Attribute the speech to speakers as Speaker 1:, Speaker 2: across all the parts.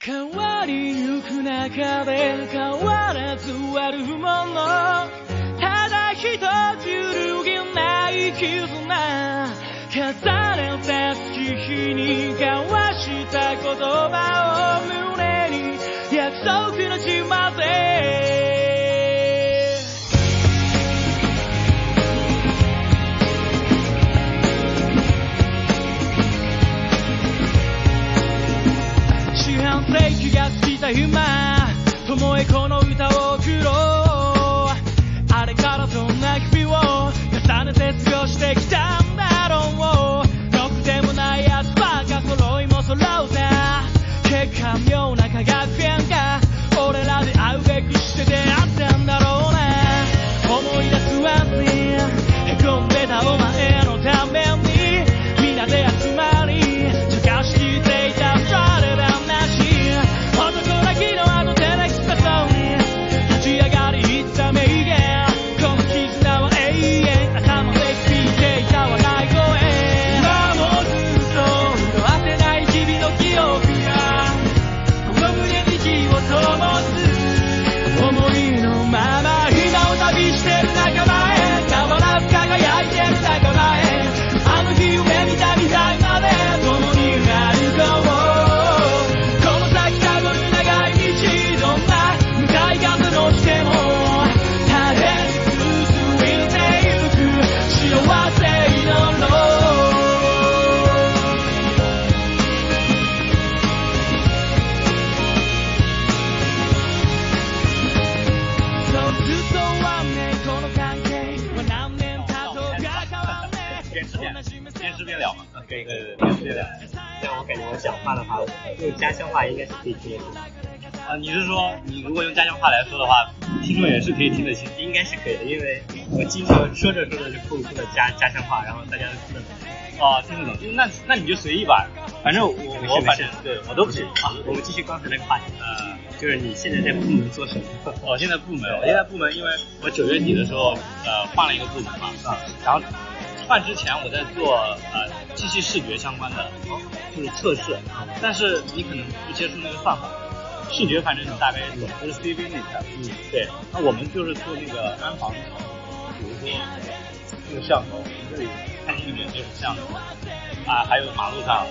Speaker 1: 変わりゆく中で変わらずあるものただ一つ揺るぎない絆重ねた月日に交わした言葉を胸に約束の地まで四半世紀が過ぎた今ともえこの歌を送ろうあれからどんな日々を重ねて過ごしてきたんだろうろくでもないやつばか揃いも揃うぜ結果妙な化学変化俺らで会うべくして出会ったんだろうね思い出すわにへこんでたお前のために皆で集まり探していたそれらなし男泣きの後でネクストに立ち上がり言った名言この絆は永遠頭で聞いていた若い声今もずっと色褪せない日々の記憶がこの胸に火を灯す思いのまま今を旅してる仲間へ変わらず輝いてる仲間へあの日夢見た未来まで共に歩こうこの先たどる長い道どんな向かい風の来ても耐え続いてゆく幸せのローずっとはねこの関係は何年経とうが変わんねえ
Speaker 2: 电池
Speaker 1: 同
Speaker 2: 电
Speaker 1: じ目
Speaker 2: 电
Speaker 1: 線
Speaker 2: 池别了，给个电池别了。
Speaker 3: 让我感觉我讲话的话，用家乡话应该是可以听得清的，
Speaker 2: 啊，你是说你如果用家乡话来说的话，听众也是可以听得清？
Speaker 3: 应该是可以的，因为我经常说着说着就蹦出了家家乡话，然后大家都听得懂。
Speaker 2: 哦，听得懂。那那你就随意吧，反正我
Speaker 3: 没事
Speaker 2: 我
Speaker 3: 没
Speaker 2: 反
Speaker 3: 事
Speaker 2: 正对我
Speaker 3: 我
Speaker 2: 都
Speaker 3: 都
Speaker 2: 不
Speaker 3: 不
Speaker 2: 是
Speaker 3: 是
Speaker 2: 啊
Speaker 3: 啊。，我们继续刚才那个话题，
Speaker 2: 呃，
Speaker 3: 就是你现在在部门做什 么？
Speaker 2: 我哦现在部门，我现在部门，因为我九月底的时候呃换了一个部门嘛，啊然后换之前我在做呃机器视觉相关的就是测试，但是你可能不接触那个算法。视觉反正你大概懂，就是 CV 那块。嗯，对。那我们就是做那个安防，比如说这个摄像头，这里看那边就是摄像头啊，还有马路上。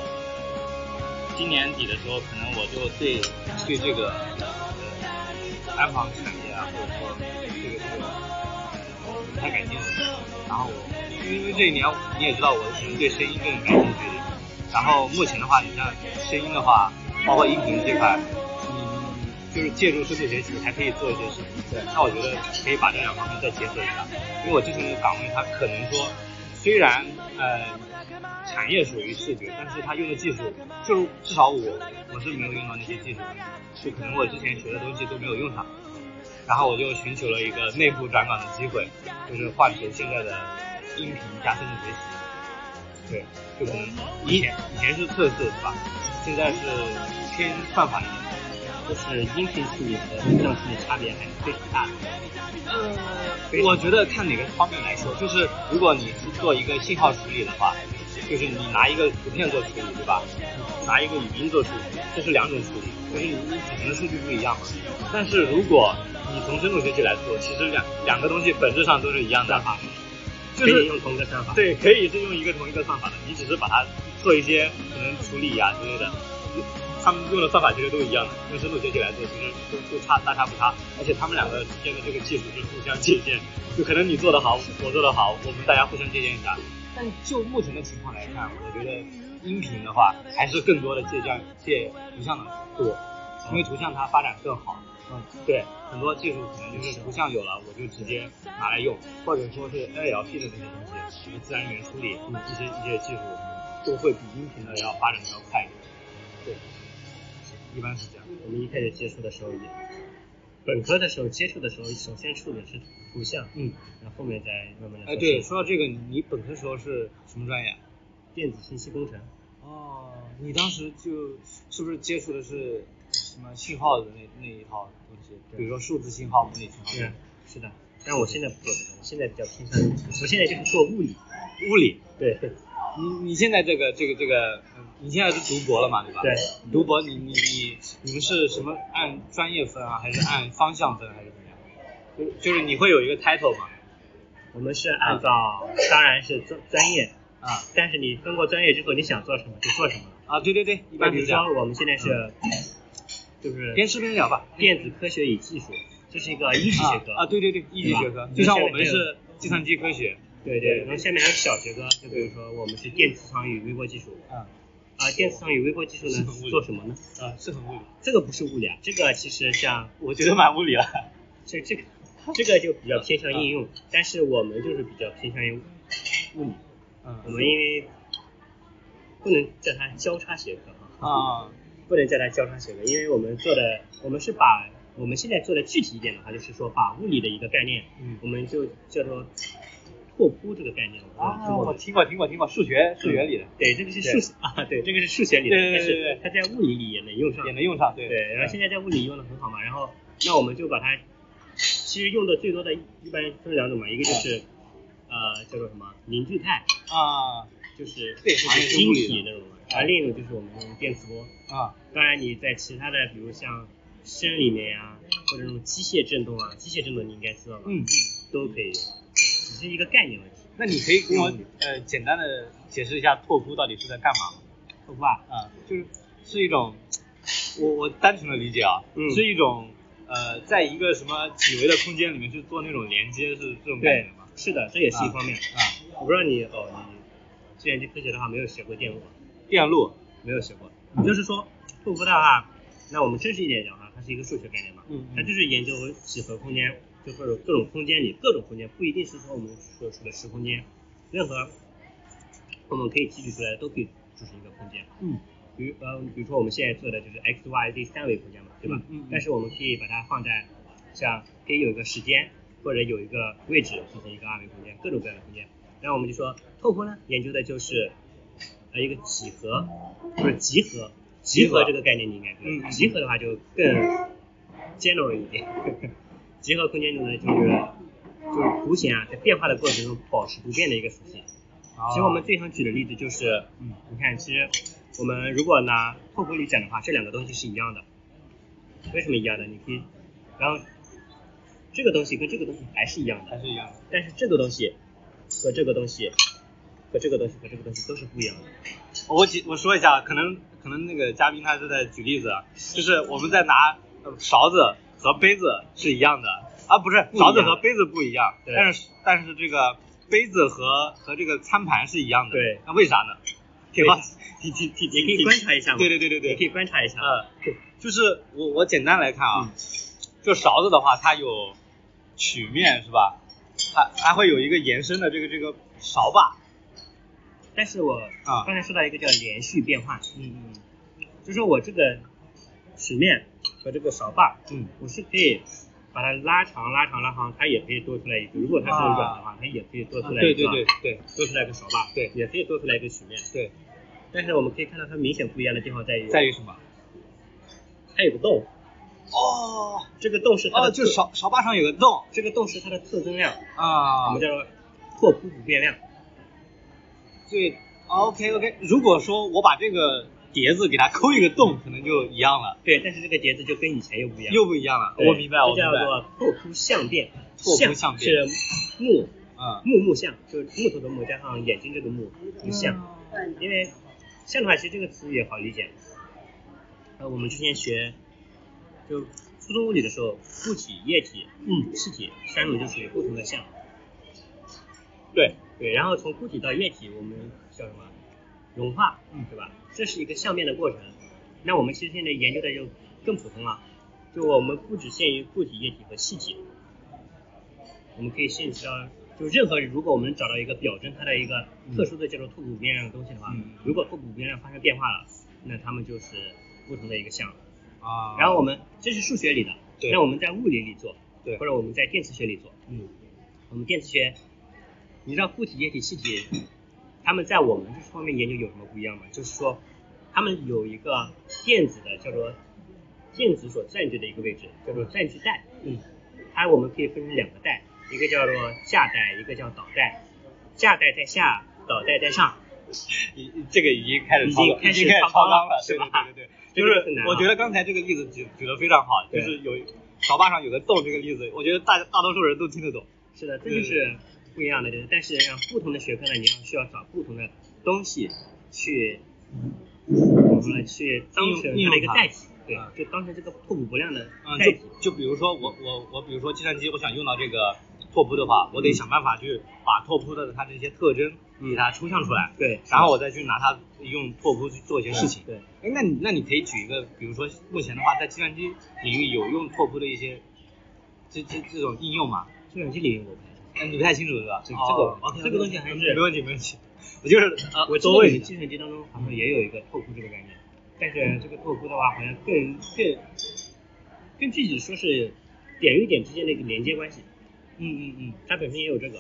Speaker 2: 今年底的时候，可能我就对对这个安防产业啊，或者说这个这个不太感兴趣。然后我因为这一年你也知道，我可能对声音更感兴趣一点。然后目前的话，你像声音的话，包括音频这块，嗯，
Speaker 3: 就是借助数据学习还可以做一些事情。对，那我觉得可以把这两方面再结合一下，因为我之前的岗位它可能说，虽然呃产业属于视觉，但是它用的技术，就是至少我我是没有用到那些技术的，就可能我之前学的东西都没有用上。然后我就寻求了一个内部转岗的机会，就是换成现在的音频加深度学习。对，就可能以前以前是测试是吧？现在是偏算法一点。就是音频处理和图像处理差别还是非常大的。呃，我觉得看哪个方面来说，就是如果你是做一个信号处理的话，就是你拿一个图片做处理，对吧？拿一个语音做处理，这是两种处理，就是你你储存的数据不一样嘛。但是如果你从深度学习来说，其实两两个东西本质上都是一样的啊，就
Speaker 2: 可
Speaker 3: 是
Speaker 2: 以
Speaker 3: 用同一个算法。对，可以是用一个同一个算法的，你只是把它做一些可能处理呀、之类的。他们用的算法其实都一样的，用深度学习来做，其实都都差大差不差。而且他们两个之间的这个技术是互相借鉴，就可能你做得好，我做得好，我们大家互相借鉴一下。但就目前的情况来看，我觉得音频的话还是更多的借鉴借图像的多，因为图像它发展更好。嗯，对，很多技术可能就是图像有了，我就直接拿来用，或者说是 NLP 的那些东西，就是自然语言处理，
Speaker 4: 嗯
Speaker 3: 一些一些技术都会比音频的要发展的要快一点。对，一般是这样。
Speaker 4: 我们一开始接触的时候也，本科的时候接触的时候，首先处理的是图像，
Speaker 3: 嗯，
Speaker 4: 然后后面再慢慢的。
Speaker 3: 哎，对，说到这个，你本科时候是什么专业啊？
Speaker 4: 电子信息工程，
Speaker 3: 哦，你当时就是不是接触的是什么信号的那那一套东西？
Speaker 4: 对
Speaker 3: 比如说数字信号、模拟信号。
Speaker 4: 是嗯是的。但我现在不做这个，我现在比较偏向于，我现在就是做物理，
Speaker 3: 物理。
Speaker 4: 对
Speaker 3: 你你现在这个这个这个，嗯你现在是读博了嘛，对吧？
Speaker 4: 对。
Speaker 3: 读博你你你你们是什么按专业分啊，还是按方向分，还是怎么样？就就是你会有一个 title 嘛？
Speaker 4: 我们是按照，当然是专专业，
Speaker 3: 啊
Speaker 4: 但是你通过专业之后，你想做什么就做什么。
Speaker 3: 啊，对对对，一
Speaker 4: 那
Speaker 3: 般
Speaker 4: 比
Speaker 3: 就
Speaker 4: 如
Speaker 3: 是这样。嗯
Speaker 4: 说我们现在是，就是
Speaker 3: 边吃边聊吧。
Speaker 4: 电子科学与技术，这是一个一级
Speaker 3: 啊
Speaker 4: 学科
Speaker 3: 啊，对对对，一级学科，就像我们是计算机科学。
Speaker 4: 对对，然后下面还有小学科，就比如说我们是电磁场与微波技术。
Speaker 3: 啊
Speaker 4: 啊，电磁场与微波技术呢
Speaker 3: 物理
Speaker 4: 做什么呢？
Speaker 3: 啊，是很物理，
Speaker 4: 这个不是物理啊，这个其实像
Speaker 3: 我觉得蛮物理了。
Speaker 4: 这这个这个就比较偏向应用，但是我们就是比较偏向于物理。我
Speaker 3: 嗯
Speaker 4: 们因为不能叫它交叉学科哈，
Speaker 3: 啊
Speaker 4: 不能叫它交叉学科，因为我们做的我们是把我们现在做的具体一点的话，就是说把物理的一个概念，
Speaker 3: 嗯
Speaker 4: 我们就叫做拓扑这个概念，我不知道你
Speaker 3: 啊，
Speaker 4: 听过
Speaker 3: 我
Speaker 4: 没？
Speaker 3: 听过听过听过，数学数学里的
Speaker 4: 对，这个是数学啊，对，这个是数学里的，
Speaker 3: 哦对对对对
Speaker 4: 但是它在物理里也能用上
Speaker 3: 也。能用上，对
Speaker 4: 嗯对，然后现在在物理用的很好嘛，然后那我们就把它，其实用的最多的一般分两种嘛，一个就是呃叫做什么凝聚态，
Speaker 3: 啊
Speaker 4: 就是
Speaker 3: 对
Speaker 4: 就
Speaker 3: 好像也
Speaker 4: 是
Speaker 3: 是
Speaker 4: 晶
Speaker 3: 物理的
Speaker 4: 体那种嘛，而另一种就是我们用电磁波。
Speaker 3: 啊
Speaker 4: 当然你在其他的比如像声里面呀、或者那种机械振动啊，机械振动你应该知道吧？
Speaker 3: 嗯，嗯，
Speaker 4: 都可以用，只是一个概念问题。
Speaker 3: 那你可以跟我
Speaker 4: 嗯
Speaker 3: 呃简单的解释一下拓扑到底是在干嘛吗？
Speaker 4: 好吧？
Speaker 3: 啊，就是是一种，我我单纯的理解啊，
Speaker 4: 嗯
Speaker 3: 是一种呃，在一个什么几维的空间里面去做那种连接，是这种概
Speaker 4: 对
Speaker 3: 念吗？，
Speaker 4: 是的，这也是一方面。
Speaker 3: 啊，
Speaker 4: 我不知道你哦，你计算机科学的话没有学过电路吧？
Speaker 3: 电路
Speaker 4: 没有学过。也就是说，拓扑的话，那我们真实一点讲哈，它是一个数学概念嘛，
Speaker 3: 嗯嗯
Speaker 4: 它就是研究几何空间，就或者各种空间里各种空间，不一定是说我们所说的实空间，任何我们可以提取出来的都可以组成一个空间。
Speaker 3: 嗯，
Speaker 4: 比如呃，比如说我们现在做的就是 x、y、z 三维空间嘛，对吧？
Speaker 3: 嗯嗯嗯
Speaker 4: 但是我们可以把它放在像可以有一个时间或者有一个位置组成一个二维空间，各种各样的空间。然后我们就说拓扑呢，研究的就是呃一个几何或者集合，集合这个概念你应该知
Speaker 3: 嗯
Speaker 4: 道。
Speaker 3: 嗯
Speaker 4: 集合的话就更 general 一点。 集合空间中呢，就是就是图形啊，在变化的过程中保持不变的一个属性。其实我们最常举的例子就是，嗯，你看，其实我们如果拿拓扑里展的话，这两个东西是一样的。为什么一样的？你可以，然后这个东西跟这个东西还是一样
Speaker 3: 还
Speaker 4: 的，
Speaker 3: 是一样的。
Speaker 4: 但是这个东西和这个东西和这个东西和这个东西都是不一样的。
Speaker 3: 我举我说一下，可能可能那个嘉宾他是在举例子啊，就是我们在拿呃勺子和杯子是一样的啊，不是
Speaker 4: 不一样
Speaker 3: 勺子和杯子不一样，
Speaker 4: 对
Speaker 3: 但是但是这个杯子和和这个餐盘是一样的，
Speaker 4: 对，
Speaker 3: 那为啥呢？挺好
Speaker 4: 为啥，
Speaker 3: 挺挺挺挺
Speaker 4: 也可以
Speaker 3: 挺
Speaker 4: 观察一下嘛，
Speaker 3: 对对对对
Speaker 4: 也可
Speaker 3: 对，
Speaker 4: 以观察一嗯下。
Speaker 3: 呃，就是我我简单来看啊，就勺子的话，它有曲面是吧？它它会有一个延伸的这个这个勺把，
Speaker 4: 但是我
Speaker 3: 啊
Speaker 4: 刚才说到一个叫连续变换，
Speaker 3: 嗯嗯
Speaker 4: 就是我这个曲面和这个勺把，
Speaker 3: 嗯，
Speaker 4: 我是可以把它拉长、拉长、拉长，它也可以多出来一个。如果它是软的话，它也可以多出来
Speaker 3: 对
Speaker 4: 一个。
Speaker 3: 啊对对对
Speaker 4: 多出来个勺把，
Speaker 3: 对
Speaker 4: 也可以多出来一个曲面。
Speaker 3: 对，
Speaker 4: 但是我们可以看到它明显不一样的地方在于，
Speaker 3: 在于什么？
Speaker 4: 它有个洞，
Speaker 3: 哦
Speaker 4: 这个洞是它的
Speaker 3: 哦，
Speaker 4: 特
Speaker 3: 就勺勺把上有个洞
Speaker 4: 这个洞是它的特增量，我
Speaker 3: 啊
Speaker 4: 们，叫做拓扑不变量。
Speaker 3: 对，OK OK。如果说我把这个碟子给它抠一个洞，可能就一样了，
Speaker 4: 对，但是这个碟子就跟以前又不一样。
Speaker 3: 又不一样了。
Speaker 4: 对
Speaker 3: 我明白，我
Speaker 4: 这
Speaker 3: 明
Speaker 4: 叫
Speaker 3: 白。
Speaker 4: 做拓扑相变。
Speaker 3: 拓扑相变
Speaker 4: 是木
Speaker 3: 嗯
Speaker 4: 木木相，就是木头的木加上眼睛这个木，就相。因为相的话，其实这个词也好理解。呃，我们之前学就初中物理的时候，固体、液体、
Speaker 3: 嗯，
Speaker 4: 气体三种就属于不同的相。
Speaker 3: 对，
Speaker 4: 对，然后从固体到液体，我们叫什么？融化，
Speaker 3: 嗯
Speaker 4: 对吧？这是一个相变的过程。那我们其实现在研究的就更普通了，就我们不只限于固体、液体和气体，我们可以限制到就任何，如果我们找到一个表征它的一个特殊的叫做拓扑变量的东西的话，
Speaker 3: 嗯
Speaker 4: 如果拓扑变量发生变化了，那它们就是不同的一个项了。
Speaker 3: 啊。
Speaker 4: 然后我们这是数学里的，
Speaker 3: 对
Speaker 4: 那我们在物理里做，
Speaker 3: 对
Speaker 4: 或者我们在电磁学里做，
Speaker 3: 嗯
Speaker 4: 我们电磁学，你知道固体、液体、气体，他们在我们这方面研究有什么不一样吗？就是说，他们有一个电子的叫做电子所占据的一个位置，叫做占据带。
Speaker 3: 嗯
Speaker 4: 它我们可以分成两个带，一个叫做价带，一个叫导带。价带在下，导带在上。
Speaker 3: 已这个已经开始
Speaker 4: 已
Speaker 3: 超
Speaker 4: 经
Speaker 3: 纲
Speaker 4: 开
Speaker 3: 已
Speaker 4: 始
Speaker 3: 经开始
Speaker 4: 超
Speaker 3: 超
Speaker 4: 纲
Speaker 3: 纲
Speaker 4: 了
Speaker 3: 了，
Speaker 4: 是
Speaker 3: 对
Speaker 4: 吧
Speaker 3: 对对对对，就
Speaker 4: 这个很难
Speaker 3: 是我
Speaker 4: 啊
Speaker 3: 觉得刚才这个例子举举得非常好，就
Speaker 4: 对
Speaker 3: 是有小坝上有个洞这个例子，我觉得大大多数人都听得懂。
Speaker 4: 是的，这
Speaker 3: 嗯
Speaker 4: 就是不一样的，就是但是让不同的学科呢，你要需要找不同的东西去，我们来去当成
Speaker 3: 应
Speaker 4: 它的一个
Speaker 3: 用它
Speaker 4: 载体，对
Speaker 3: 啊，
Speaker 4: 就当成这个拓扑不量的
Speaker 3: 嗯，
Speaker 4: 载体。
Speaker 3: 就就比如说我我我，比如说计算机，我想用到这个拓扑的话，我得想办法去把拓扑的它这些特征给它抽象出来，
Speaker 4: 对，
Speaker 3: 然后我再去拿它用拓扑去做一些事情。
Speaker 4: 对，
Speaker 3: 哎，那你那你可以举一个，比如说目前的话，在计算机领域有用拓扑的一些这这这种应用吗？
Speaker 4: 计算机领域我不太熟
Speaker 3: 哎你不太清楚是吧？这
Speaker 4: 这
Speaker 3: 个
Speaker 4: 个
Speaker 3: 哦 OK，
Speaker 4: 这个这个东西还是
Speaker 3: 没问题没问题。我就是呃，
Speaker 4: 我记
Speaker 3: 多
Speaker 4: 得
Speaker 3: 问
Speaker 4: 你
Speaker 3: 一
Speaker 4: 们
Speaker 3: 下
Speaker 4: 计。算机当中好像也有一个拓扑这个概念，但
Speaker 3: 嗯
Speaker 4: 是这个拓扑的话，好像更更更具体地说是点与点之间的一个连接关系，
Speaker 3: 嗯嗯嗯。
Speaker 4: 它本身也有这个。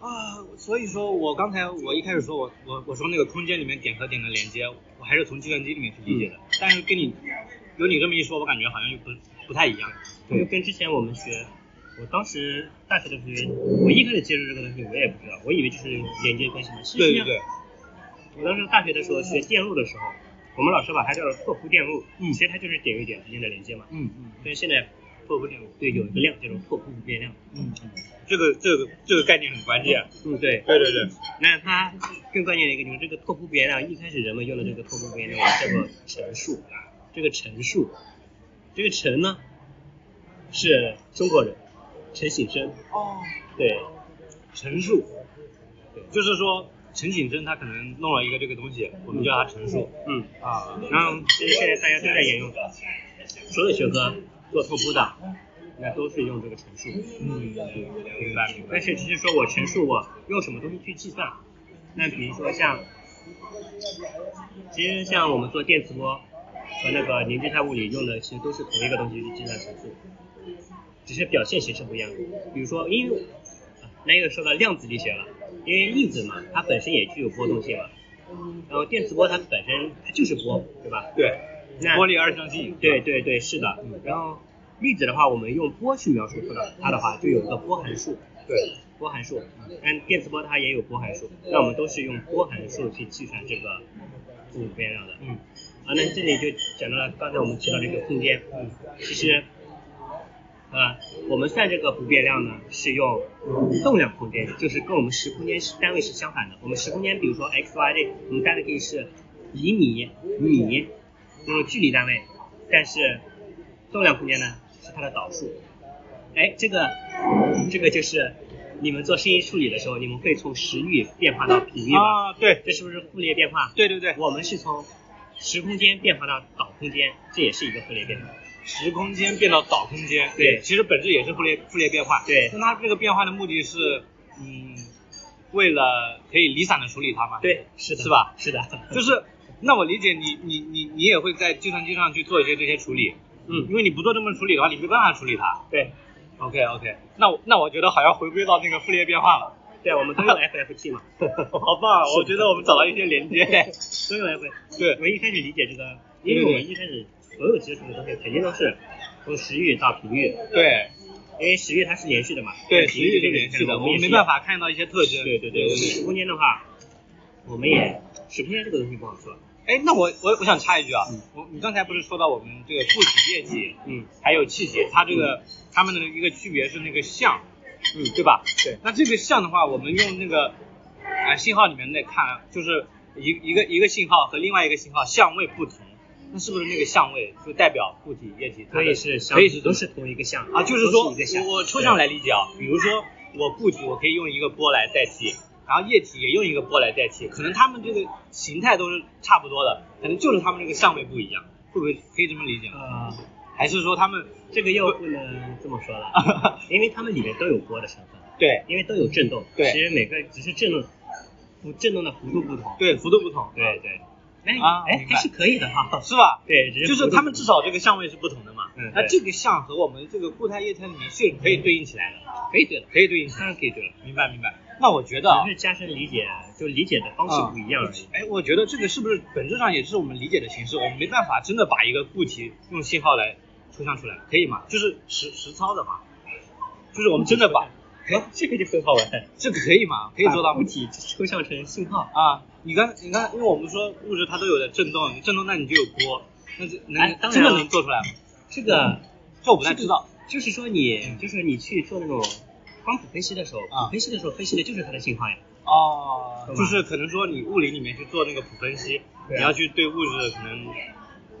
Speaker 3: 啊，所以说我刚才我一开始说我我我说那个空间里面点和点的连接，我还是从计算机里面去理解的，但是跟你有你这么一说，我感觉好像又不不太一样。
Speaker 4: 因为跟之前我们学，我当时大学的时候，我一开始接触这个东西，我也不知道，我以为就是连接关系嘛。是
Speaker 3: 对对对，，
Speaker 4: 我当时大学的时候学电路的时候，我们老师把它叫做拓扑电路，
Speaker 3: 嗯
Speaker 4: 其实它就是点与点之间的连接嘛。
Speaker 3: 嗯嗯
Speaker 4: 但是现在拓扑电路对有一个量叫做拓扑不变量，
Speaker 3: 嗯，嗯这个这个这个概念很关键。
Speaker 4: 嗯对。
Speaker 3: 对对对，
Speaker 4: 那它更关键的一个就是这个拓扑不变量，一开始人们用的这个拓扑不变量我们叫做乘数，这个乘数，这个乘呢是中国人陈省身，
Speaker 3: 哦，
Speaker 4: 对。
Speaker 3: 陈述，就是说陈景生他可能弄了一个这个东西，我们叫他陈述
Speaker 4: 嗯，
Speaker 3: 啊。
Speaker 4: 然后其实现在大家都在沿用的，所有学科做拓扑的，那都是用这个陈述。
Speaker 3: 嗯，明白明白。
Speaker 4: 但是只是说我陈述我用什么东西去计算，那比如说像，其实像我们做电磁波和那个凝聚态物理用的，其实都是同一个东西去计算陈述，只是表现形式不一样。比如说，因为啊那又说到量子力学了，因为粒子嘛，它本身也具有波动性嘛，然后电磁波它本身它就是波，对吧？
Speaker 3: 对，
Speaker 4: 那
Speaker 3: 玻璃二象性。
Speaker 4: 对对对，是的。然后粒子的话，我们用波去描述它的话，就有一个波函数。
Speaker 3: 对，
Speaker 4: 波函数，但电磁波它也有波函数，那我们都是用波函数去计算这个复古变量的。
Speaker 3: 嗯
Speaker 4: 啊，那这里就讲到了刚才我们提到这个空间，
Speaker 3: 嗯
Speaker 4: 其实，啊，我们算这个不变量呢是用动量空间，就是跟我们时空间是单位是相反的。我们时空间，比如说 x、y、z，我们单位可以是厘米、米，那种距离单位，但是动量空间呢是它的导数。哎，这个这个就是你们做声音处理的时候，你们会从时域变化到频域吧？
Speaker 3: 啊，对
Speaker 4: 这是不是傅立叶变化？
Speaker 3: 对对对，
Speaker 4: 我们是从时空间变化到导空间，这也是一个傅立叶变化。
Speaker 3: 时空间变到导空间，
Speaker 4: 对
Speaker 3: 其实本质也是傅立傅立叶变化。
Speaker 4: 对
Speaker 3: 那它这个变化的目的是，嗯，为了可以离散的处理它嘛。，
Speaker 4: 对，是的，
Speaker 3: 是吧？
Speaker 4: 是的，
Speaker 3: 就是，那我理解你，你你你也会在计算机上去做一些这些处理，因
Speaker 4: 嗯，
Speaker 3: 为你不做这么处理的话，你没办法处理它。
Speaker 4: 对，
Speaker 3: OK OK，那我那我觉得好像回归到那个傅立叶变化了，
Speaker 4: 对，我们都用 FFT 嘛，
Speaker 3: 好棒啊！我觉得我们找到一些连接。
Speaker 4: 都用 FFT。
Speaker 3: 对
Speaker 4: 我一开始理解这个，
Speaker 3: 对对
Speaker 4: 因
Speaker 3: 对
Speaker 4: 为我们一开始所有接触的东西肯定都是从时域到频域，
Speaker 3: 对
Speaker 4: 因为时域它是连续的嘛，
Speaker 3: 对，频
Speaker 4: 频
Speaker 3: 率
Speaker 4: 域
Speaker 3: 是
Speaker 4: 这个
Speaker 3: 连续的，
Speaker 4: 我
Speaker 3: 我
Speaker 4: 们
Speaker 3: 们
Speaker 4: 也
Speaker 3: 没
Speaker 4: 是
Speaker 3: 办。法看到一些特征。
Speaker 4: 对对对，我们时空间的话，我们也时空间这个东西不好说，
Speaker 3: 哎，那我我我想插一句啊，我你刚才不是说到我们这个固体、液体，
Speaker 4: 嗯
Speaker 3: 还有气体，它这个它们的一个区别是那个像，
Speaker 4: 嗯
Speaker 3: 对吧？
Speaker 4: 对。
Speaker 3: 那这个像的话，我们用那个啊、呃信号里面来看，就是一一个一个信号和另外一个信号相位不同，那是不是那个相位就代表固体、液体？它
Speaker 4: 可
Speaker 3: 的
Speaker 4: 以是相
Speaker 3: 可以是
Speaker 4: 都是同一个项
Speaker 3: 啊，就是说
Speaker 4: 都是一个项，
Speaker 3: 我我抽象来理解啊，比如说我固体，我可以用一个波来代替，然后液体也用一个波来代替，可能它们这个形态都是差不多的，可能就是它们这个相位不一样，会不会可以这么理解吗？
Speaker 4: 呃，
Speaker 3: 还是说它们
Speaker 4: 这个又不能这么说了，因为它们里面都有波的成分，
Speaker 3: 对
Speaker 4: 因为都有振动，
Speaker 3: 对
Speaker 4: 其实每个只是振动幅振动的幅度不同，
Speaker 3: 对幅度不同，
Speaker 4: 对对，哎
Speaker 3: 啊
Speaker 4: 哎
Speaker 3: 明白
Speaker 4: 还是可以的哈，
Speaker 3: 是吧？
Speaker 4: 对，只
Speaker 3: 就是
Speaker 4: 幅度
Speaker 3: 它们至少这个相位是不同的嘛。
Speaker 4: 嗯
Speaker 3: 那
Speaker 4: 对
Speaker 3: 这个相和我们这个固态液态里面是可以对应起来的，
Speaker 4: 可以对了，
Speaker 3: 可以对应起来。
Speaker 4: 当然可以对了，
Speaker 3: 明白明白。那我觉得啊
Speaker 4: 只，是加深理解，啊就理解的方式不一样而已，
Speaker 3: 哎，我觉得这个是不是本质上也是我们理解的形式？我们没办法真的把一个固体用信号来抽象出来，可以吗？就是实实操的嘛，就是我们真的把嗯
Speaker 4: 哎，这个就很好玩，
Speaker 3: 这个可以吗？可以做到
Speaker 4: 把
Speaker 3: 吗
Speaker 4: 物？体抽象成信号，
Speaker 3: 啊，你刚你看，因为我们说物质它都有点震动，震动那你就有波，那就能、
Speaker 4: 哎当然
Speaker 3: 真的
Speaker 4: 了
Speaker 3: 能做出来吗？
Speaker 4: 这个
Speaker 3: 这我不太知道。
Speaker 4: 就是说你就是你去做那种光谱分析的时候，
Speaker 3: 啊
Speaker 4: 谱分析的时候分析的就是它的信号呀。
Speaker 3: 哦
Speaker 4: 懂吧
Speaker 3: 就是可能说你物理里面去做那个谱分析，
Speaker 4: 对啊
Speaker 3: 你要去对物质的可能，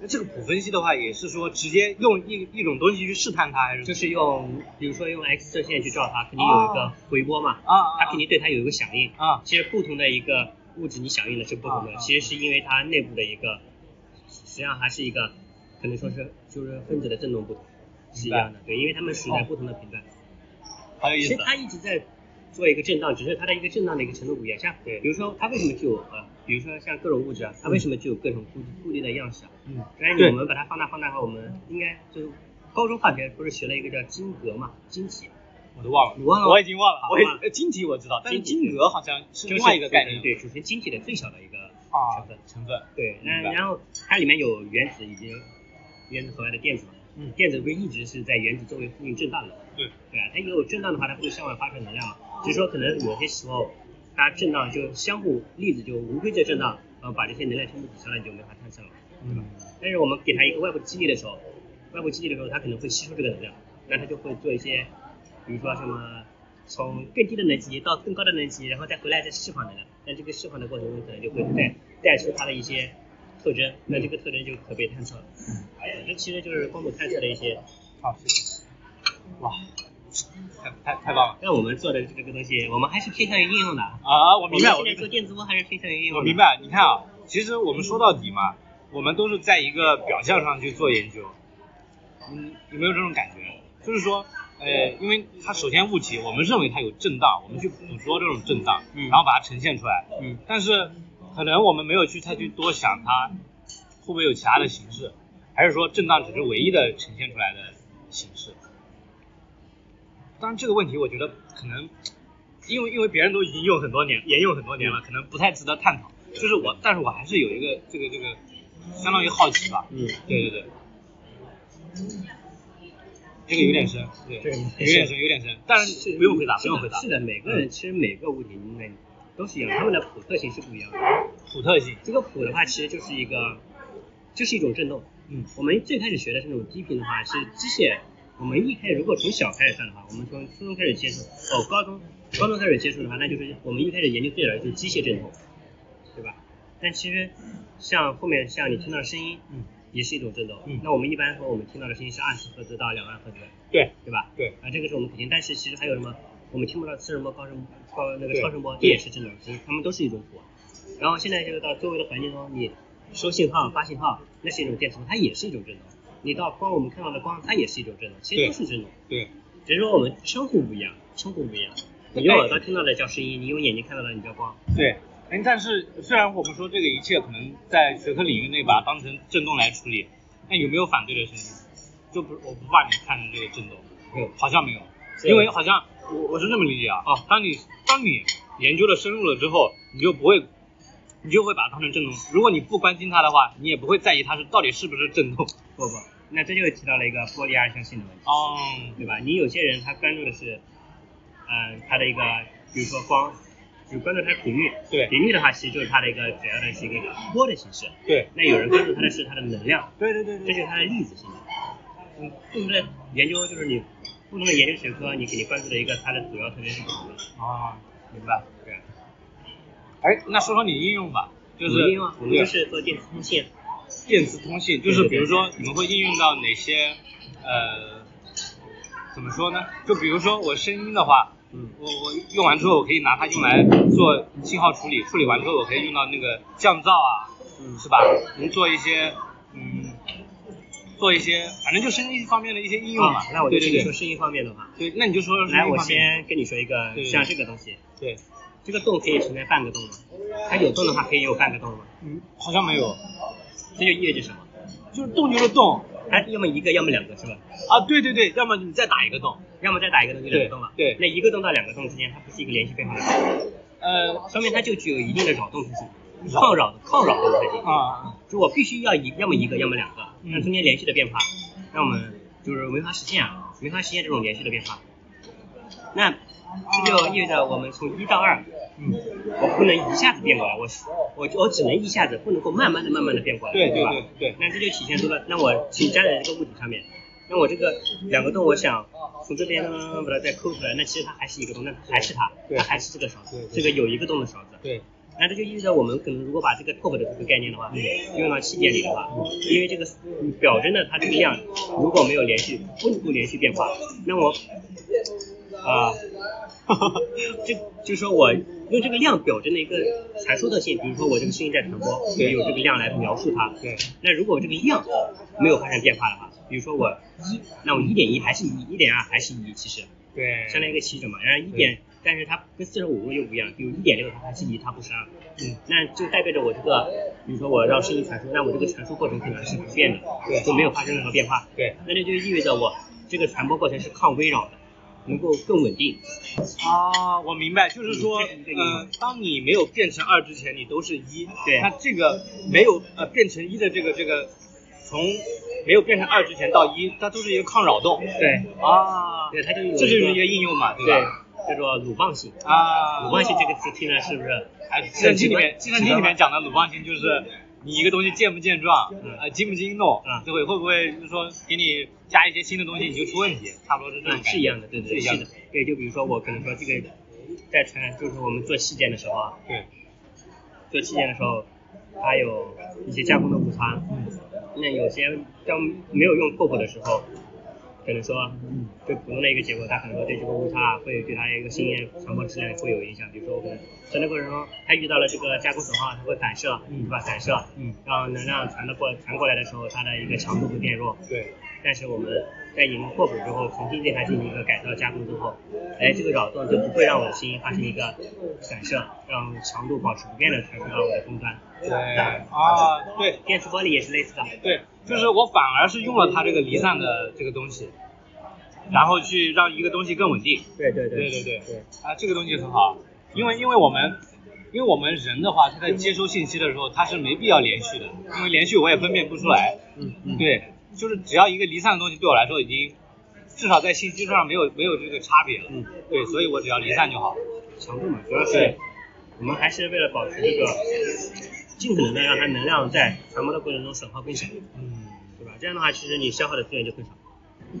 Speaker 3: 那这个谱分析的话，也是说直接用一一种东西去试探它，还是
Speaker 4: 就是用比如说用 X 射线去照它，肯定有一个回波嘛，
Speaker 3: 啊啊
Speaker 4: 它肯定对它有一个响应。
Speaker 3: 啊
Speaker 4: 其实不同的一个物质，你响应的是不同
Speaker 3: 啊
Speaker 4: 的
Speaker 3: 啊，
Speaker 4: 其实是因为它内部的一个，实际上还是一个，可能说是就是分子的振动不同，是一样的，对，因为它们处在不同的频
Speaker 3: 哦
Speaker 4: 段。
Speaker 3: 很有意
Speaker 4: 其
Speaker 3: 思
Speaker 4: 实。它一直在做一个震荡，只是它的一个震荡的一个程度不一样。像比如说它为什么具有啊，比如说像各种物质啊，它为什么具有各种固固定的样式啊？
Speaker 3: 嗯，
Speaker 4: 但是
Speaker 3: 对
Speaker 4: 我们把它放大放大后，我们应该就是高中化学不是学了一个叫晶格嘛，晶体，
Speaker 3: 我都忘了，
Speaker 4: 你忘了吗
Speaker 3: 我已经忘了
Speaker 4: 好。
Speaker 3: 我已
Speaker 4: 忘了
Speaker 3: 呃晶体我知道，但是
Speaker 4: 晶体
Speaker 3: 晶格好像是
Speaker 4: 就是
Speaker 3: 另外一个概
Speaker 4: 组
Speaker 3: 念
Speaker 4: 成对，组成晶体的最小的一个
Speaker 3: 啊
Speaker 4: 成分。
Speaker 3: 成分。
Speaker 4: 对，
Speaker 3: 明白
Speaker 4: 那然后它里面有原子以及原子核外的电子嘛，
Speaker 3: 嗯
Speaker 4: 电子不是一直是在原子周围附近震荡的，
Speaker 3: 对
Speaker 4: 对啊，它也有震荡的话，它会向外发射能量嘛，啊只是说可能有些时候它震荡就相互粒子就无规则震荡，然后把这些能量全部抵消了，你就没法探测了，对吧？但是我们给它一个外部激励的时候，外部激励的时候，它可能会吸收这个能量，那它就会做一些，比如说什么。从更低的能级到更高的能级，然后再回来再释放能量，那这个释放的过程中可能就会带带出它的一些特征，那这个特征就可被探测了。哎，这其实就是光谱探测的一些，
Speaker 3: 好，谢谢。哇，太太太棒了
Speaker 4: 但我们做的这个东西，我们还是偏向于应用的。
Speaker 3: 啊！我
Speaker 4: 我
Speaker 3: 明白，我明
Speaker 4: 们现在
Speaker 3: 白
Speaker 4: 做。电子波还是偏向于应用的。
Speaker 3: 我明。白，你看啊，其实我们说到底嘛，我们都是在一个表象上去做研究。嗯，有没有这种感觉？就是说，呃，因为它首先物体，我们认为它有震荡，我们去捕捉这种震荡，
Speaker 4: 嗯
Speaker 3: 然后把它呈现出来。
Speaker 4: 嗯，
Speaker 3: 但是可能我们没有去太去多想它会不会有其他的形式，还是说震荡只是唯一的呈现出来的形式？当然，这个问题我觉得可能因为因为别人都已经用很多年，沿用很多年了，可能不太值得探讨。就是我，但是我还是有一个这个这个，相当于好奇吧。
Speaker 4: 嗯，
Speaker 3: 对对对。这个有点深，对，
Speaker 4: 这个有
Speaker 3: 有点
Speaker 4: 点深
Speaker 3: 深，有点深，但是不用回答，不用回答嗯
Speaker 4: 是。的，每个人其实每个物体应该都是一样的，它们的谱特性是不一样的。
Speaker 3: 普特性，
Speaker 4: 这个谱的话，其实就是一个，就是一种振动。
Speaker 3: 嗯，
Speaker 4: 我们最开始学的是那种低频的话是机械，我们一开始如果从小开始算的话，我们从初中开始接触，哦，高中高中开始接触的话，那就是我们一开始研究最早的就是机械振动，对吧？但其实像后面像你听到的声音，
Speaker 3: 嗯，
Speaker 4: 也是一种振动。
Speaker 3: 嗯
Speaker 4: 那我们一般说我们听到的声音是二十赫兹到两万赫兹，
Speaker 3: 对
Speaker 4: 对吧？
Speaker 3: 对。
Speaker 4: 啊，这个是我们肯定，但是其实还有什么？我们听不到次声波、高声高那个
Speaker 3: 对
Speaker 4: 超声波，这
Speaker 3: 对
Speaker 4: 也是振动，其实它们都是一种谱。然后现在就是到周围的环境中，你收信号、发信号，那是一种电磁波，它也是一种振动。你到光我们看到的光，它也是一种振动，其实都是振动，
Speaker 3: 对，
Speaker 4: 只是说我们称呼不一样，称呼不一样。你用耳朵听到的叫声音，你用眼睛看到的你叫光。
Speaker 3: 对。哎，但是虽然我们说这个一切可能在学科领域内把它当成震动来处理，那有没有反对的声音？就不，我不把你看成这个震动，
Speaker 4: 没有
Speaker 3: 好像没有，
Speaker 4: 是
Speaker 3: 因为好像我我是这么理解啊。
Speaker 4: 哦
Speaker 3: 当你当你研究的深入了之后，你就不会，你就会把它当成震动。如果你不关心它的话，你也不会在意它是到底是不是震动。
Speaker 4: 不不，那这就提到了一个波粒二象性的问题，
Speaker 3: 哦，
Speaker 4: 对吧？你有些人他关注的是，嗯、他的一个，比如说光，就关注他的频率，
Speaker 3: 对
Speaker 4: 频率的话其实就是它的一个主要的是一个波的形式。
Speaker 3: 对，
Speaker 4: 那有人关注它的是它的能量，
Speaker 3: 对对对
Speaker 4: 这就是它的粒子性。嗯，不同的研究就是你不同的研究学科，你肯定关注的一个它的主要特征是不同的。
Speaker 3: 啊，
Speaker 4: 明白？对。
Speaker 3: 哎，那说说你应用吧，就是
Speaker 4: 我们应用啊，我们就
Speaker 3: 对
Speaker 4: 是做电子通信。
Speaker 3: 电磁通信，就是比如说你们会应用到哪些呃，怎么说呢？就比如说我声音的话，
Speaker 4: 嗯
Speaker 3: 我我用完之后，我可以拿它用来做信号处理，处理完之后，我可以用到那个降噪啊，
Speaker 4: 嗯
Speaker 3: 是吧？能做一些嗯，做一些反正就声音方面的一些应用嘛。
Speaker 4: 啊，那我就
Speaker 3: 对
Speaker 4: 跟
Speaker 3: 对
Speaker 4: 你说
Speaker 3: 对，
Speaker 4: 声音方面的话，
Speaker 3: 对，那你就说说声音
Speaker 4: 来，我
Speaker 3: 方面
Speaker 4: 先跟你说一个
Speaker 3: 对，对
Speaker 4: 像这个东西，
Speaker 3: 对，
Speaker 4: 这个洞可以存在半个洞吗？它有洞的话可以有半个洞吗？
Speaker 3: 嗯，好像没有，
Speaker 4: 这就意味着什么？
Speaker 3: 就是动就是动
Speaker 4: 它要么一个，要么两个，是吧？
Speaker 3: 啊，对对对，要么你再打一个洞，
Speaker 4: 要么再打一个洞就两个洞嘛。
Speaker 3: 对对
Speaker 4: 那一个洞到两个洞之间，它不是一个连续变化的洞，
Speaker 3: 呃
Speaker 4: 说明它就具有一定的扰动特性，
Speaker 3: 扰
Speaker 4: 抗扰抗扰动特性。
Speaker 3: 啊，
Speaker 4: 就我必须要一要么一个，要么两个，
Speaker 3: 嗯
Speaker 4: 那中间连续的变化，那我们就是没法实现啊，没法实现这种连续的变化。那这就意味着我们从一到二，嗯，我不能一下子变过来，我我我只能一下子，不能够慢慢的、慢慢的变过来，
Speaker 3: 对
Speaker 4: 对吧
Speaker 3: 对对对
Speaker 4: 那这就体现出了，那我请站在这个物体上面，那我这个两个洞，我想从这边呢把它再抠出来，那其实它还是一个洞，那还是它，
Speaker 3: 对
Speaker 4: 它还是这个勺
Speaker 3: 对
Speaker 4: 子，
Speaker 3: 对
Speaker 4: 这个有一个洞的勺子。
Speaker 3: 对，
Speaker 4: 那这就意味着我们可能如果把这个 top 的这个概念的话，用到气垫里的话，因为这个表针的它这个量如果没有连续不能够连续变化，那我啊， 这就是说我用这个量表征的一个函数特性，比如说我这个声音在传播，我用这个量来描述它。
Speaker 3: 对。
Speaker 4: 那如果这个量没有发生变化的话，比如说我一，那我一点一还是一，一点二还是一，其实
Speaker 3: 对，
Speaker 4: 相当于一个起止嘛。然后一点，但是它跟四舍五入又不一样，比如一点六它还是一，它不是二。
Speaker 3: 嗯，
Speaker 4: 那就代表着我这个，比如说我让声音传输，那我这个传输过程可能是不变的，
Speaker 3: 对
Speaker 4: 就没有发生任何变化。
Speaker 3: 对，
Speaker 4: 那这就意味着我这个传播过程是抗微扰的，能够更稳定。
Speaker 3: 啊，我明白，就是说，
Speaker 4: 嗯这个
Speaker 3: 呃，当你没有变成二之前，你都是一。
Speaker 4: 对
Speaker 3: 那这个没有呃变成一的这个这个，从没有变成二之前到一，它都是一个抗扰动。
Speaker 4: 对，
Speaker 3: 啊，
Speaker 4: 对，它就有
Speaker 3: 这就是一
Speaker 4: 一
Speaker 3: 个
Speaker 4: 个
Speaker 3: 应用嘛，
Speaker 4: 对
Speaker 3: 吧？，
Speaker 4: 叫做鲁棒性。
Speaker 3: 啊，
Speaker 4: 鲁棒性这个词听着是不是？
Speaker 3: 哎，计算机里面，计算机里面讲的鲁棒型就是你一个东西健不健壮，呃，精不精弄，
Speaker 4: 嗯
Speaker 3: 就会会不会就是说给你加一些新的东西你就出问题，差不多是这种
Speaker 4: 嗯，
Speaker 3: 感觉。
Speaker 4: 是一样的，对对
Speaker 3: 是一样
Speaker 4: 是
Speaker 3: 的
Speaker 4: 的。对，就比如说我可能说这个在传，就是我们做细件的时候啊，
Speaker 3: 对，
Speaker 4: 做器件的时候，它有一些加工的误差。
Speaker 3: 嗯
Speaker 4: 那有些当没有用 POP 的时候，可能说
Speaker 3: 嗯
Speaker 4: 对普通的一个结果，它可能说对这个误差会对它一个信验传播质量会有影响。比如说，我可能传的过程中，它遇到了这个加工损耗，它会反射，
Speaker 3: 嗯
Speaker 4: 对吧？反射，
Speaker 3: 嗯，
Speaker 4: 让能量传的过传过来的时候，它的一个强度会变弱。
Speaker 3: 对，
Speaker 4: 但是我们在引入拓扑之后，重新对它进行一个改造加工之后，哎，这个扰动就不会让我的声音发生一个反射，让强度保持不变的传输到我的终端。
Speaker 3: 对，啊，对，
Speaker 4: 电磁玻璃也是类似的，
Speaker 3: 对，就是我反而是用了它这个离散的这个东西，然后去让一个东西更稳定。
Speaker 4: 对对
Speaker 3: 对对对啊，这个东西很好，因为因为我们因为我们人的话，他在接收信息的时候，他是没必要连续的，因为连续我也分辨不出来。
Speaker 4: 嗯嗯，
Speaker 3: 对，就是只要一个离散的东西对我来说已经至少在信息上没有没有这个差别了。
Speaker 4: 嗯，
Speaker 3: 对，所以我只要离散就好。
Speaker 4: 强度嘛，主要是
Speaker 3: 对
Speaker 4: 我们还是为了保持这个，尽可能的让它能量在传播的过程中损耗更少，
Speaker 3: 嗯，
Speaker 4: 对吧？这样的话，其实你消耗的资源就更少。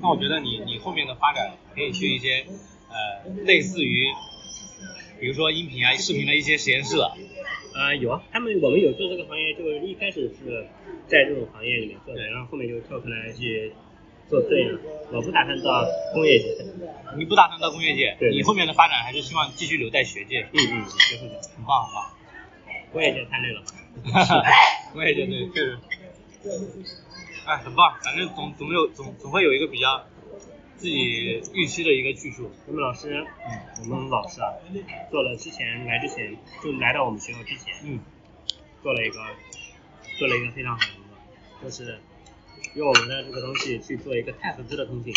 Speaker 3: 那我觉得你你后面的发展可以去一些呃类似于比如说音频啊、视频的一些实验室了。
Speaker 4: 呃，有啊，他们我们有做这个行业，就是一开始是在这种行业里面做的，然后后面就跳出来去做科研了。我不打算到工业去，嗯
Speaker 3: 你不打算到工业界，
Speaker 4: 对
Speaker 3: 你后面的发展还是希望继续留在学界，
Speaker 4: 嗯嗯，学会的，
Speaker 3: 很棒很棒。
Speaker 4: 工业界太累了。
Speaker 3: 我也觉得确实，哎，很棒，反正总总有总总会有一个比较自己预期的一个去处。
Speaker 4: 我们老师，嗯，我们老师啊，做了之前来之前就来到我们学校之前，
Speaker 3: 嗯，
Speaker 4: 做了一个做了一个非常好的工作，就是用我们的这个东西去做一个钛合资的通信，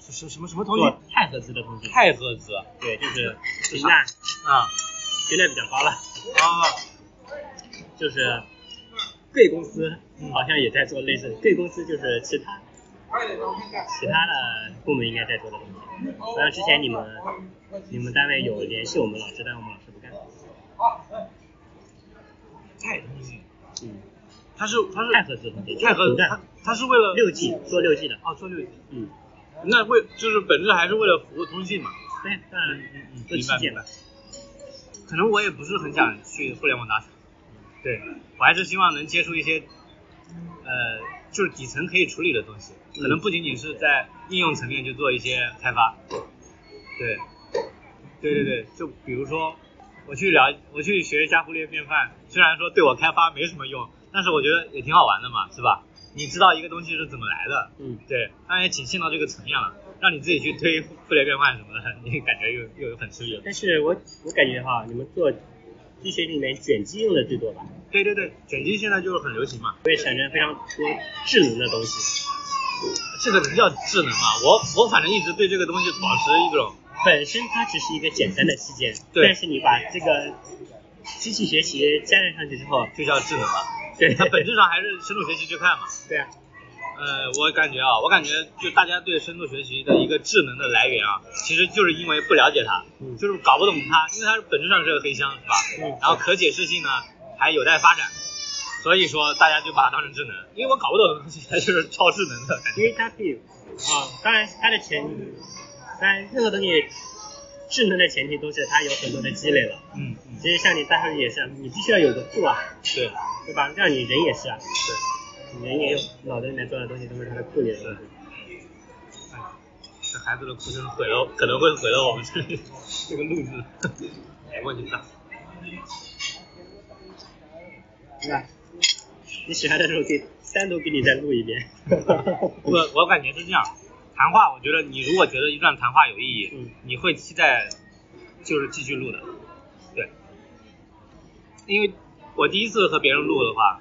Speaker 3: 什什什么什么东
Speaker 4: 做
Speaker 3: 西？
Speaker 4: 钛合资的通信，
Speaker 3: 钛合啊资啊
Speaker 4: 对，就是频段频段比较高了。
Speaker 3: 啊！嗯
Speaker 4: 就是贵公司好像也在做类似，贵公司就是其他其他的部门应该在做的东西。
Speaker 3: 哦
Speaker 4: 好像之前你们你们单位有联系我们老师，但我们老师不干。
Speaker 3: 钛合资，
Speaker 4: 嗯，
Speaker 3: 它是它
Speaker 4: 钛
Speaker 3: 是
Speaker 4: 合资东西，
Speaker 3: 钛合
Speaker 4: 子
Speaker 3: 资，它它是为了
Speaker 4: 六 G 做六 G 的。
Speaker 3: 哦做六级，
Speaker 4: 嗯，
Speaker 3: 那为就是本质还是为了服务通信嘛。
Speaker 4: 对，当然做
Speaker 3: 嗯明
Speaker 4: 器
Speaker 3: 白
Speaker 4: 件
Speaker 3: 明白。可能我也不是很想去互联网大厂，
Speaker 4: 对，
Speaker 3: 我还是希望能接触一些，呃，就是底层可以处理的东西，可能不仅仅是在应用层面去做一些开发。对，对对对，就比如说我去了，我去学一下忽略变泛，虽然说对我开发没什么用，但是我觉得也挺好玩的嘛，是吧？你知道一个东西是怎么来的，
Speaker 4: 嗯，
Speaker 3: 对，当然也仅限到这个层面了，让你自己去推忽略变换什么的， 你感觉又又很吃力了。
Speaker 4: 但是我我感觉哈，你们做机学里面卷积用的最多吧？
Speaker 3: 对对对，卷积现在就是很流行嘛，
Speaker 4: 会产生非常多智能的东西，
Speaker 3: 这个能叫智能吗？我我反正一直对这个东西保持一种
Speaker 4: 本身它只是一个简单的器件，
Speaker 3: 对
Speaker 4: 但是你把这个机器学习加载上去之后，
Speaker 3: 就叫智能了，
Speaker 4: 对
Speaker 3: 它本质上还是深度学习去看嘛。
Speaker 4: 对啊，
Speaker 3: 呃，我感觉啊，我感觉就大家对深度学习的一个智能的来源啊，其实就是因为不了解它，
Speaker 4: 嗯
Speaker 3: 就是搞不懂它，因为它本质上是个黑箱，是吧？
Speaker 4: 嗯
Speaker 3: 然后可解释性呢还有待发展，所以说大家就把它当成智能，因为我搞不懂的东西，它就是超智能的感觉。
Speaker 4: 因为它可以啊，当然它的前提，当然任何东西智能的前提都是它有很多的积累了。
Speaker 3: 嗯嗯，
Speaker 4: 其实像你大学里也是，你必须要有个库啊，
Speaker 3: 对
Speaker 4: 对吧？让你人也是啊，
Speaker 3: 对。
Speaker 4: 人也有脑子里面装的东西都是它的库里的东西。
Speaker 3: 哎这孩子的哭声毁了，可能会毁了我们这这个录制， 哎问题不大。
Speaker 4: 对吧？你喜欢的时候可以单独给你再录一 遍。
Speaker 3: 不过我感觉是这样，谈话，我觉得你如果觉得一段谈话有意义，
Speaker 4: 嗯
Speaker 3: 你会期待就是继续录的，对。因为我第一次和别人录的话，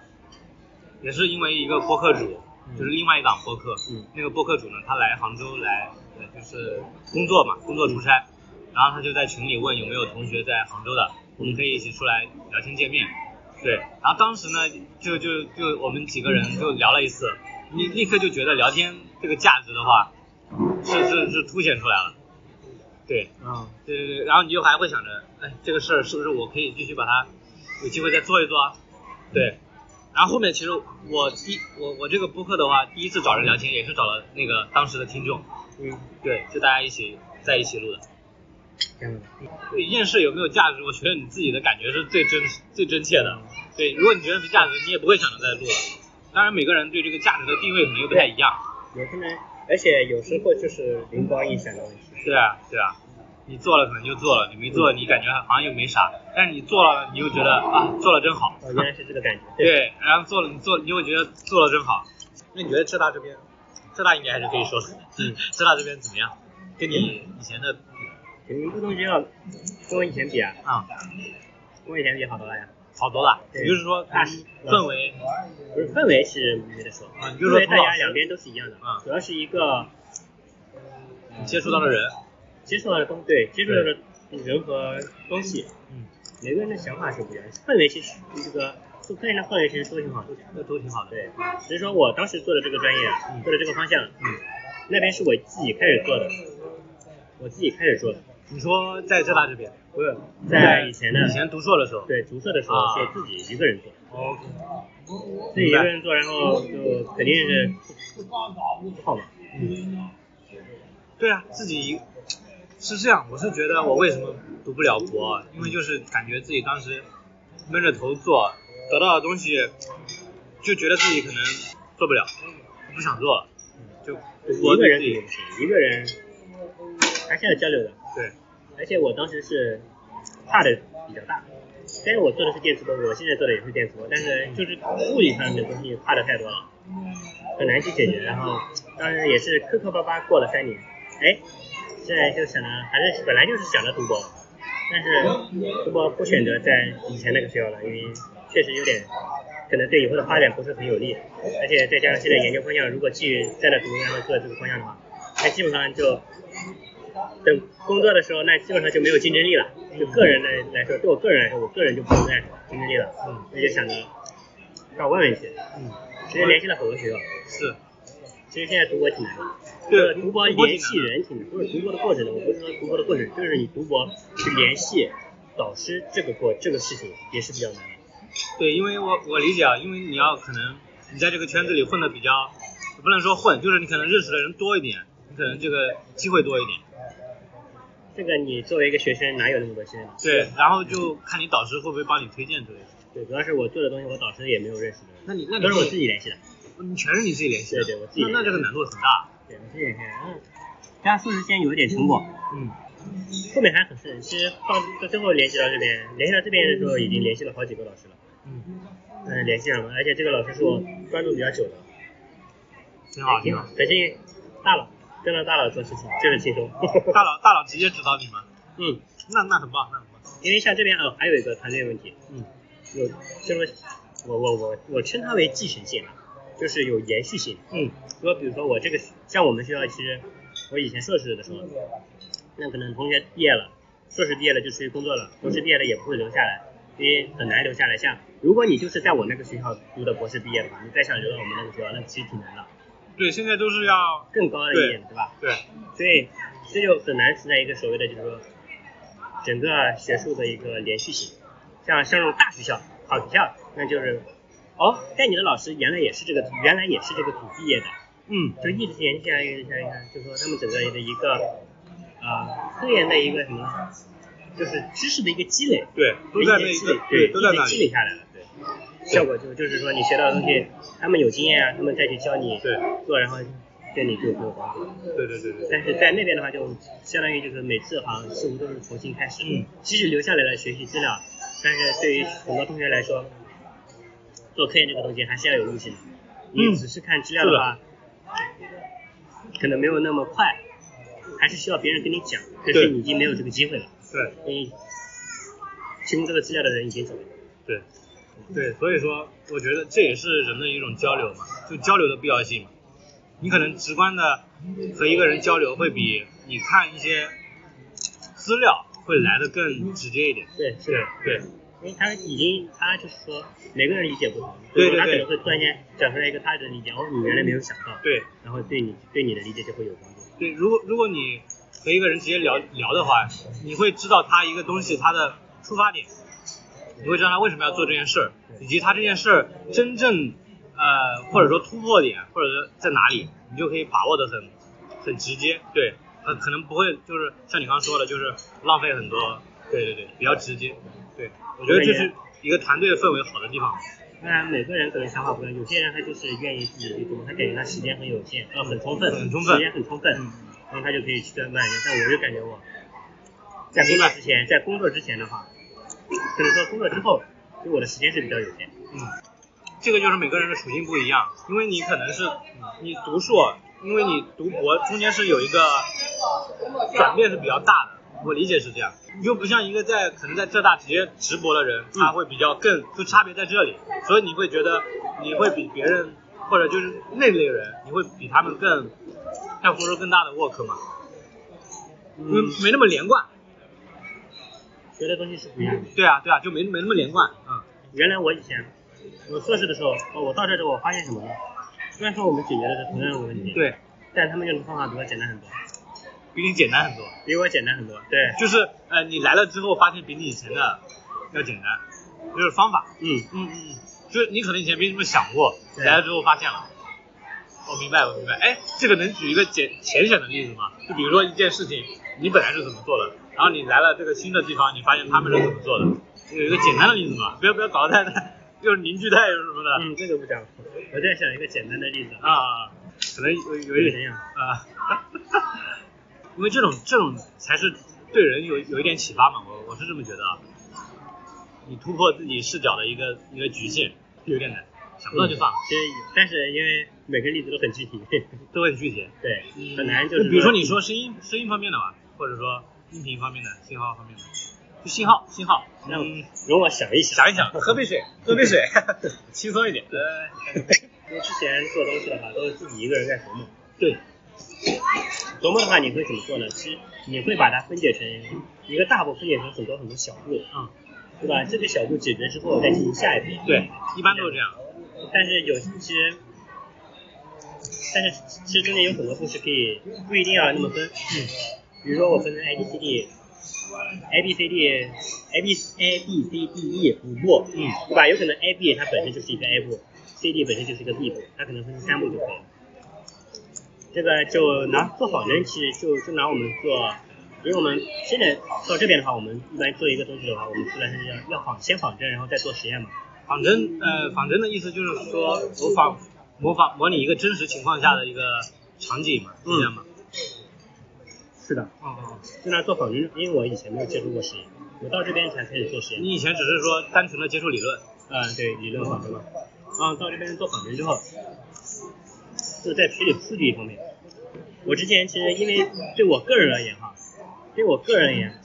Speaker 3: 也是因为一个播客主，
Speaker 4: 嗯
Speaker 3: 就是另外一档播客，
Speaker 4: 嗯
Speaker 3: 那个播客主呢，他来杭州来，呃，就是工作
Speaker 4: 嗯
Speaker 3: 嘛，工作出差，然后他就在群里问有没有同学在杭州的，
Speaker 4: 嗯
Speaker 3: 我们可以一起出来聊天见面。对，然后当时呢，就就就我们几个人就聊了一次，立立刻就觉得聊天这个价值的话，是是是凸显出来了。对，
Speaker 4: 啊，
Speaker 3: 对对对，然后你就还会想着，哎，这个事儿是不是我可以继续把它有机会再做一做啊？
Speaker 4: 嗯
Speaker 3: 对，然后后面其实我第我我这个播客的话，第一次找人聊天也是找了那个当时的听众，
Speaker 4: 嗯，
Speaker 3: 对，就大家一起在一起录的。
Speaker 4: 这样的。
Speaker 3: 对一件事有没有价值，我觉得你自己的感觉是最真最真切
Speaker 4: 嗯
Speaker 3: 的。对，如果你觉得没价值，你也不会想着再录了。当然，每个人对这个价值的定位可能又不太一样。
Speaker 4: 有可能，而且有时候就是灵光一闪的问题。
Speaker 3: 对啊，对啊，你做了可能就做了，你没
Speaker 4: 嗯
Speaker 3: 做你感觉好像又没啥，但是你做了你又觉得啊做了真好。
Speaker 4: 哦，原来是这个感觉。
Speaker 3: 对，然后做了你做你又觉得做了真好。
Speaker 5: 那你觉得浙大这边，
Speaker 3: 浙大应该还是可以说的。嗯， 浙大这边怎么样？跟你以前的
Speaker 4: 对，你们不同学校跟我以前比啊，
Speaker 3: 啊、
Speaker 4: 跟我以前比好多了呀。
Speaker 3: 好多了，
Speaker 4: 对
Speaker 3: 也就是说
Speaker 4: 啊
Speaker 3: 氛围
Speaker 4: 不是氛围是没得说，
Speaker 3: 啊，你就
Speaker 4: 因
Speaker 3: 说
Speaker 4: 为
Speaker 3: 从
Speaker 4: 大
Speaker 3: 老
Speaker 4: 家
Speaker 3: 师
Speaker 4: 两边都是一样的
Speaker 3: 啊，
Speaker 4: 主要是一个
Speaker 3: 你接触到的人，
Speaker 4: 接触到的东对接触到的人和东西，
Speaker 3: 嗯，
Speaker 4: 每个人的想法是不一样的，氛围其实这个做科研的氛围其实都挺好的。
Speaker 3: 那都挺好的。
Speaker 4: 对，只是说我当时做的这个专业啊，
Speaker 3: 嗯
Speaker 4: 做的这个方向，
Speaker 3: 嗯，
Speaker 4: 那边是我自己开始做的，我自己开始做的，
Speaker 3: 你说在浙大这边，
Speaker 4: 不是在以前的
Speaker 3: 嗯以前读硕的时候，
Speaker 4: 对读硕的时候
Speaker 3: 啊
Speaker 4: 是自己一个人做，
Speaker 3: OK，
Speaker 4: 自己一个人做，然后就肯定是不好嘛，
Speaker 3: 对啊，自己是这样，我是觉得我为什么读不了博，啊因为就是感觉自己当时闷着头做，得到的东西就觉得自己可能做不了，不想做了，就我
Speaker 4: 一个人
Speaker 3: 对自己
Speaker 4: 肯定不行，一个人还是要交流的，
Speaker 3: 对，
Speaker 4: 而且我当时是跨的比较大。虽然我做的是电磁波，我现在做的也是电磁波，但是就是物理上面的东西跨的太多了，很难去解决。然后当然也是磕磕巴巴过了三年，哎，现在就想着还是本来就是想着读博，但是读博不选择在以前那个学校了，因为确实有点可能对以后的发展不是很有利，而且再加上现在研究方向，如果继续在那读，然后做这个方向的话，那基本上就等工作的时候，那基本上就没有竞争力了。就个人来来说，对我个人来说，我个人就不存在竞争力了。
Speaker 3: 嗯，
Speaker 4: 那就想着到外面去。
Speaker 3: 嗯，
Speaker 4: 其实联系了很多学校，
Speaker 3: 是
Speaker 4: 其实现在读博挺难的。
Speaker 3: 对
Speaker 4: 读博
Speaker 3: 读博
Speaker 4: 联系
Speaker 3: 挺难
Speaker 4: 人挺难，不是读博的过程，我不是说读博的过程，就是你读博去联系导师这个过这个事情也是比较难的。
Speaker 3: 对，因为我我理解啊，因为你要可能你在这个圈子里混的比较，不能说混，就是你可能认识的人多一点，你可能这个机会多一点。
Speaker 4: 这个你作为一个学生哪有那么多时间？
Speaker 3: 对，然后就看你导师会不会帮你推荐之类的。
Speaker 4: 对，主要是我做的东西，我导师也没有认识的人，
Speaker 3: 那你那你
Speaker 4: 都是我自己联系的。
Speaker 3: 你全是你自己联系的，
Speaker 4: 对对我自己
Speaker 3: 那那这个难度很大。
Speaker 4: 对，我自己联系的。然后嗯加速之间有一点成果，
Speaker 3: 嗯，
Speaker 4: 后面还很顺。其实到到最后联系到这边，联系到这边的时候已经联系了好几个老师了。
Speaker 3: 嗯，
Speaker 4: 嗯，联系上了，而且这个老师是我关注比较久的，
Speaker 3: 挺
Speaker 4: 哎
Speaker 3: 好挺好。
Speaker 4: 本身大佬跟着大佬做事情就是轻 松。
Speaker 3: 大佬大佬直接指导你吗？
Speaker 4: 嗯，
Speaker 3: 那那很棒，那很棒。
Speaker 4: 因为像这边哦，还有一个团队问题，
Speaker 3: 嗯，
Speaker 4: 有就是我我我我称它为继承性吧，就是有延续性。
Speaker 3: 嗯
Speaker 4: 说比如说我这个像我们学校，其实我以前硕士的时候，那可能同学毕业了，硕士毕业了就出去工作了，博士毕业了也不会留下来，因为很难留下来。像如果你就是在我那个学校读的博士毕业的话，你再想留到我们那个学校，那其实挺难的。
Speaker 3: 对，现在都是要
Speaker 4: 更高的一点，对吧？
Speaker 3: 对，
Speaker 4: 所以这就很难存在一个所谓的就是说整个学术的一个连续性。像像这种大学校、好学校，那就是哦，带你的老师原来也是这个，原来也是这个组毕业的，
Speaker 3: 嗯，
Speaker 4: 就一直延续下去，下去，下去就说他们整个的一个啊科研的一个什么，就是知识的一个积累，
Speaker 3: 对，都在那
Speaker 4: 一直积
Speaker 3: 一
Speaker 4: 累
Speaker 3: 个，
Speaker 4: 对，
Speaker 3: 对，都在
Speaker 4: 一
Speaker 3: 那
Speaker 4: 直积累
Speaker 3: 里，
Speaker 4: 下来了，对。效果就就是说，你学到的东西，他们有经验啊，他们再去教你
Speaker 3: 对，
Speaker 4: 做，然后对你就有帮助。
Speaker 3: 对对对对对，
Speaker 4: 但是在那边的话，就相当于就是每次好像似乎都是重新开始。
Speaker 3: 嗯，
Speaker 4: 即使留下来了学习资料，但是对于很多同学来说，做科研这个东西还是要有路径的。
Speaker 3: 嗯
Speaker 4: 你只是看资料的话，可能没有那么快，还是需要别人跟你讲。可是
Speaker 3: 对
Speaker 4: 你已经没有这个机会了，
Speaker 3: 对。
Speaker 4: 你提供这个资料的人已经走了。
Speaker 3: 对，对，所以说，我觉得这也是人的一种交流嘛，就交流的必要性嘛。你可能直观的和一个人交流，会比你看一些资料会来的更直接一点。
Speaker 4: 对，是
Speaker 3: 对
Speaker 4: 的。
Speaker 3: 对
Speaker 4: 因为他已经，他就是说，每个人理解不同，
Speaker 3: 对对
Speaker 4: 所以说他可
Speaker 3: 对
Speaker 4: 能会突然间讲出来一个他的理解，哦，你原来没有想到，
Speaker 3: 对
Speaker 4: 然后对你对你的理解就会有帮助。
Speaker 3: 对，如果如果你和一个人直接聊聊的话，你会知道他一个东西他的出发点，你会知道他为什么要做这件事儿，以及他这件事儿真正呃或者说突破点，或者说在哪里，你就可以把握的很很直接，对，呃可能不会就是像你刚刚说的，就是浪费很多，对对对，比较直接，对，我觉得这是一个团队氛围好的地方，
Speaker 4: 当然，每个人可能想法不一样，有些人他就是愿意自己去做，他感觉他时间很有限，呃，很充分，
Speaker 3: 很充分
Speaker 4: 时间很充分，然后他就可以去做慢一点。但我就感觉我，在工作之前，在工作之前的话，可能说工作之后，对我的时间是比较有限。
Speaker 3: 嗯这个就是每个人的处境不一样，因为你可能是你读硕，因为你读博中间是有一个转变是比较大的，我理解是这样。又不像一个在可能在浙大直接直博的人，他会比较更就差别在这里，所以你会觉得你会比别人或者就是那类人，你会比他们更要付出更大的 work 嘛，因为
Speaker 4: 嗯，
Speaker 3: 没那么连贯。
Speaker 4: 学的东西是不一样的。
Speaker 3: 对啊，对啊，就没没那么连贯。嗯，
Speaker 4: 原来我以前我硕士的时候，哦，我到这之后我发现什么呢？虽然说我们解决了这同样的问题，，
Speaker 3: 对，
Speaker 4: 但他们用的方法比我简单很多，
Speaker 3: 比你简单很多。
Speaker 4: 比我简单很多。对，
Speaker 3: 就是呃，你来了之后发现比你以前的要简单，就是方法。
Speaker 4: 嗯，
Speaker 3: 嗯嗯嗯，就是你可能以前没怎么想过，
Speaker 4: 对
Speaker 3: 来了之后发现了。我明白，我明白。哎，这个能举一个简浅显的例子吗？就比如说一件事情，你本来是怎么做的，然后你来了这个新的地方，你发现他们是怎么做的，有一个简单的例子嘛？不要不要搞得太太，就是凝聚态什么的、
Speaker 4: 嗯，这个不讲了，我在想一个简单的例子，
Speaker 3: 啊，可能有有
Speaker 4: 有
Speaker 3: 一
Speaker 4: 怎
Speaker 3: 点
Speaker 4: 样？
Speaker 3: 啊， 因为这种这种才是对人有有一点启发嘛，我我是这么觉得啊。你突破自己视角的一个一个局限，有点难，想不到嗯就放，
Speaker 4: 其实，但是因为每个例子都很具体，
Speaker 3: 都很具体。
Speaker 4: 对，嗯很难就
Speaker 3: 嗯
Speaker 4: 是。嗯
Speaker 3: 比如说你，说声音声音方面的吧，或者说音频方面的信号方面的，就信号信号，
Speaker 4: 让
Speaker 3: 嗯，
Speaker 4: 容我想一想。
Speaker 3: 想一想，喝杯水，喝杯水，轻松一点。呃，
Speaker 4: 因为之前做东西的话，都是自己一个人在琢磨。
Speaker 3: 对，
Speaker 4: 琢磨的话，你会怎么做呢？其实你会把它分解成一个大步，分解成很多很多小步，
Speaker 3: 嗯，
Speaker 4: 对吧？这个小步解决之后，再进行下一步。
Speaker 3: 对，一般都是这样。
Speaker 4: 但是有其实，但是其实中间有很多步是可以不一定要那么分。嗯，比如说我分成 A B C D。A B C D A B A B C D E 五步，
Speaker 3: 嗯，
Speaker 4: 对吧？有可能 A B 它本身就是一个 A 步，C D 本身就是一个 B 步，它可能分成三步就可以了。这个就拿做仿真，其实就就拿我们做，因为我们现在到这边的话，我们一般做一个东西的话，我们自然是要要仿先仿真，然后再做实验嘛。
Speaker 3: 仿真，呃，仿真的意思就是说模仿、模仿、模拟一个真实情况下的一个场景嘛，是这样吗？
Speaker 4: 嗯是的，
Speaker 3: 哦哦，
Speaker 4: 就拿做仿真，因为我以前没有接触过实验，我到这边才开始做实验。
Speaker 3: 你以前只是说单纯的接触理论，
Speaker 4: 嗯，对，理论仿真嘛。嗯，到这边做仿真之后，就在处理数据方面，我之前其实因为对我个人而言哈，对我个人而言，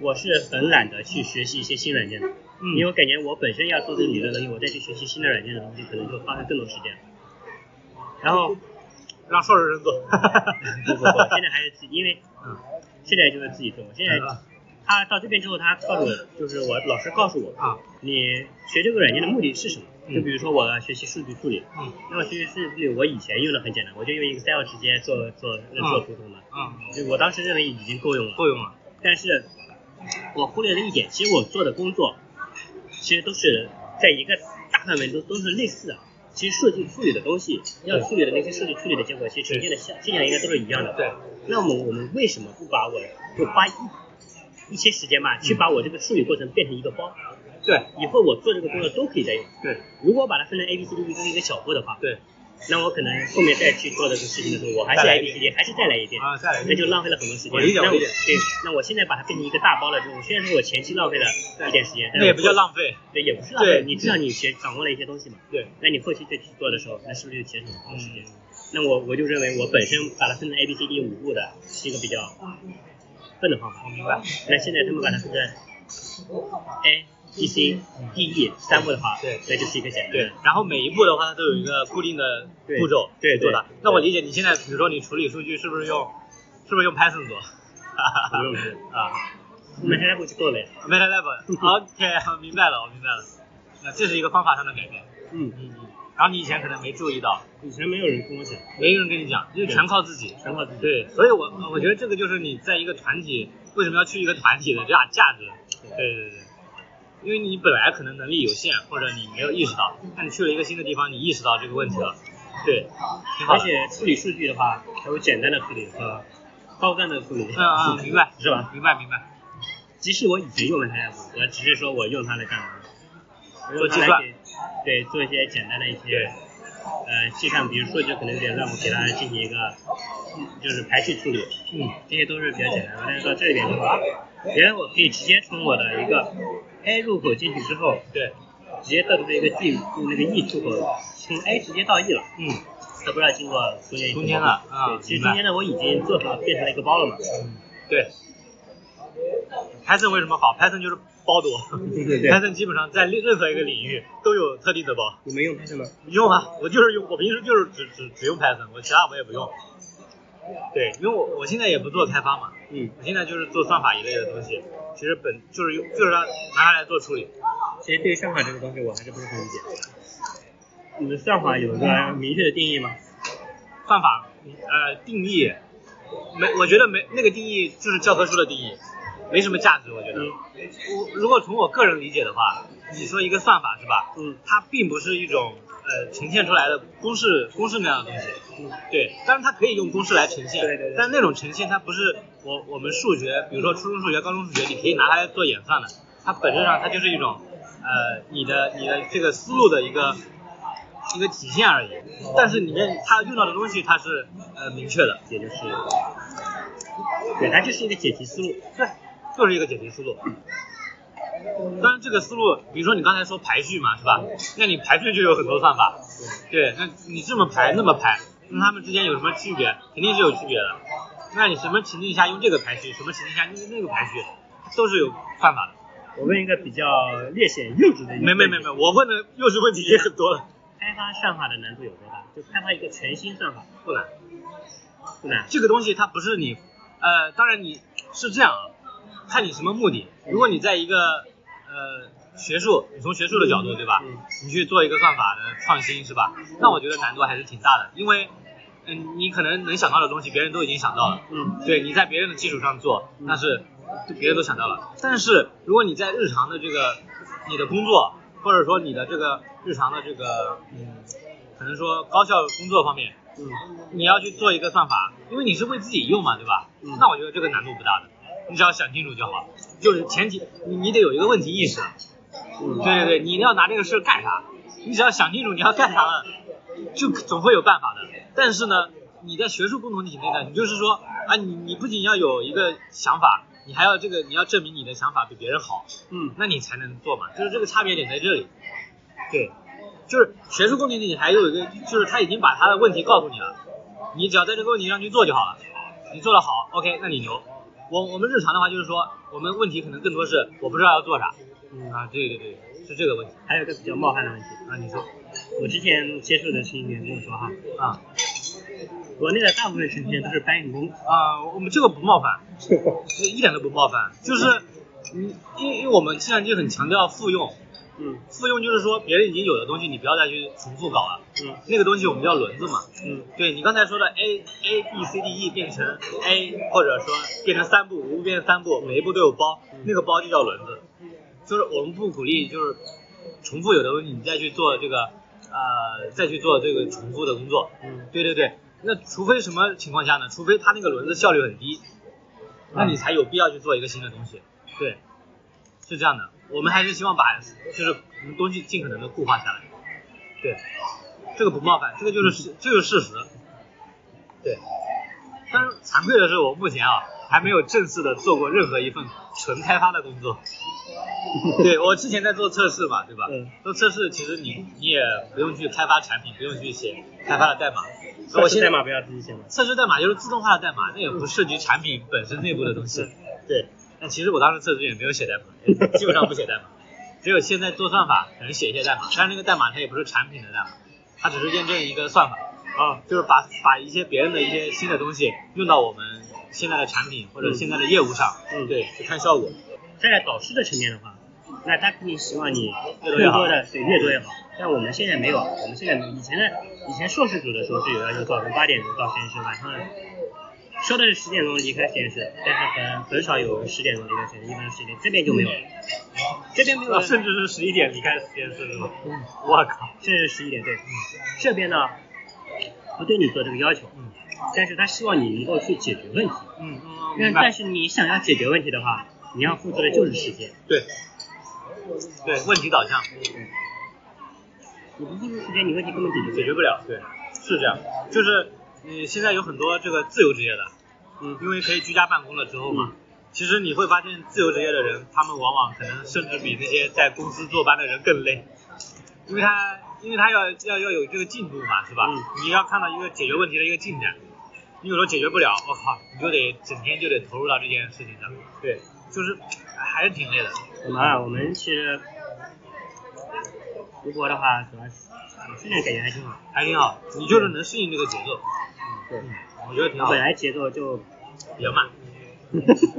Speaker 4: 我是很懒得去学习一些新软件的，因为我感觉我本身要做这个理论的东西，我再去学习新的软件的东西，可能就花费更多时间。然后
Speaker 3: 让硕士生做。
Speaker 4: 不不不，现在还是自己，因为
Speaker 3: 嗯
Speaker 4: 现在就是自己做。我现在他到这边之后，他告诉我，就是我老师告诉我，
Speaker 3: 啊
Speaker 4: 你学这个软件的目的是什么？就比如说我学习数据处理，
Speaker 3: 嗯
Speaker 4: 那我学习数据处理，我以前用的很简单，我就用 Excel 直接做做做图形嘛，
Speaker 3: 啊，
Speaker 4: 就我当时认为已经够用了。
Speaker 3: 够用了，
Speaker 4: 但是我忽略了一点，其实我做的工作其实都是在一个大范围都都是类似的。其实数据处理的东西，要处理的那些数据处理的结果，其实呈现的现现象应该都是一样的。
Speaker 3: 对。
Speaker 4: 那么我们为什么不把我就花一一些时间吧，去把我这个处理过程变成一个包？
Speaker 3: 对
Speaker 4: 以后我做这个工作都可以再用。
Speaker 3: 对
Speaker 4: 如果把它分成 A B C D E 一个一个小步的话，
Speaker 3: 对，
Speaker 4: 那我可能后面再去做这个事情的时候，我还是
Speaker 3: 再来
Speaker 4: A
Speaker 3: 一
Speaker 4: B
Speaker 3: 遍
Speaker 4: C D，还是再来一遍
Speaker 3: 啊再来一遍
Speaker 4: 那就浪费了很多时间。
Speaker 3: 我理解
Speaker 4: 那
Speaker 3: 我理解
Speaker 4: 对，那我现在把它变成一个大包了之后，虽然说我前期浪费了一点时间，但
Speaker 3: 那也不叫
Speaker 4: 我做，
Speaker 3: 浪费，
Speaker 4: 对，也不是浪费。
Speaker 3: 对
Speaker 4: 你至少你学掌握了一些东西嘛。
Speaker 3: 对。
Speaker 4: 那你后期再去做的时候，那是不是就节省了很多时
Speaker 3: 嗯
Speaker 4: 间？那我我就认为我本身把它分成 A B C D 五步的是一个比较笨的方法。我明白。那现在他们把它分成 A B C D E 三步的话，
Speaker 3: 对，
Speaker 4: 那就是一个简单
Speaker 3: 对
Speaker 4: 的。，
Speaker 3: 然后每一步的话，它都有一个固定的
Speaker 4: 对
Speaker 3: 步骤
Speaker 4: 对对
Speaker 3: 做的
Speaker 4: 对。
Speaker 3: 那我理解你现在，比如说你处理数据是不是用，是不是用 Python 做？
Speaker 4: 不用不用
Speaker 3: 啊
Speaker 4: 那现在过去够了呀。
Speaker 3: ，MATLAB，OK，我明白了，我明白了。那这是一个方法上的改变，
Speaker 4: 嗯，
Speaker 3: 然后你以前可能没注意到，
Speaker 4: 以前没有人跟我讲，
Speaker 3: 没人跟你讲，就是全靠自己。
Speaker 4: 全靠自己。
Speaker 3: 对，所以我我觉得这个就是你在一个团体为什么要去一个团体的价价值。对对对，因为你本来可能能力有限，或者你没有意识到，但你去了一个新的地方，你意识到这个问题了。对，挺好
Speaker 4: 而
Speaker 3: 的。
Speaker 4: 且处理数据的话，还有简单的处理和高端的处理。
Speaker 3: 嗯嗯，明白
Speaker 4: 是吧？
Speaker 3: 明白明白。
Speaker 4: 即使我以前用的它，我只是说我用它来干嘛？
Speaker 3: 做计算，
Speaker 4: 对，做一些简单的一些呃计算，比如数据可能有点乱，我给它进行一个就是排序处理，
Speaker 3: 嗯，
Speaker 4: 这些都是比较简单的。但是到这里边的话，原来我可以直接从我的一个 A 入口进去之后，
Speaker 3: 对，
Speaker 4: 直接调出一个 G 用那个 E 出口，从 A 直接到 E 了。
Speaker 3: 嗯，
Speaker 4: 它不是要经过中间一个
Speaker 3: 中间
Speaker 4: 包
Speaker 3: 了
Speaker 4: 嘛
Speaker 3: 啊
Speaker 4: 对，其
Speaker 3: 明
Speaker 4: 实
Speaker 3: 白嗯
Speaker 4: 中间呢，我已经做好变成了一个包了嘛。
Speaker 3: 对。Python 为什么好？Python 就是包多。
Speaker 4: 对
Speaker 3: Python 基本上在任任何一个领域都有特定的包。
Speaker 4: 你们用 Python 吗？
Speaker 3: 用啊，我就是用，我平时就是只只只用 Python，我其他我也不用。对，因为我我现在也不做开发嘛，
Speaker 4: 嗯，
Speaker 3: 我现在就是做算法一类的东西，其实本就是用就是让拿它来做处理。
Speaker 4: 其实对于算法这个东西，我还是不是很理解。你们算法有一个明确的定义吗？
Speaker 3: 算法呃定义，没我觉得没那个定义就是教科书的定义，没什么价值，我觉得。
Speaker 4: 嗯
Speaker 3: 我如果从我个人理解的话，你说一个算法是吧？
Speaker 4: 嗯，
Speaker 3: 它并不是一种呃呈现出来的公式公式那样的东西。对，当然它可以用公式来呈现，
Speaker 4: 对对对
Speaker 3: 但那种呈现它不是我我们数学，比如说初中数学、高中数学，你可以拿它来做演算的，它本质上它就是一种呃你的你的这个思路的一个一个体现而已。但是里面它用到的东西它是呃明确的，
Speaker 4: 也就是，对，它就是一个解题思路。
Speaker 3: 对，就是一个解题思路。当然，这个思路，比如说你刚才说排序嘛，是吧？那你排序就有很多算法，对，那你这么排那么排，那它们之间有什么区别？肯定是有区别的。那你什么情境下用这个排序，什么情境下用那个排序，都是有算法的。
Speaker 4: 我问一个比较略显幼稚的一个，
Speaker 3: 没没没没，，我问的又是问题也很多了，
Speaker 4: 开发算法的难度有多大？就开发一个全新算法
Speaker 3: 不难。
Speaker 4: 不难，
Speaker 3: 这个东西它不是你，呃，当然你是这样啊，看你什么目的。如果你在一个呃学术，你从学术的角度对吧
Speaker 4: 嗯，
Speaker 3: 你去做一个算法的创新是吧？那我觉得难度还是挺大的，因为嗯、你可能能想到的东西别人都已经想到了，
Speaker 4: 嗯，
Speaker 3: 对，你在别人的基础上做，那是别人都想到了。但是如果你在日常的这个你的工作，或者说你的这个日常的这个嗯，可能说高效工作方面，
Speaker 4: 嗯，
Speaker 3: 你要去做一个算法，因为你是为自己用嘛，对吧？
Speaker 4: 嗯
Speaker 3: 那我觉得这个难度不大的，你只要想清楚就好。就是前提，你你得有一个问题意识。
Speaker 4: 嗯
Speaker 3: 对对对，你要拿这个事儿干啥？你只要想清楚你要干啥了，就总会有办法的。但是呢，你在学术共同体内呢，你就是说啊，你你不仅要有一个想法，你还要这个你要证明你的想法比别人好，
Speaker 4: 嗯，
Speaker 3: 那你才能做嘛。就是这个差别点在这里。对，就是学术共同体还有一个，就是他已经把他的问题告诉你了，你只要在这个问题上去做就好了。你做得好，OK，那你牛。我我们日常的话就是说，我们问题可能更多是我不知道要做啥。嗯啊，对对对，是这个问题
Speaker 4: 还有一个比较冒犯的问题，
Speaker 3: 啊。你说
Speaker 4: 我之前接触的程序员跟我说哈，
Speaker 3: 啊
Speaker 4: 国内的大部分程序员都是搬运工，
Speaker 3: 啊，我们这个不冒犯，一点都不冒犯，就是你因因为我们计算机很强调复用，
Speaker 4: 嗯
Speaker 3: 复用就是说别人已经有的东西，你不要再去重复搞了。
Speaker 4: 嗯
Speaker 3: 那个东西我们叫轮子嘛。
Speaker 4: 嗯
Speaker 3: 对你刚才说的 A A B C D E 变成 A，或者说变成三步，五步变成三步，每一步都有包，那个包就叫轮子。就是我们不鼓励，就是重复有的东西，你再去做这个，呃，再去做这个重复的工作。
Speaker 4: 嗯
Speaker 3: 对对对，那除非什么情况下呢？除非它那个轮子效率很低，那你才有必要去做一个新的东西。对，是这样的。我们还是希望把就是东西尽可能的固化下来。对，这个不冒犯，这个就是事，这就是事实。对，但是惭愧的是，我目前啊还没有正式的做过任何一份纯开发的工 作。对我之前在做测试嘛，对吧？
Speaker 4: 嗯
Speaker 3: 做测试其实你你也不用去开发产品，不用去写开发的代码。那
Speaker 4: 我
Speaker 3: 我现
Speaker 4: 现
Speaker 3: 在
Speaker 4: 在嘛不要自己写了。
Speaker 3: 测试代码就是自动化的代码，那也不涉及产品本身内部的东西。对，但其实我当时测试也没有写代码，也基本上不写代码，只有现在做算法可能写一些代码，但是那个代码它也不是产品的代码，它只是验证一个算法，
Speaker 4: 啊，
Speaker 3: 就是把把一些别人的一些新的东西用到我们现在的产品或者现在的业务上，
Speaker 4: 嗯
Speaker 3: 对，去看效果。
Speaker 4: 在导师的层面的话，那他肯定希望你
Speaker 3: 越多越
Speaker 4: 更
Speaker 3: 好
Speaker 4: 多的对越多越好。但我们现在没有，我们现在没有以前的以前硕士组的时候是有要求早晨八点钟到实验室，晚上说的是十点钟离开实验室，但是很很少有十点钟离开实验室，一般是十点，这边就没有了，这边没有了，
Speaker 3: 啊甚至是十一点离开实验室是吧？
Speaker 4: 嗯
Speaker 3: 我靠，
Speaker 4: 甚至十一点对。这边呢不对你做这个要求，但是他希望你能够去解决问题。
Speaker 3: 嗯，
Speaker 4: 但
Speaker 3: 明白
Speaker 4: 但是你想要解决问题的话，你要付出的就是时间。
Speaker 3: 对，对，问题导向
Speaker 4: 你不付出时间，你问题根本解决不
Speaker 3: 解决
Speaker 4: 了。
Speaker 3: 不了，对，是这样，就是你现在有很多这个自由职业的，
Speaker 4: 嗯
Speaker 3: 因为可以居家办公了之后嘛，其实你会发现自由职业的人，他们往往可能甚至比那些在公司坐班的人更累，因为他因为他要要要有这个进度嘛，是吧？
Speaker 4: 嗯
Speaker 3: 你要看到一个解决问题的一个进展，你有时候解决不了，我靠，你就得整天就得投入到这件事情上，对，就是哎还是挺累的，
Speaker 4: 我们啊，我们其实读博的话，主要是现在感觉还挺好。
Speaker 3: 还挺好，你就是能适应这个节奏，
Speaker 4: 对，
Speaker 3: 我觉得挺好
Speaker 4: 嗯本，来节 奏就
Speaker 3: 比较慢，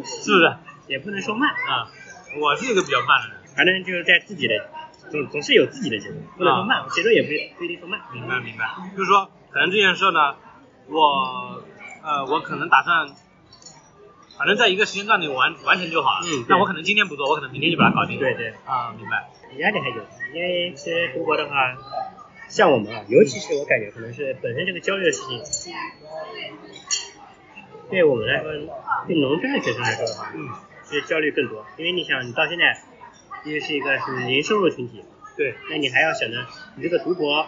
Speaker 3: 是不是？
Speaker 4: 也不能说慢，
Speaker 3: 啊，我是一个比较慢的人。
Speaker 4: 反正就是在自己的总总是有自己的节奏，不
Speaker 3: 啊
Speaker 4: 能说慢，节奏也不不一定说慢。嗯
Speaker 3: 明白明白，就是说可能这件事呢，我呃我可能打算，反正在一个时间段内完完成就好了。
Speaker 4: 嗯对
Speaker 3: 那我可能今天不做，我可能明天就把它搞定。
Speaker 4: 对。对，
Speaker 3: 啊，明白。
Speaker 4: 压力还有，因为其实读博的话，像我们啊，尤其是我感觉可能是本身这个焦虑的事情，对我们来说，对农村的学生来说的话，
Speaker 3: 嗯，
Speaker 4: 是焦虑更多，因为你想，你到现在又是一个是零收入群体，
Speaker 3: 对
Speaker 4: 那你还要想着你这个读博，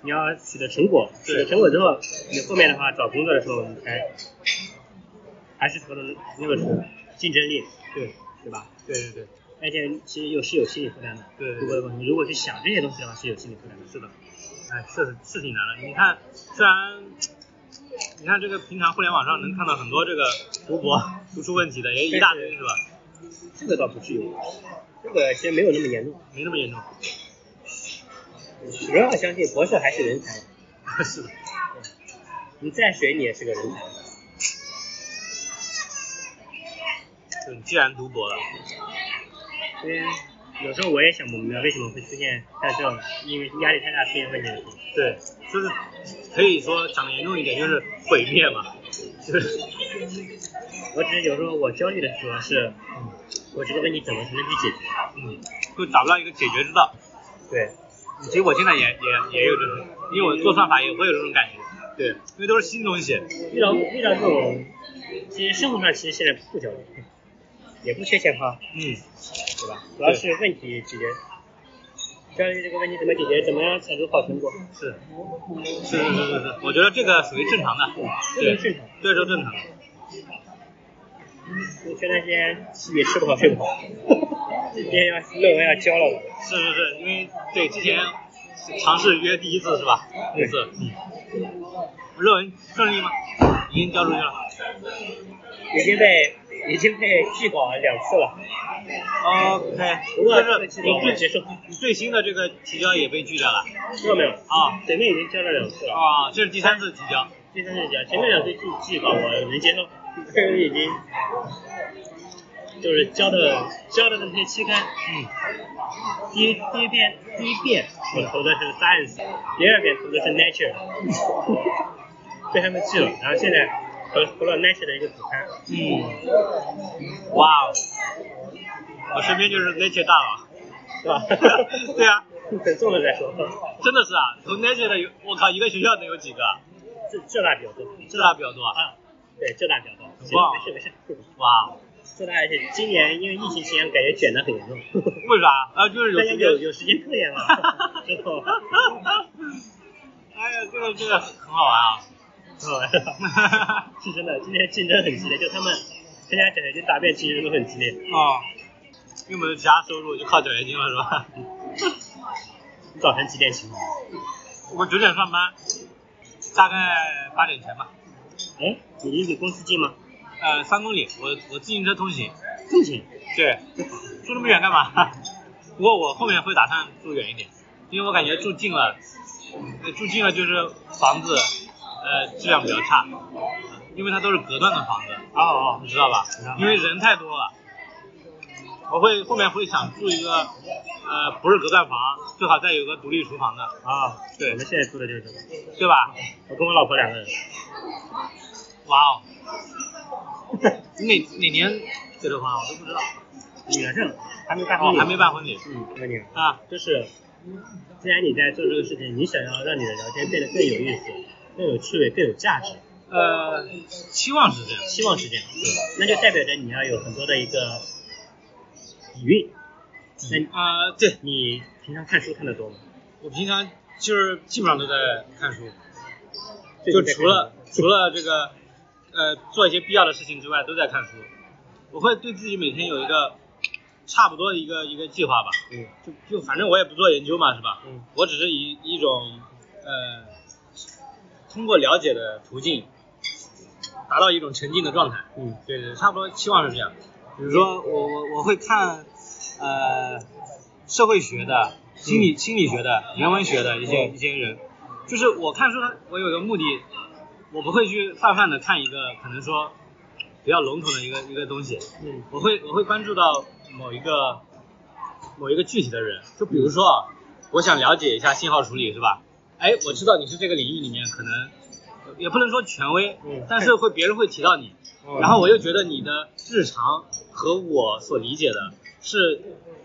Speaker 4: 你要取得成果，取
Speaker 3: 对
Speaker 4: 得成果之后，你后面的话找工作的时候，你才还是投的那个什么竞争力，
Speaker 3: 对
Speaker 4: 对吧？
Speaker 3: 对对对，
Speaker 4: 而且其实有是有心理负担的，
Speaker 3: 对对对
Speaker 4: 读博的过程，如果去想这些东西的话，是有心理负担的，是的，
Speaker 3: 哎，是是挺难的。你看，虽然你看这个平常互联网上能看到很多这个读博读出问题的也一大堆是吧？
Speaker 4: 这个倒不至于，这个其实没有那么严重，
Speaker 3: 没那么严重。
Speaker 4: 主要啊相信博士还是人才，
Speaker 3: 是的。
Speaker 4: 你再水你也是个人才，
Speaker 3: 就你既然读博了，
Speaker 4: 因为有时候我也想不明白为什么会出现像这种因为压力太大出现问题的事情。
Speaker 3: 对，就是可以说讲的严重一点就是毁灭嘛，就是。
Speaker 4: 我只是有时候我焦虑的时候是，我这个问题怎么才能去解决？
Speaker 3: 嗯，就找不到一个解决之道。
Speaker 4: 对，
Speaker 3: 其实我现在也也也有这种，因为我做算法也会有这种感觉。对，因为都是新东西。
Speaker 4: 遇到遇到这种，其实生活上其实现在不焦虑，也不缺钱花，
Speaker 3: 嗯，
Speaker 4: 对吧？主要是问题解决，焦虑这个问题怎么解决，怎么样才能好成果，
Speaker 3: 是，是是是是是，我觉得这个属于正常的，
Speaker 4: 嗯这
Speaker 3: 对，
Speaker 4: 都正常。
Speaker 3: 对，都正常的。
Speaker 4: 你说那些也吃不好睡不好，今天要论文要交了我，
Speaker 3: 是是是，因为对之前尝试约第一次是吧？那次，嗯，论文顺利吗？已经交出去了。
Speaker 4: 已经被已经被拒稿两次了，
Speaker 3: OK，
Speaker 4: 不过这
Speaker 3: 但
Speaker 4: 个
Speaker 3: 是
Speaker 4: 季
Speaker 3: 你
Speaker 4: 度
Speaker 3: 最
Speaker 4: 结束，
Speaker 3: 你最新的这个提交也被拒掉了
Speaker 4: 知道没有？
Speaker 3: 啊
Speaker 4: 前面已经交了两次了。
Speaker 3: 啊，这是第三次提交。
Speaker 4: 第三次讲，前面两次记记吧，我能接受，这个已经就是教的教的那些期刊，嗯，第一第一遍第一遍我投的是 Science，第二遍投的是 Nature，被他们拒了，然后现在投投了 Nature 的一个子刊，
Speaker 3: 哇哦，我身边就是 Nature 大 佬，？
Speaker 4: 是吧
Speaker 3: 对啊，
Speaker 4: 等中了再说，嗯
Speaker 3: 真的是啊，从 Nature 的有，我靠，一个学校能有几个啊？
Speaker 4: 浙浙大比较多，
Speaker 3: 浙大比较多啊。
Speaker 4: 啊，对浙大比较多，没
Speaker 3: 哇哦
Speaker 4: 事没事没事，
Speaker 3: 哇哦，
Speaker 4: 浙大而且今年因为疫情期间感觉卷得很 严重，
Speaker 3: 为啥？啊，就是有
Speaker 4: 大家
Speaker 3: 时
Speaker 4: 有
Speaker 3: 间。
Speaker 4: 有时间科研了，知道吗？
Speaker 3: 哎呀，这个这个很好玩 啊。
Speaker 4: 哦是真的，今天竞争很激烈，就他们参加奖学金答辩其实都很激烈。
Speaker 3: 哦，因为我们其他收入就靠奖学金了，是吧？
Speaker 4: 你早晨几点起床？
Speaker 3: 我九点上班，大概八点前吧。
Speaker 4: 哎，你离你公司近吗？
Speaker 3: 呃，三公里，我我自行车通行。
Speaker 4: 不近。
Speaker 3: 对，住那么远干嘛？ 不过我后面会打算住远一点，因为我感觉住近了，呃住近了就是房子，呃，质量比较差，因为它都是隔断的房子。哦哦，
Speaker 4: 啊
Speaker 3: 你知道吧？因为人太多了，我会后面会想住一个，呃，不是隔断房，最好再有个独立厨房的，
Speaker 4: 啊，对，我们现在住的就是这个。
Speaker 3: 对吧？
Speaker 4: 我跟我老婆两 个人，
Speaker 3: 哇哦，哪哪年结的婚啊？我都不知道。
Speaker 4: 女的证还没办好
Speaker 3: 哦，，还没。办婚礼
Speaker 4: 嗯，那你
Speaker 3: 啊？
Speaker 4: 就是，既然你在做这个事情，你想要让你的聊天变得更有意思、更有趣味、更有价值，
Speaker 3: 呃，期望是这样。
Speaker 4: 希望是这样，那就代表着你要有很多的一个底蕴。那你
Speaker 3: 啊、对，
Speaker 4: 你平常看书看得多吗？
Speaker 3: 我平常就是基本上都在看书，
Speaker 4: 最
Speaker 3: 就
Speaker 4: 近在
Speaker 3: 除
Speaker 4: 看
Speaker 3: 了
Speaker 4: 什么
Speaker 3: 除了这个呃做一些必要的事情之外，都在看书。我会对自己每天有一个差不多的一个一个计划吧，
Speaker 4: 嗯
Speaker 3: 就就反正我也不做研究嘛，是吧？
Speaker 4: 嗯
Speaker 3: 我只是以一种呃通过了解的途径，达到一种沉浸的状态。
Speaker 4: 嗯
Speaker 3: 对对，差不多期望是这样。比如说我我我会看呃社会学
Speaker 4: 嗯
Speaker 3: 的、心理、心理学的、人文学的一些、一些人，就是我看书，我有一个目的，我不会去泛泛的看一个可能说比较笼统的一个一个东西，
Speaker 4: 嗯
Speaker 3: 我会我会关注到某一个某一个具体的人，就
Speaker 4: 嗯
Speaker 3: 比如说啊，我想了解一下信号处理是吧？哎，我知道你是这个领域里面可能也不能说权威
Speaker 4: 嗯，
Speaker 3: 但是会别人会提到你，
Speaker 4: 哦
Speaker 3: 然后我又觉得你的日常和我所理解的是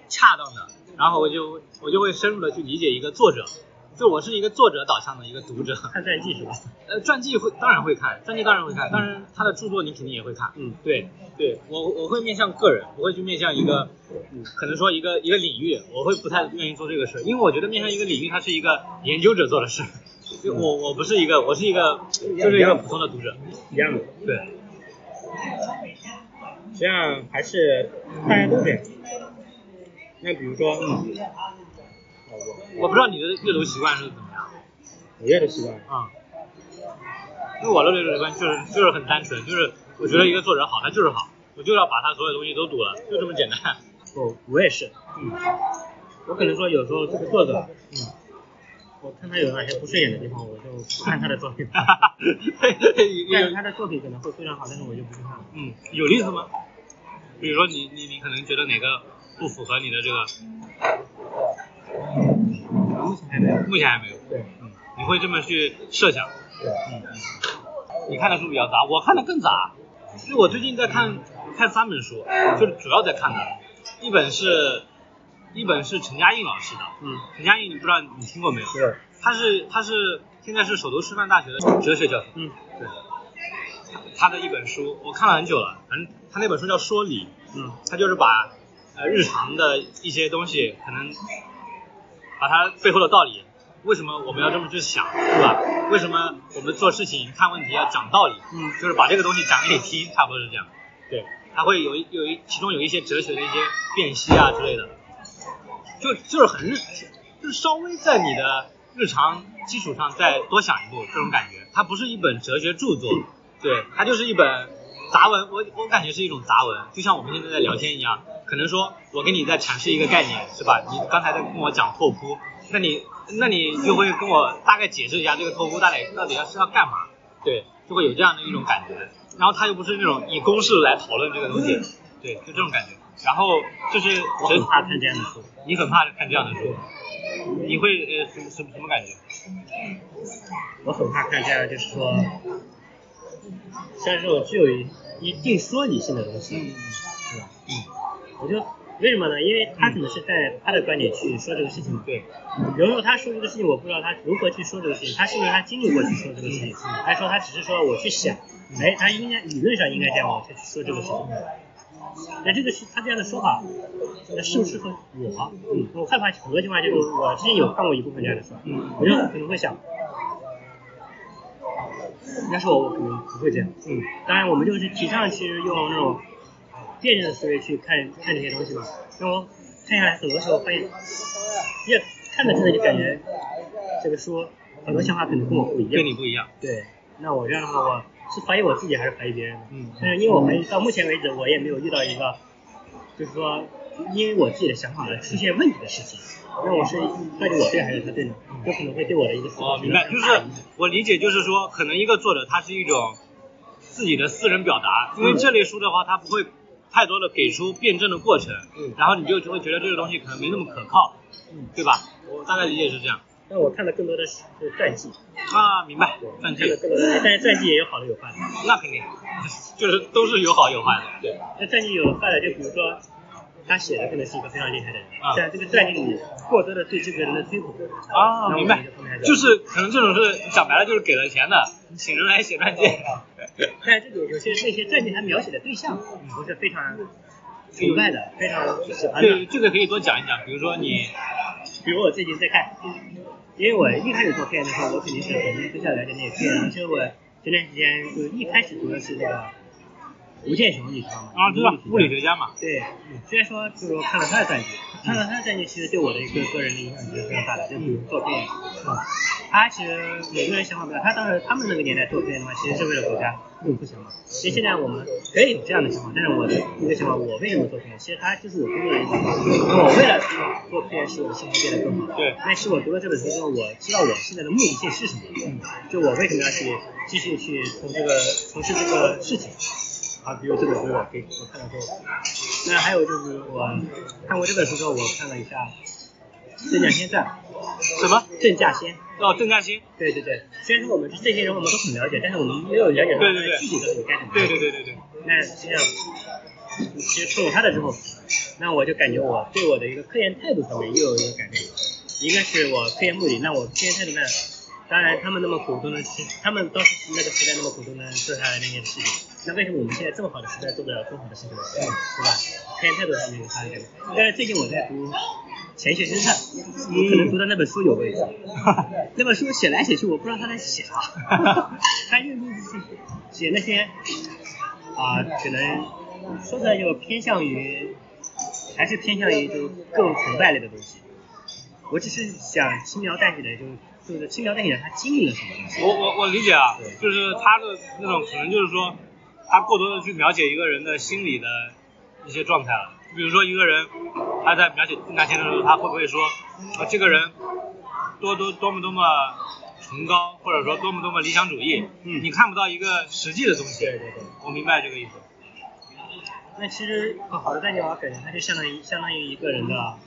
Speaker 3: 恰当的，然后我就我就会深入的去理解一个作者，就我是一个作者导向的一个读者。
Speaker 4: 看传记是吧？
Speaker 3: 呃，传记会当然会看，传记当然会看，当然他的著作你肯定也会看。
Speaker 4: 嗯，
Speaker 3: 对，对我我会面向个人，不会去面向一个，嗯可能说一个一个领域，我会不太愿意做这个事，因为我觉得面向一个领域，它是一个研究者做的事。就我我不是一个，我是一个就是一个普通的读者。
Speaker 4: 一样的。
Speaker 3: 对，
Speaker 4: 实际上还是大家都这样。那比如说，嗯，
Speaker 3: 我不知道你的阅读习惯是怎么样
Speaker 4: 我阅读习惯，
Speaker 3: 啊、因为我的阅读习惯就是就是很单纯，就是我觉得一个作者好，他就是好，我就要把他所有东西都读了，就这么简单。。
Speaker 4: 我我也是，嗯，我可能说有时候这个作者，嗯，我看他有哪些不顺眼的地方，我就不看他的作 品
Speaker 3: 哈，
Speaker 4: 但
Speaker 3: 有
Speaker 4: 是他的作品可能会非常好，但是我就不去看了。
Speaker 3: 嗯，有例子吗？比如说你你你可能觉得哪个不符合你的这个，
Speaker 4: 目前还没有。
Speaker 3: 目前还没有，
Speaker 4: 对，
Speaker 3: 嗯，你会这么去设想。嗯
Speaker 4: 对，
Speaker 3: 你看的书比较杂，我看的更杂。因为我最近在看看三本书，就是主要在看的，一本是一本是陈嘉映老师的，
Speaker 4: 嗯，
Speaker 3: 陈嘉映你不知道你听过没有？
Speaker 4: 是，
Speaker 3: 他是他是现在是首都师范大学的哲学教授，
Speaker 4: 嗯，
Speaker 3: 对，他的一本书我看了很久了，反正他那本书叫《说理》，
Speaker 4: 嗯，
Speaker 3: 他就是把呃日常的一些东西，可能把它背后的道理，为什么我们要这么去想，是吧？为什么我们做事情看问题要讲道理？
Speaker 4: 嗯，
Speaker 3: 就是把这个东西讲给你听，差不多是这样。对，他会有一有一其中有一些哲学的一些辨析啊之类的，就就是很日，就是稍微在你的日常基础上再多想一步这种感觉。它不是一本哲学著作，对，它就是一本杂文。我我感觉是一种杂文，就像我们现在在聊天一样，可能说我跟你在阐释一个概念，是吧？你刚才在跟我讲拓扑，那你那你就会跟我大概解释一下这个拓扑到底到底要是要干嘛，对，就会有这样的一种感觉。然后它又不是那种以公式来讨论这个东西，对，就这种感觉。然后就是
Speaker 4: 我很怕看这样的书。
Speaker 3: 你很怕看这样的书，你会呃什么什么什么感觉？
Speaker 4: 我很怕看这样，就是说，像这种具有一一定说理性的东西，是吧？嗯，我就为什么呢？因为他可能是在他的观点去说这个事情嘛。
Speaker 3: 对，
Speaker 4: 比如说他说这个事情，我不知道他如何去说这个事情，他是不是他经历过去说这个事情？还是说他只是说我去想，哎，他应该理论上应该这样，我才去说这个事情。那这个是他这样的说法，那适不适合我？嗯，我害怕很多情况下就是我之前有看过一部分这样的书，嗯，我就可能会想，要是我，我可能不会这样。嗯，当然我们就是提倡其实用那种辩证的思维去看看这些东西嘛。那我看下来，很多时候发现，越看着看着就感觉这个书很多想法可能跟我不一样。
Speaker 3: 跟你不一样。
Speaker 4: 对，那我这样的话，我是怀疑我自己还是怀疑别人呢？嗯，但是因为我怀疑到目前为止，我也没有遇到一个，就是说因为我自己的想法而出现问题的事情。那我是到底我对还是他对呢？有可能会对我的一个思
Speaker 3: 哦
Speaker 4: 考，
Speaker 3: 明白，就是我理解，就是说，可能一个作者他是一种自己的私人表达，因为
Speaker 4: 嗯
Speaker 3: 这类书的话，他不会太多的给出辩证的过程，
Speaker 4: 嗯
Speaker 3: 然后你就就会觉得这个东西可能没那么可靠，对吧？我大概理解是这样
Speaker 4: 那我看的更多的是是传记，
Speaker 3: 啊，明白，
Speaker 4: 看
Speaker 3: 赚
Speaker 4: 的
Speaker 3: 钱，
Speaker 4: 更多的是，但是传记也有好的有坏的。
Speaker 3: 那肯定， 就是都是有好有坏的，对，
Speaker 4: 那传记有坏的，就比如说他写的可能是一个非常厉害的人，
Speaker 3: 啊
Speaker 4: 但这个传记里过多的对这个人的追捧，
Speaker 3: 啊，
Speaker 4: 那我
Speaker 3: 明
Speaker 4: 们
Speaker 3: 白
Speaker 4: 就分开，走
Speaker 3: 就是可能这种是讲白了就是给了钱的，请人来写传记，
Speaker 4: 哦 但是这种有些那些传记他描写的对象，我是非常崇拜的，非常喜欢的
Speaker 3: 对，。啊这个可以多讲一讲，比如说你，
Speaker 4: 比如我最近在看，因为我一开始做科研的时候，我肯定是很非常了解那个科研，而且我前段时间就是一开始读的是那个吴健雄，你知道吗？
Speaker 3: 啊，对吧？物理学
Speaker 4: 家。
Speaker 3: 家嘛，
Speaker 4: 对，虽然说就是我看了他的传记，看了他的传记，其实对我的一个个人的影响是非常大的。就比如做科研，他其实每个人想法不一样，他当时他们那个年代做科研的话，其实是为了国家嗯，不行嘛。其实现在我们可以有这样的想法，但是我的一个想法，我为什么做科研？其实他就是我工作的一部分。那我为了做科研，使我的生活变得更好。
Speaker 3: 对
Speaker 4: 那是我读了这本书之后，我知道我现在的目的性是什么，就我为什么要去继续去从这个从事这个事情。啊，比如这本书我给我看了之后，那还有就是我看过这本书之后，我看了一下郑稼先传，
Speaker 3: 什么？
Speaker 4: 郑稼先，
Speaker 3: 哦，郑嘉欣，
Speaker 4: 对对对，虽然说我们这些人我们都很了解，但是我们没有了解到
Speaker 3: 对对对
Speaker 4: 具体到底该怎么
Speaker 3: 对对对对对。
Speaker 4: 那实际上，其实看过他的之后，那我就感觉我对我的一个科研态度上面又有一个改变。一个是我科研目的，那我科研态度呢，当然他们那么苦都能吃，他们当时那个时代那么苦都能做下来那些事情，那为什么我们现在这么好的时代做不了更好的事情呢？嗯对吧？科研态度上面有差异。但是最近我在读《钱学森传》，我可能读的那本书有问题。那本书写来写去，我不知道他在写啥，他就是写那些啊、可能说出来就偏向于，还是偏向于就是更崇拜类的东西。我只是想轻描淡写的，就是就是轻描淡写的他经历了什么东西。
Speaker 3: 我我我理解啊
Speaker 4: 对，
Speaker 3: 就是他的那种可能就是说，他过多的去描写一个人的心理的一些状态了。比如说一个人，他在描写郑大千的时候，他会不会说，啊这个人多多多么多么崇高，或者说多么多么理想主义？
Speaker 4: 嗯
Speaker 3: 你看不到一个实际的东西。
Speaker 4: 对对对。
Speaker 3: 我明白这个意思。
Speaker 4: 那其实呃好的代表感觉它就相当于相当于一个人的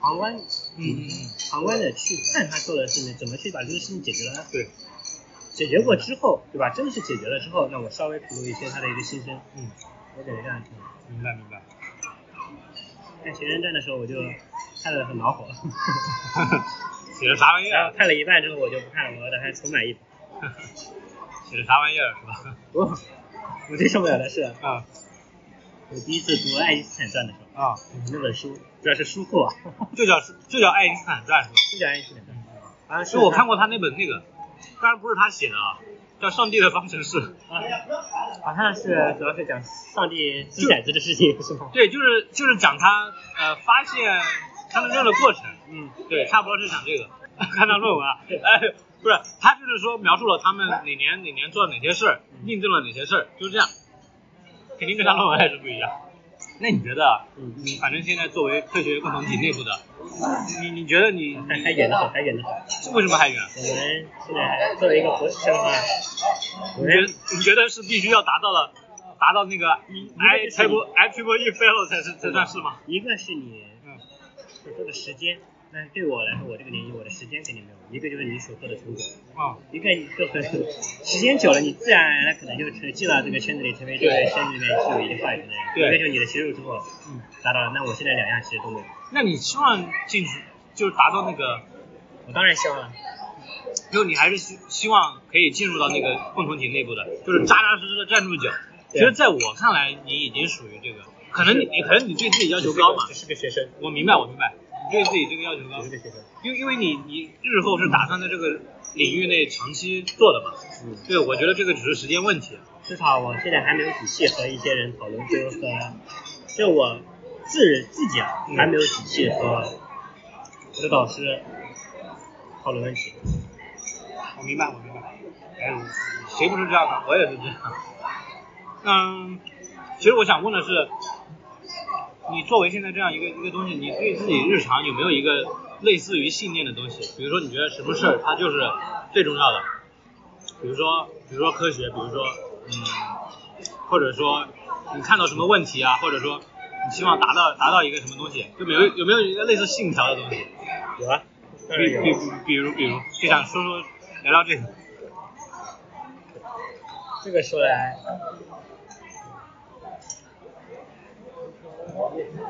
Speaker 4: 旁观，
Speaker 3: 嗯嗯
Speaker 4: 旁观的去看他做的事情，怎么去把这个事情解决了。
Speaker 3: 对。
Speaker 4: 解决过之后，对吧？真的是解决了之后，那我稍微吐露一些他的一个心声。嗯，我感觉这样挺好。
Speaker 3: 嗯，明白明白。
Speaker 4: 看《前任战》的时候，我就看得很恼 火，
Speaker 3: 写的啥玩意
Speaker 4: 然
Speaker 3: 儿啊
Speaker 4: 后？看了一半之后我就不看了，我等它重买一本。
Speaker 3: 写的啥玩意儿是吧？
Speaker 4: 我我最受不了的是，
Speaker 3: 啊
Speaker 4: 我第一次读《爱因斯坦传》的时候，
Speaker 3: 啊，
Speaker 4: 那本书主要是书库啊，
Speaker 3: 就叫就叫爱因斯坦传是吧？
Speaker 4: 就叫《爱因斯坦传》。啊，
Speaker 3: 就我看过他那本那个，当然不是他写的啊，叫《上帝的方程式》。
Speaker 4: 啊，好像是主要是讲上帝掷骰子的事情是吗？
Speaker 3: 对，就是就是讲他呃发现三分钟的过程。
Speaker 4: 嗯，
Speaker 3: 对，差不多是讲这个。 看他论文啊，哎，不是，他就是说描述了他们哪年哪年做了哪些事儿，印证了哪些事儿，就是这样。肯定跟他论文还是不一样。那你觉得，
Speaker 4: 嗯
Speaker 3: 你反正现在作为科学共同体内部的，你你觉得你
Speaker 4: 还还远得很，还远得很。
Speaker 3: 为什么还远？
Speaker 4: 我们现在还作为一个博士生啊，我
Speaker 3: 你
Speaker 4: 们
Speaker 3: 觉得你觉得是必须要达到了达到那个
Speaker 4: 一
Speaker 3: I
Speaker 4: 个是
Speaker 3: triple I triple E fail 才是才算是吗？
Speaker 4: 一个是你
Speaker 3: 嗯
Speaker 4: 所做的时间，但是对我来说，我这个年纪，我的时间肯定没有；一个就是你所做的成果，
Speaker 3: 啊，
Speaker 4: 一个你做很 时间久了，你自然而然的可能就成进到这个圈子里，成为这个圈子里面具有一定话语权的人。
Speaker 3: 对
Speaker 4: 一个就是你的学术之后
Speaker 3: 嗯
Speaker 4: 达到了，那我现在两样其实都没有。
Speaker 3: 那你希望进去就是达到那个，
Speaker 4: 我当然希望了，
Speaker 3: 就你还是希希望可以进入到那个共同体内部的，就是扎扎实实的站住脚。其
Speaker 4: 对
Speaker 3: 实，在我看来，你已经属于这个，可能你可能你对自己要求高嘛。
Speaker 4: 只是个学生，
Speaker 3: 我明白，我明白，你对自己这个要求高
Speaker 4: 只，是个学生。
Speaker 3: 因为因为你你日后是打算在这个领域内长期做的嘛。
Speaker 4: 嗯，
Speaker 3: 对，我觉得这个只是时间问题。啊
Speaker 4: 至少我现在还没有底气和一些人讨论，就是说，就我自自己啊，还没有底气和我的导师讨论问题。
Speaker 3: 我明白，我明白。哎，谁不是这样的？我也是这样。嗯，其实我想问的是，你作为现在这样一个一个东西，你对自己日常有没有一个类似于信念的东西？比如说，你觉得什么事儿它就是最重要的？比如说，比如说科学，比如说，嗯，或者说你看到什么问题啊，或者说你希望达到达到一个什么东西，就没有有没有一个类似信条的东西？
Speaker 4: 有啊，当然
Speaker 3: 比
Speaker 4: 有
Speaker 3: 比
Speaker 4: 啊。
Speaker 3: 比如比如，就想说说聊聊这个。
Speaker 4: 这个说来，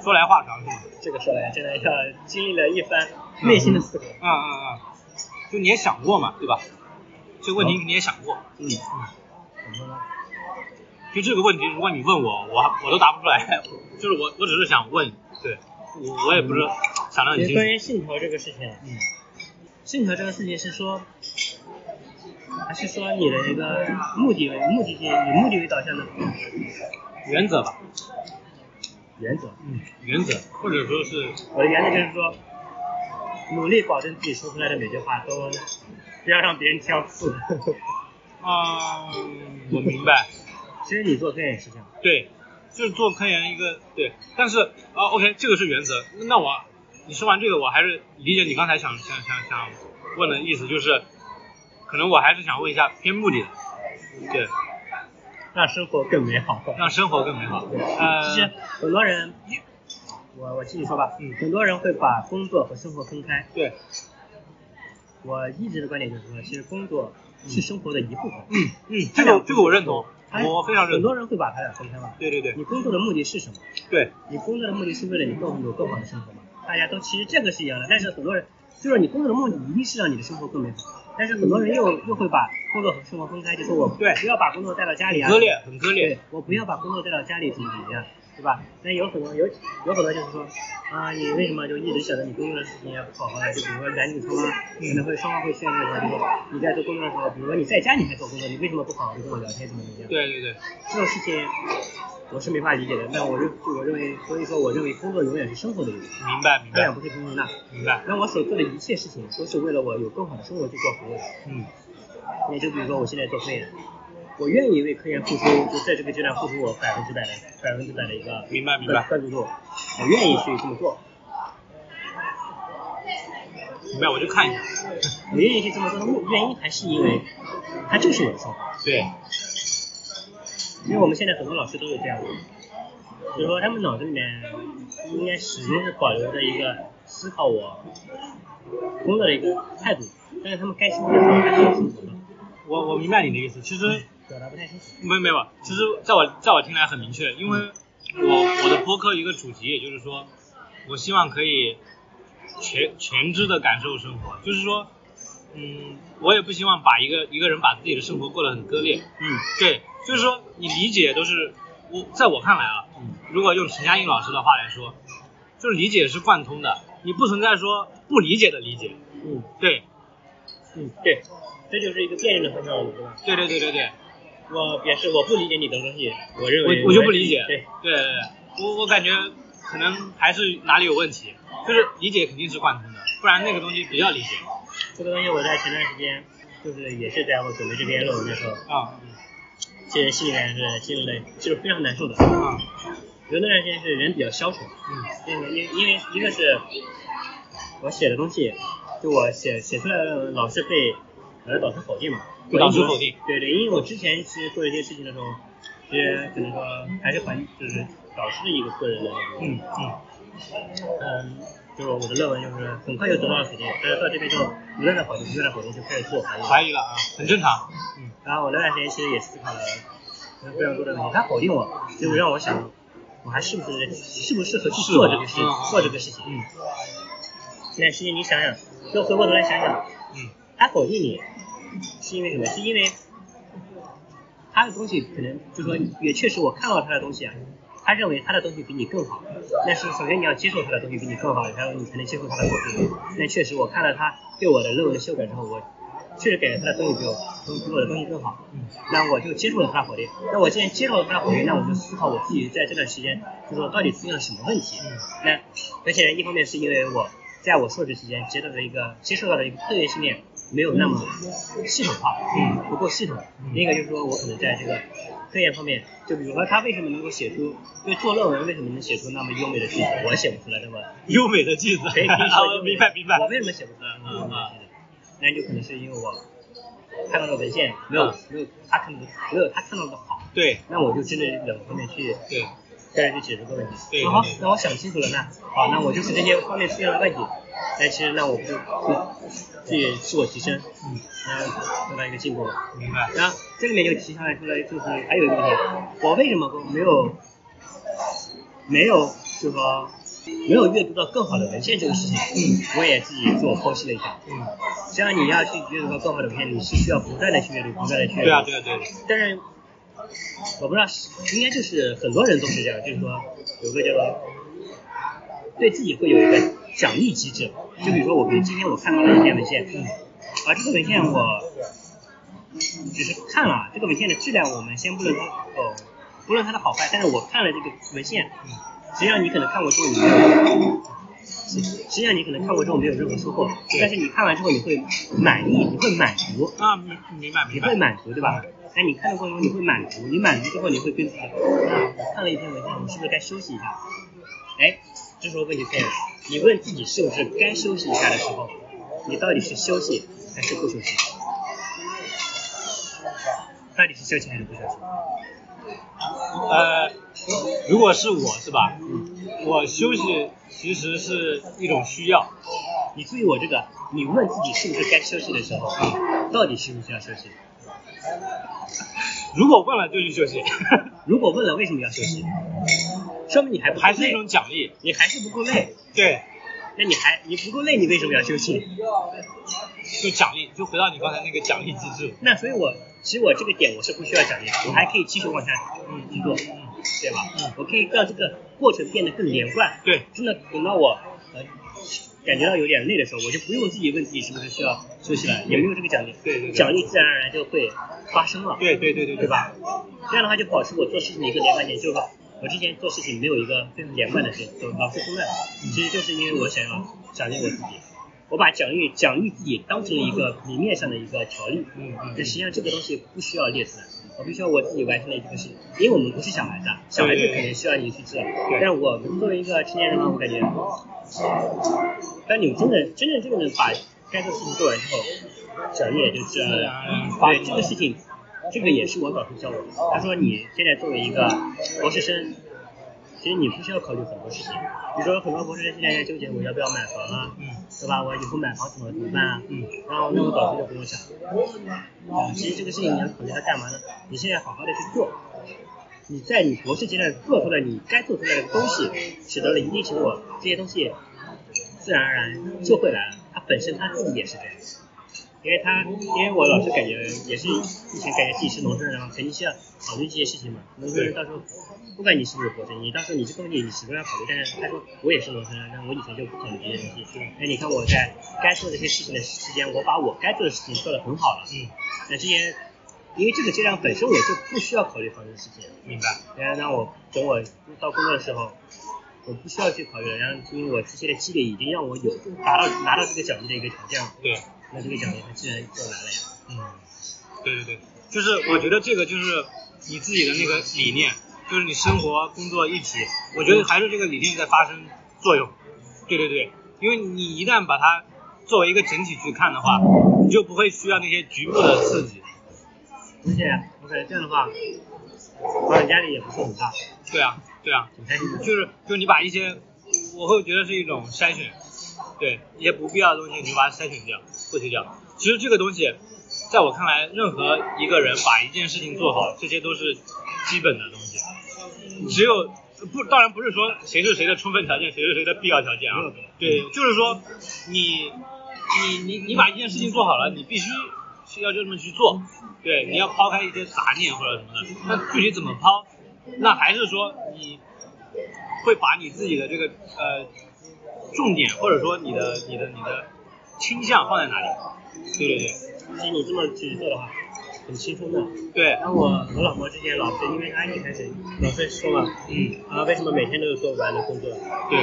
Speaker 3: 说来话长是吗？
Speaker 4: 这个说来真的要经历了一番内心的思考。
Speaker 3: 嗯嗯嗯，就你也想过嘛，对吧？这个问题你也想过，
Speaker 4: 嗯，怎么了？
Speaker 3: 就这个问题，如果你问我，我我都答不出来， 就是我我只是想问，对我我也不是想让你
Speaker 4: 其
Speaker 3: 清楚
Speaker 4: 实嗯关，于信条这个事情，
Speaker 3: 嗯，
Speaker 4: 信条这个事情是说，还是说你的一个目的为目的性，以目的为导向的
Speaker 3: 原则吧，
Speaker 4: 原则？
Speaker 3: 嗯，原则或者说是
Speaker 4: 我的原则就是说，努力保证自己说出来的每句话都不要让别人挑 刺。
Speaker 3: 啊、我明白，
Speaker 4: 其实你做科研也是这样，
Speaker 3: 对，就是做科研一个对，但是啊、OK，这个是原则。那我你说完这个，我还是理解你刚才想想想想问的意思，就是可能我还是想问一下偏目的的，对，
Speaker 4: 让生活更美好。
Speaker 3: 让生活更美好。呃，
Speaker 4: 其实很多人，我我继续说吧，
Speaker 3: 嗯
Speaker 4: 很多人会把工作和生活分开。
Speaker 3: 对，
Speaker 4: 我一直的观点就是说，其实工作是生活的一部分。
Speaker 3: 嗯嗯，
Speaker 4: 他
Speaker 3: 这
Speaker 4: 俩
Speaker 3: 个这个我认同，
Speaker 4: 哎
Speaker 3: 我非常认
Speaker 4: 很多
Speaker 3: 同。
Speaker 4: 人会把它俩分开嘛。
Speaker 3: 对对对
Speaker 4: 你工作的目的是什么？
Speaker 3: 对，
Speaker 4: 你工作的目的是为了你更有更好的生活嘛？大家都其实这个是一样的，但是很多人就是你工作的目的一定是让你的生活更美好，但是很多人又又会把工作和生活分开，就说我
Speaker 3: 对
Speaker 4: 不要把工作带到家里啊，
Speaker 3: 割裂很割裂
Speaker 4: 对。，我不要把工作带到家里怎么怎么样，对吧？那有很多有有很多就是说，啊，你为什么就一直想着你工作的事情也不好好的？就比如说男女双方可能会双方会陷入什么？你在做工作的时候，比如说你在家你还做工作，你为什么不好好的跟我聊天怎么怎么样？
Speaker 3: 对对对，
Speaker 4: 这种事情我是没法理解的。那我认我认为，所以说我认为工作永远是生活的一部分，啊
Speaker 3: 明白明
Speaker 4: 永远
Speaker 3: 白
Speaker 4: 不是工作那。
Speaker 3: 明白。
Speaker 4: 那我所做的一切事情都是为了我有更好的生活去做服务的。
Speaker 3: 嗯
Speaker 4: 也就比如说我现在做科研，我愿意为科研付出，就在这个阶段付出我百分之百的百分之百的一个
Speaker 3: 明白明白
Speaker 4: 专注度，我愿意去这么做，
Speaker 3: 明白，我就看一下。
Speaker 4: 我愿意去这么做的目原因还是因为它就是我的生活，
Speaker 3: 对，
Speaker 4: 因为我们现在很多老师都有这样的，就是说他们脑子里面应该始终是保留着一个思考我工作的一个态度，但是他们该生活的时候还是要生活的，
Speaker 3: 我我明白你的意思。其实
Speaker 4: 表达不太清楚。
Speaker 3: 没有没有，其实在我在我听来很明确，因为我我的播客一个主题，也就是说，我希望可以全全知的感受生活，就是说，嗯，我也不希望把一个一个人把自己的生活过得很割裂，
Speaker 4: 嗯
Speaker 3: 对，就是说你理解都是我在我看来啊，
Speaker 4: 嗯
Speaker 3: 如果用陈嘉映老师的话来说，就是理解是贯通的，你不存在说不理解的理解，
Speaker 4: 嗯
Speaker 3: 对
Speaker 4: 嗯，对，这就是一个辩证的方向了，对吧？
Speaker 3: 对对对对对。
Speaker 4: 我也是，我不理解你的东西，我认为
Speaker 3: 我我就不理解。
Speaker 4: 对，
Speaker 3: 对对对，我我感觉可能还是哪里有问题，就是理解肯定是贯通的，不然那个东西比较理解。
Speaker 4: 这个东西我在前段时间就是也是在我准备这篇论文的时候，
Speaker 3: 啊
Speaker 4: 其实心里面是心里面就是非常难受的。
Speaker 3: 啊
Speaker 4: 有那段时间是人比较消沉，
Speaker 3: 嗯
Speaker 4: 因为因为因为一个是我写的东西，就我写写出来的论文老是被我的导师否定嘛，
Speaker 3: 被导师否定
Speaker 4: 对对，因为我之前其实做一些事情的时候，其实怎么说，还是环就是导师的一个个人的那个
Speaker 3: 嗯嗯，
Speaker 4: 嗯，就是我的论文就是很快就得到了水定，但是到这边就不断的跑题，不断的跑题就开始自我怀疑。
Speaker 3: 怀疑了啊，很正常。
Speaker 4: 然后我那段时间其实也思考了非常多的问题，他否定我，就让我想，我还是不是适不适合去做这个事
Speaker 3: 是吧嗯
Speaker 4: 做这个事情？
Speaker 3: 嗯，
Speaker 4: 但是你想想，就回过头来想想，
Speaker 3: 嗯，
Speaker 4: 他否定你是因为什么？是因为他的东西可能就说也确实我看到他的东西啊，他认为他的东西比你更好，但是首先你要接受他的东西比你更好，然后你才能接受他的否定。那确实我看了他对我的论文修改之后，我确实感觉他的东西比我比我的东西更好，
Speaker 3: 嗯
Speaker 4: 那我就接受了他的否定。那我既然接受了他的否定，那我就思考我自己在这段时间就说到底出现了什么问题。那而且一方面是因为我在我硕士期间接受了一个接受到的一个科学训练没有那么系统化，嗯，不够系统。另一个就是说我可能在这个科研方面，就比如说他为什么能够写出，就做论文为什么能写出那么优美的句子，我写不出来那么
Speaker 3: 优美的句子，
Speaker 4: 可以可以说
Speaker 3: 啊
Speaker 4: 优美
Speaker 3: 明
Speaker 4: 的
Speaker 3: 白明白嗯
Speaker 4: 我。为什么写不出来那么优美的句子？嗯啊那就可能是因为我看到的文献没有没有他看到的没有他看到的好，
Speaker 3: 对
Speaker 4: 那我就针对两个方面去
Speaker 3: 对，
Speaker 4: 再去解决这个问题。
Speaker 3: 对
Speaker 4: 那好
Speaker 3: 对对，
Speaker 4: 那我想清楚了，那好，那我就是这些方面出现了问题，那其实那我不就自己自我提升，嗯，然后得到一个进步嘛。
Speaker 3: 明白。
Speaker 4: 然后这里面就提上来出来，就是还有一个问题，我为什么没有没有就说没有阅读到更好的文献这个事情，嗯，我也自己自我剖析了一下，嗯，这样你要去阅读到更好的文献，你是需要不断的去阅读，不断的去阅读，
Speaker 3: 对啊对啊对啊，
Speaker 4: 但是我不知道是，应该就是很多人都是这样，就是说有个叫做对自己会有一个奖励机制，就比如说我们今天我看到了一篇文献，而这个文献我只是看了这个文献的质量，我们先不论它哦，不论它的好坏，但是我看了这个文献，实际上你可能看过之后你没有。实实际上你可能看过之后没有任何收获，但是你看完之后你会满意，你会满足，
Speaker 3: 啊，明明白
Speaker 4: 你
Speaker 3: 明白
Speaker 4: 会。满足，对吧？那你看的过程中你会满足，你满足之后你会跟自己，啊看了一篇文章，我是不是该休息一下？哎，这时候问题出现了，你问自己是不是该休息一下的时候，你到底是休息还是不休息？到底是休息还是不休息？
Speaker 3: 呃，如果是我是吧，我休息其实是一种需要。
Speaker 4: 你注意我这个，你问自己是不是该休息的时候，到底是不是要休息？
Speaker 3: 如果问了就去休息，
Speaker 4: 如果问了为什么要休息，说明你还不够
Speaker 3: 还是一
Speaker 4: 累
Speaker 3: 种奖励。
Speaker 4: 你还是不够累，
Speaker 3: 对，
Speaker 4: 那你还你不够累，你为什么要休息？
Speaker 3: 就奖励，就回到你刚才那个奖励机制。
Speaker 4: 那所以我，其实我这个点我是不需要奖励，我还可以继续往下嗯去做，对吧？我可以让这个过程变得更连贯。
Speaker 3: 对，
Speaker 4: 真的等到我呃感觉到有点累的时候，我就不用自己问自己是不是需要休息了，也没有这个奖励，
Speaker 3: 对对对
Speaker 4: 奖励自然而然就会发生了，
Speaker 3: 对对对对
Speaker 4: 对？吧？这样的话就保持我做事情的一个连贯点，就是说我之前做事情没有一个非常连贯的事，就老是混乱，其实就是因为我想要奖励我自己。我把奖励奖励自己当成了一个明面上的一个条例，
Speaker 3: 嗯嗯
Speaker 4: 但实际上这个东西不需要列出来，我必须要我自己完成了这个事情，因为我们不是小孩子，啊小孩子肯定需要你去做，但是我们作为一个成年人嘛，我感觉，当你真的真正真正的把该做的事情做完之后，奖励也就自然而然发生了。对这个事情，这个也是我导师教我的，他说你现在作为一个博士生，其实你不需要考虑很多事情，比如说很多博士生现在在纠结我要不要买房啊，
Speaker 3: 嗯
Speaker 4: 对吧？我以后买房怎么怎么办啊？嗯，然后那我导师就跟我讲，啊，其实这个事情你要考虑它干嘛呢？你现在好好的去做，你在你博士阶段做出来你该做出来的东西，取得了一定成果，这些东西自然而然就会来了。它本身它自己也是这样，因为它因为我老是感觉也是以前感觉自己是农村人嘛，肯定是嗯要考虑这些事情嘛。农村人到时候不管你是不是博士，你到时候你这个问题你始终要考虑。但是他说我也是农村人，但我以前就不考虑这些东西。那你看我在该做这些事情的时间，我把我该做的事情做得很好了。
Speaker 3: 嗯，
Speaker 4: 那这些，因为这个阶段本身我就不需要考虑方面的事情，
Speaker 3: 明白。
Speaker 4: 然后让我等我到工作的时候，我不需要去考虑了，然后因为我这些的积累已经让我有达到拿到这个奖励的一个条件了，
Speaker 3: 对，
Speaker 4: 那这个奖励它自然就来了呀。
Speaker 3: 嗯，对对对，就是我觉得这个就是你自己的那个理念，就是你生活工作一体，我觉得还是这个理念在发生作用。对对对，因为你一旦把它作为一个整体去看的话，你就不会需要那些局部的刺激。
Speaker 4: 而且我感觉这样的话，房产压力也不是很大，
Speaker 3: 对啊，对啊，
Speaker 4: 挺开心的。
Speaker 3: 就是就是你把一些，我会觉得是一种筛选，对一些不必要的东西，你就把它筛选掉、获取掉。其实这个东西，在我看来，任何一个人把一件事情做好，这些都是基本的东西。只有不，当然不是说谁是谁的充分条件，谁是谁的必要条件啊。对，就是说你你你你把一件事情做好了，你必须是要这么去做。对，你要抛开一些杂念或者什么的。那具体怎么抛？那还是说你会把你自己的这个呃重点，或者说你的你的你的倾向放在哪里？对对对
Speaker 4: 其实你这么去做的话，很轻松的。
Speaker 3: 对，
Speaker 4: 然后我我老婆之前老是因为阿姨开始老是说嘛，
Speaker 3: 嗯，
Speaker 4: 啊为什么每天都有做不完的工作，
Speaker 3: 对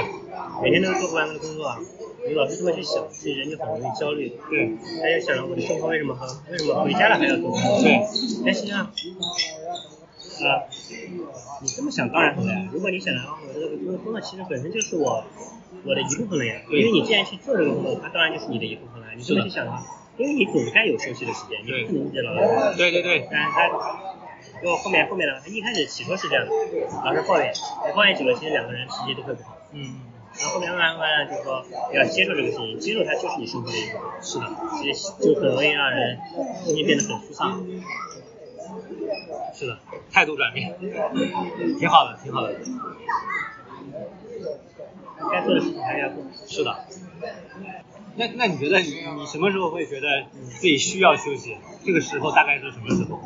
Speaker 4: 每天都有做不完的工作啊？你老是这么去想，其实人就很容易焦虑。
Speaker 3: 对
Speaker 4: 他就想着我的生活为什么和为什么回家了还要做工作？
Speaker 3: 对，
Speaker 4: 但是呢，啊，你这么想当然好了呀。如果你想着啊我这个工作工作其实本身就是我我的一部分了呀，
Speaker 3: 对
Speaker 4: 因为你既然去做这个工作，它当然就是你的一部分了。你这么去
Speaker 3: 是
Speaker 4: 想的话，因为你总该有休息的时间，你
Speaker 3: 对
Speaker 4: 不能一直老老
Speaker 3: 对对对，
Speaker 4: 但是他给我后面后面呢，他一开始起初是这样的，老是抱怨，抱怨久了，其实两个人脾气都会不好。
Speaker 3: 嗯，
Speaker 4: 然后后面慢慢慢慢就说要接受这个事情，接受它就是你生活的一部分，
Speaker 3: 是的，
Speaker 4: 其实就很容易让人心情变得很舒畅。
Speaker 3: 是的，态度转变，挺好的，挺好的，
Speaker 4: 该做的事情还是要做。
Speaker 3: 是的。那那你觉得你你什么时候会觉得你自己需要休息？这个时候大概是什么时候？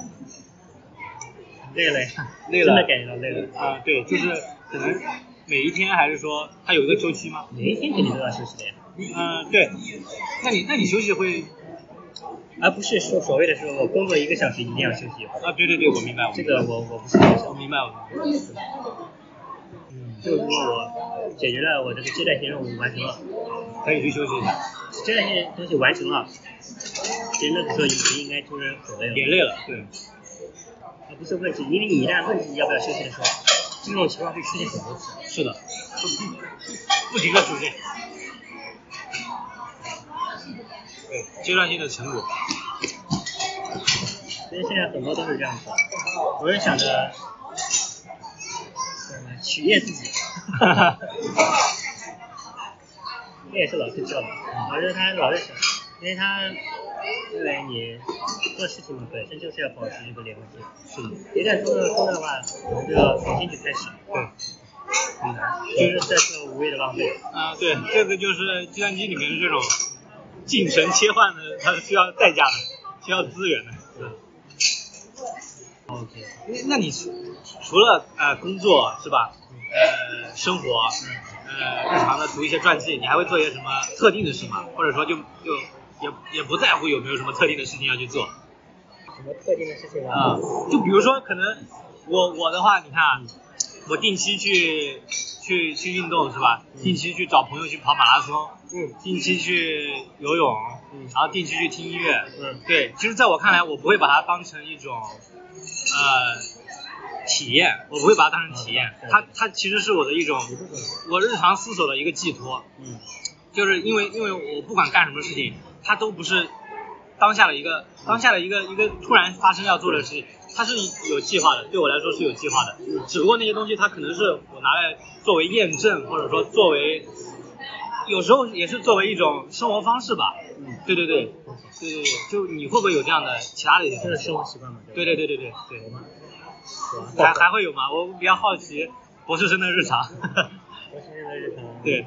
Speaker 4: 累了呀，
Speaker 3: 累了
Speaker 4: 真的感觉到累了。
Speaker 3: 啊、对，就是可能每一天，还是说它有一个周期吗？
Speaker 4: 每一天肯定都要休息的呀，
Speaker 3: 嗯、对。那你那你休息会
Speaker 4: 而不是说所谓的说我工作一个小时一定要休息一会儿。
Speaker 3: 啊？对对对，我明白，我
Speaker 4: 这
Speaker 3: 明白，
Speaker 4: 个我我不是很
Speaker 3: 我
Speaker 4: 想，
Speaker 3: 明白，我明白。
Speaker 4: 就是说我解决了我这个阶段性任务完成了，
Speaker 3: 可以去休息一下，
Speaker 4: 阶段性东西完成了，其实那个时候你就应该就是很累了。
Speaker 3: 也累了，对，
Speaker 4: 而不是问题，因为你一旦问题要不要休息的时候，这种情况会出现很多次。
Speaker 3: 是的，不停的出现。对，阶段性的成果，
Speaker 4: 所以现在很多都是这样子，我是想着，呃，取悦自己。这也是老师教的，老师他老是想，因为他认为你做事情嘛本身就是要保持一个连贯性，
Speaker 3: 是的，
Speaker 4: 一旦做了错的话，我们就要重新去开始，
Speaker 3: 对，
Speaker 4: 很难，就是在做无谓的浪费。
Speaker 3: 嗯啊、对，这个就是计算机里面的这种进程切换的，它是需要代价的，需要资源的。
Speaker 4: OK，
Speaker 3: 那那你除除了呃工作是吧？呃，生活，呃，日常的图一些传记，你还会做一些什么特定的事吗？或者说就就也也不在乎有没有什么特定的事情要去做
Speaker 4: 什么特定的事情呢？
Speaker 3: 啊、就比如说可能我我的话，你看啊，我定期去去去运动是吧？定期去找朋友去跑马拉松，
Speaker 4: 嗯
Speaker 3: 定期去游泳，
Speaker 4: 嗯
Speaker 3: 然后定期去听音乐，
Speaker 4: 嗯
Speaker 3: 对，其实在我看来，我不会把它当成一种呃体验，我不会把它当成体验
Speaker 4: 嗯，对
Speaker 3: 它它其实是我的一种我日常思索的一个寄托，
Speaker 4: 嗯，
Speaker 3: 就是因为因为我不管干什么事情，它都不是当下的一个当下的一个一个突然发生要做的事情，它是有计划的，对我来说是有计划的，只不过那些东西它可能是我拿来作为验证，或者说作为有时候也是作为一种生活方式吧，
Speaker 4: 嗯，
Speaker 3: 对对对。对对对，就你会不会有这样的其他的一些
Speaker 4: 这
Speaker 3: 东
Speaker 4: 是
Speaker 3: 西？
Speaker 4: 生活习惯嘛？
Speaker 3: 对
Speaker 4: 吧
Speaker 3: 对对对对对，
Speaker 4: 有吗？
Speaker 3: 还还会有吗？我比较好奇博士生的日常。
Speaker 4: 我现在的日常，
Speaker 3: 对，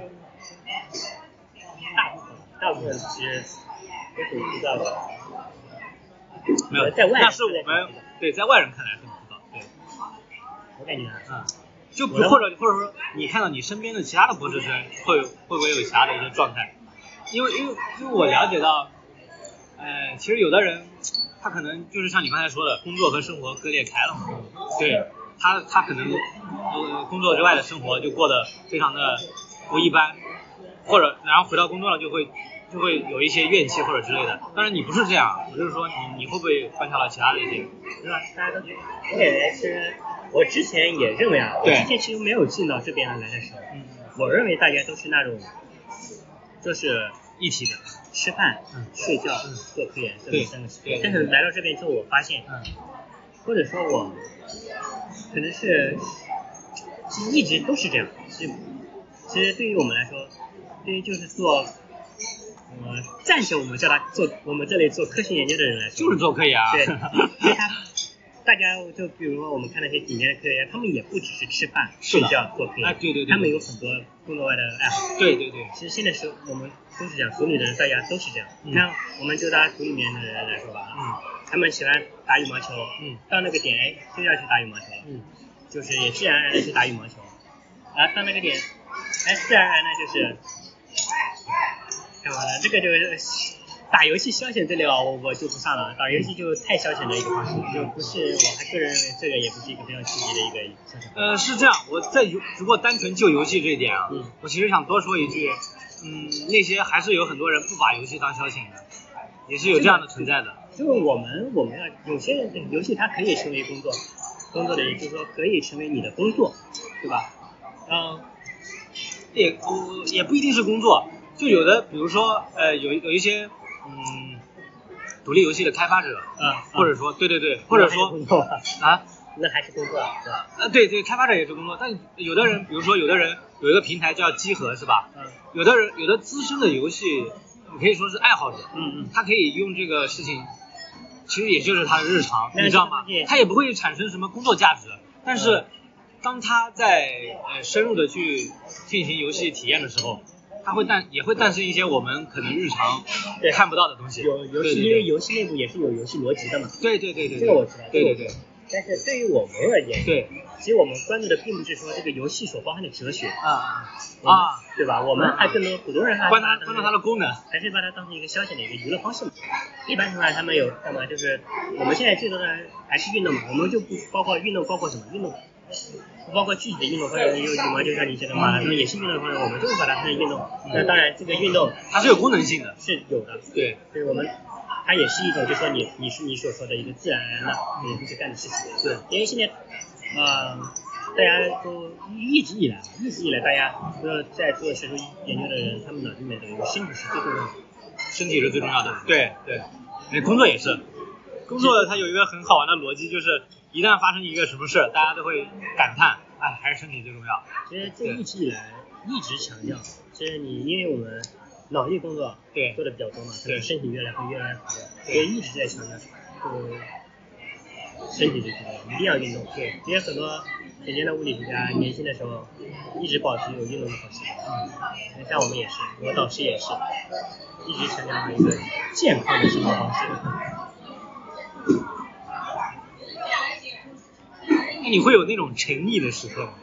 Speaker 4: 大部分大部分其实都挺枯燥的。
Speaker 3: 没有，
Speaker 4: 在外人
Speaker 3: 那是我们对在外人看来很枯燥，对，
Speaker 4: 我感觉啊，
Speaker 3: 嗯，就
Speaker 4: 我的
Speaker 3: 或者或者说你看到你身边的其他的博士生会有会不会有其他的一些状态？因为因为因为我了解到，呃，其实有的人他可能就是像你刚才说的，工作和生活割裂开了嘛，对他他可能呃工作之外的生活就过得非常的不一般，或者然后回到工作了就会就会有一些怨气或者之类的。当然你不是这样，我就是说你你会不会观察到其他的一些？
Speaker 4: 对吧？大家都觉得，我感觉其实我之前也认为啊，我
Speaker 3: 对
Speaker 4: 之前其实没有进到这边来的时候，
Speaker 3: 嗯，
Speaker 4: 我认为大家都是那种，就是
Speaker 3: 一体的，
Speaker 4: 吃饭、
Speaker 3: 嗯
Speaker 4: 睡觉、
Speaker 3: 嗯
Speaker 4: 做科研这
Speaker 3: 对嗯
Speaker 4: 三个习
Speaker 3: 对
Speaker 4: 惯。但是来到这边之后，我发现，
Speaker 3: 嗯
Speaker 4: 或者说我可能是其实一直都是这样。其实其实对于我们来说，对于就是做呃暂时我们叫他做我们这类做科学研究的人来说，
Speaker 3: 就是做科研啊。
Speaker 4: 对，所以他大家就比如说我们看那些顶尖的科学家，他们也不只是吃饭、
Speaker 3: 是
Speaker 4: 睡
Speaker 3: 的
Speaker 4: 觉、做科研，
Speaker 3: 哎对对对
Speaker 4: 他们有很多工作外的爱好。
Speaker 3: 对对对，
Speaker 4: 其实现在是我们都是这样，组里的人大家都是这样。
Speaker 3: 嗯
Speaker 4: 你看，我们就拿组里面的人来说吧，啊，他们喜欢打羽毛球，
Speaker 3: 嗯，
Speaker 4: 到那个点，哎，就要去打羽毛球了，
Speaker 3: 嗯，
Speaker 4: 就是也自然而然的去打羽毛球，然后到那个点，哎，自然而然的就是干嘛呢？这个就是打游戏消遣这类啊，我我就不上了，打游戏就太消遣的一个方式，就不是我还个人认为这个也不是一个非常积极的一个消遣方式。
Speaker 3: 呃，是这样，我在游如果单纯就游戏这一点啊，
Speaker 4: 嗯
Speaker 3: 我其实想多说一句，嗯，那些还是有很多人不把游戏当消遣的，也是有这样的存在的。
Speaker 4: 就是我们我们要有些人游戏它可以成为工作，工作的也就是说可以成为你的工作，对吧？嗯，
Speaker 3: 也不也不一定是工作，就有的，比如说呃，有有一些嗯，独立游戏的开发者，
Speaker 4: 啊，
Speaker 3: 或者说对对对，或者
Speaker 4: 那还是
Speaker 3: 说
Speaker 4: 工作啊，
Speaker 3: 啊，
Speaker 4: 那还是工作啊，对吧？
Speaker 3: 呃，对对，开发者也是工作，但有的人，比如说有的人有一个平台叫集合，是吧？
Speaker 4: 嗯
Speaker 3: 有的人有的资深的游戏，你可以说是爱好者，
Speaker 4: 嗯嗯，
Speaker 3: 他可以用这个事情，其实也就是他的日常，
Speaker 4: 那
Speaker 3: 你知道
Speaker 4: 这个
Speaker 3: 吗
Speaker 4: 东西？
Speaker 3: 他也不会产生什么工作价值，但是
Speaker 4: 嗯
Speaker 3: 当他在呃深入的去进行游戏体验的时候，他会诞也会诞生一些我们可能日常
Speaker 4: 对
Speaker 3: 看不到的东西。
Speaker 4: 有游
Speaker 3: 对
Speaker 4: 戏，
Speaker 3: 对
Speaker 4: 因为
Speaker 3: 对
Speaker 4: 游戏内部也是有游戏逻辑的嘛。
Speaker 3: 对对对对，
Speaker 4: 这个我知道
Speaker 3: 对
Speaker 4: 这个
Speaker 3: 对对
Speaker 4: 我知但是对于我们而言，
Speaker 3: 对
Speaker 4: 其实我们关注的并不是说这个游戏所包含的哲学
Speaker 3: 啊
Speaker 4: 我们
Speaker 3: 啊，
Speaker 4: 对吧？我们还更多普通人还
Speaker 3: 啊！关它关注它的功能，
Speaker 4: 还是把它当成一个消遣的一个娱乐方式嘛。一般情况下，他们有干嘛？就是我们现在最多的还是运动嘛，我们就不包括运动，包括什么运动？不包括具体的运动方式，有羽毛球像你说的马拉松也是运动方式，我们就不把它当成运动。那当然，这个运动
Speaker 3: 它是有功能性的。
Speaker 4: 是有的，
Speaker 3: 对，
Speaker 4: 对我们它也是一种，就说你你是你所说的一个自然而然的你会去干的事情。
Speaker 3: 对，
Speaker 4: 因为现在，呃，大家都一直以来，一直以来大家呃在做学术研究的人，他们脑子里面的一个身体是最重要的。
Speaker 3: 身体是最重要的。对对，那工作也是，工作它有一个很好玩的逻辑，就是一旦发生一个什么事儿，大家都会感叹，哎，还是身体最重要。
Speaker 4: 其实这一直以来一直强调，其实你因为我们脑力工作
Speaker 3: 对
Speaker 4: 做的比较多嘛，可
Speaker 3: 对
Speaker 4: 能身体越来会越来越疲劳，所
Speaker 3: 对
Speaker 4: 以一直在强调，就身体最重要，一定要运动。对，因为很多顶尖的物理学家年轻的时候一直保持有运动的好习
Speaker 3: 嗯
Speaker 4: 惯，像我们也是，我导师也是，一直强调一个健康的生活方式。
Speaker 3: 那你会有那种沉溺的时刻吗？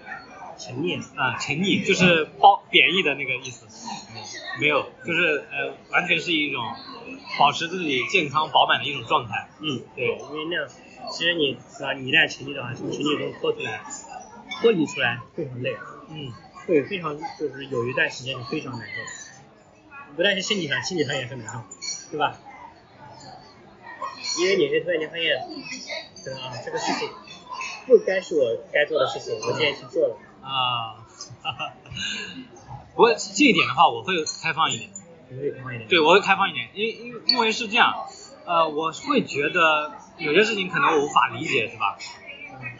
Speaker 4: 沉溺
Speaker 3: 啊、沉溺就是褒贬义的那个意思，没有，就是呃，完全是一种保持自己健康饱满的一种状态。
Speaker 4: 嗯，对，因为那样，其实你啊，你一旦成绩的话，从成绩中脱出来，脱离出来非常累，
Speaker 3: 嗯，
Speaker 4: 会非常就是有一段时间是非常难受，不但是身体上，心理上也很难受，对吧？因为你会突然间发现，对啊，这个事情不该是我该做的事情，我现在去做了，
Speaker 3: 啊、哈哈。不过这一点的话，我会开放一点。
Speaker 4: 你会放一点。
Speaker 3: 对，我会开放一点，因因因为是这样，呃，我会觉得有些事情可能我无法理解，是吧？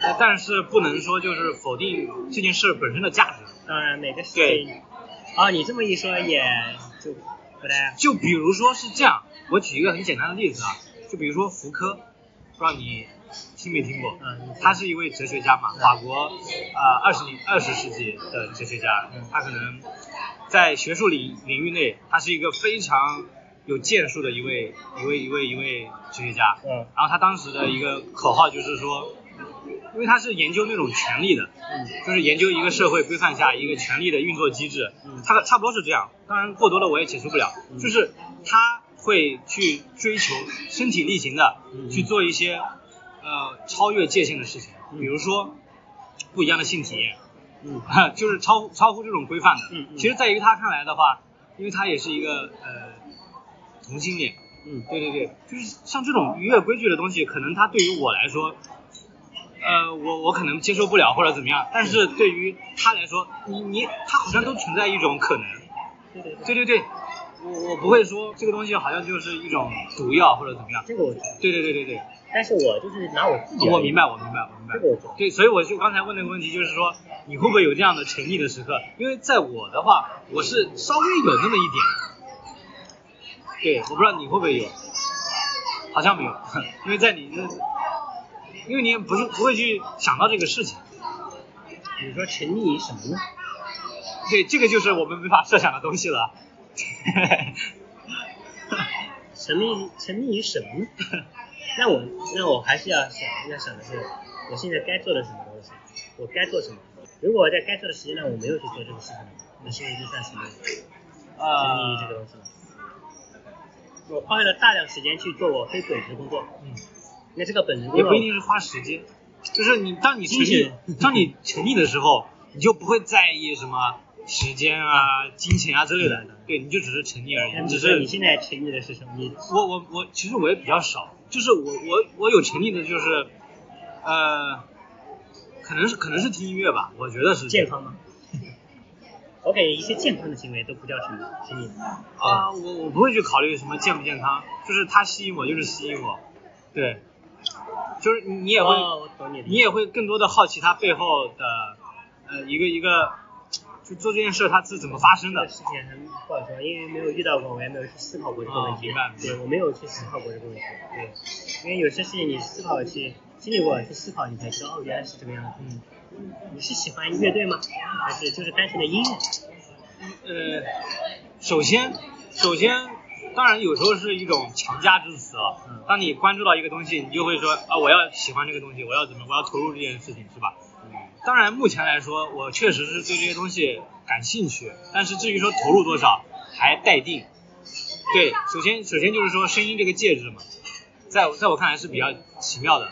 Speaker 3: 呃但是不能说就是否定这件事本身的价值。
Speaker 4: 当然每个事
Speaker 3: 对
Speaker 4: 情，啊，你这么一说也就不太
Speaker 3: 就比如说是这样，我举一个很简单的例子啊，就比如说福柯，不知道你听没听过？
Speaker 4: 嗯你听
Speaker 3: 他是一位哲学家嘛，法国呃二十年二十世纪的哲学家
Speaker 4: 嗯，
Speaker 3: 他可能在学术领领域内，他是一个非常有建树的一位一位一位一位哲学家。
Speaker 4: 嗯
Speaker 3: 然后他当时的一个口号就是说，因为他是研究那种权力的，
Speaker 4: 嗯
Speaker 3: 就是研究一个社会规范下一个权力的运作机制
Speaker 4: 嗯，
Speaker 3: 它差不多是这样。当然，过多的我也解释不了。
Speaker 4: 嗯
Speaker 3: 就是他会去追求身体力行的
Speaker 4: 嗯
Speaker 3: 去做一些呃超越界限的事情，
Speaker 4: 嗯
Speaker 3: 比如说不一样的性体验，
Speaker 4: 嗯
Speaker 3: 就是超超乎这种规范的
Speaker 4: 嗯。嗯
Speaker 3: 其实，在于他看来的话，因为他也是一个呃同性恋，
Speaker 4: 嗯
Speaker 3: 对对对，就是像这种逾越规矩的东西，可能它对于我来说，呃，我我可能接受不了或者怎么样，但是对于他来说，你你他好像都存在一种可能。
Speaker 4: 对对对，
Speaker 3: 对对对，我我不会说这个东西好像就是一种毒药或者怎么样。
Speaker 4: 这个我觉得。
Speaker 3: 对对对对对，
Speaker 4: 但是我就是拿我自己，
Speaker 3: 我明白，我明白，我明白
Speaker 4: 这。个我懂，
Speaker 3: 对，所以我就刚才问那个问题，就是说你会不会有这样的沉溺的时刻？因为在我的话，我是稍微有那么一点。对，我不知道你会不会有，好像没有， 因为在你那，因为你也不是不会去想到这个事情。
Speaker 4: 你说沉溺于什么呢？
Speaker 3: 对，这个就是我们没法设想的东西 了。 呃
Speaker 4: 沉迷沉迷于什么呢？那我那我还是要想要想的是，我现在该做的什么东西，我该做什么。如果我在该做的时间内我没有去做这个事情，那是不是就算沉迷沉迷于这个
Speaker 3: 呃，
Speaker 4: 东西了？我花费了大量时间去做我非本职工作，
Speaker 3: 嗯，
Speaker 4: 那这个本职工
Speaker 3: 也不
Speaker 4: 作
Speaker 3: 一定是花时间，就是你当你沉
Speaker 4: 精
Speaker 3: 溺，当你沉溺的时候，你就不会在意什么时间啊、金钱啊之类的
Speaker 4: 嗯，
Speaker 3: 对，你就只是沉溺而
Speaker 4: 那
Speaker 3: 已，
Speaker 4: 你
Speaker 3: 只
Speaker 4: 说
Speaker 3: 是
Speaker 4: 你现在沉迷的是什么？你
Speaker 3: 我我我其实我也比较少，就是我我我有沉溺的就是，呃，可能是可能是听音乐吧，我觉得是
Speaker 4: 健康吗？我感觉一些健康的行为都不叫沉迷，沉迷。
Speaker 3: 啊，我我不会去考虑什么健不健康，就是它吸引我就是吸引我，对，就是你你也会、
Speaker 4: 哦，我懂你的意思。
Speaker 3: 你也会更多的好奇它背后的呃一个一个就做这件事它是怎么发生
Speaker 4: 这
Speaker 3: 的
Speaker 4: 个，事情还不好说，因为没有遇到过，我也没有去思考过这个问题。
Speaker 3: 哦明白明白
Speaker 4: 对，我没有去思考过这个问题。对，因为有些事情你思考去经历过，去思考，你才知道哦，原来是这个样子。
Speaker 3: 嗯，
Speaker 4: 你是喜欢乐队吗？还是就是单纯的音乐？
Speaker 3: 呃，首先，首先，当然有时候是一种强加之词啊
Speaker 4: 嗯。
Speaker 3: 当你关注到一个东西，你就会说啊，我要喜欢这个东西，我要怎么，我要投入这件事情，是吧？当然，目前来说，我确实是对这些东西感兴趣，但是至于说投入多少，还待定。对，首先，首先就是说声音这个介质嘛，在我在我看来是比较奇妙的。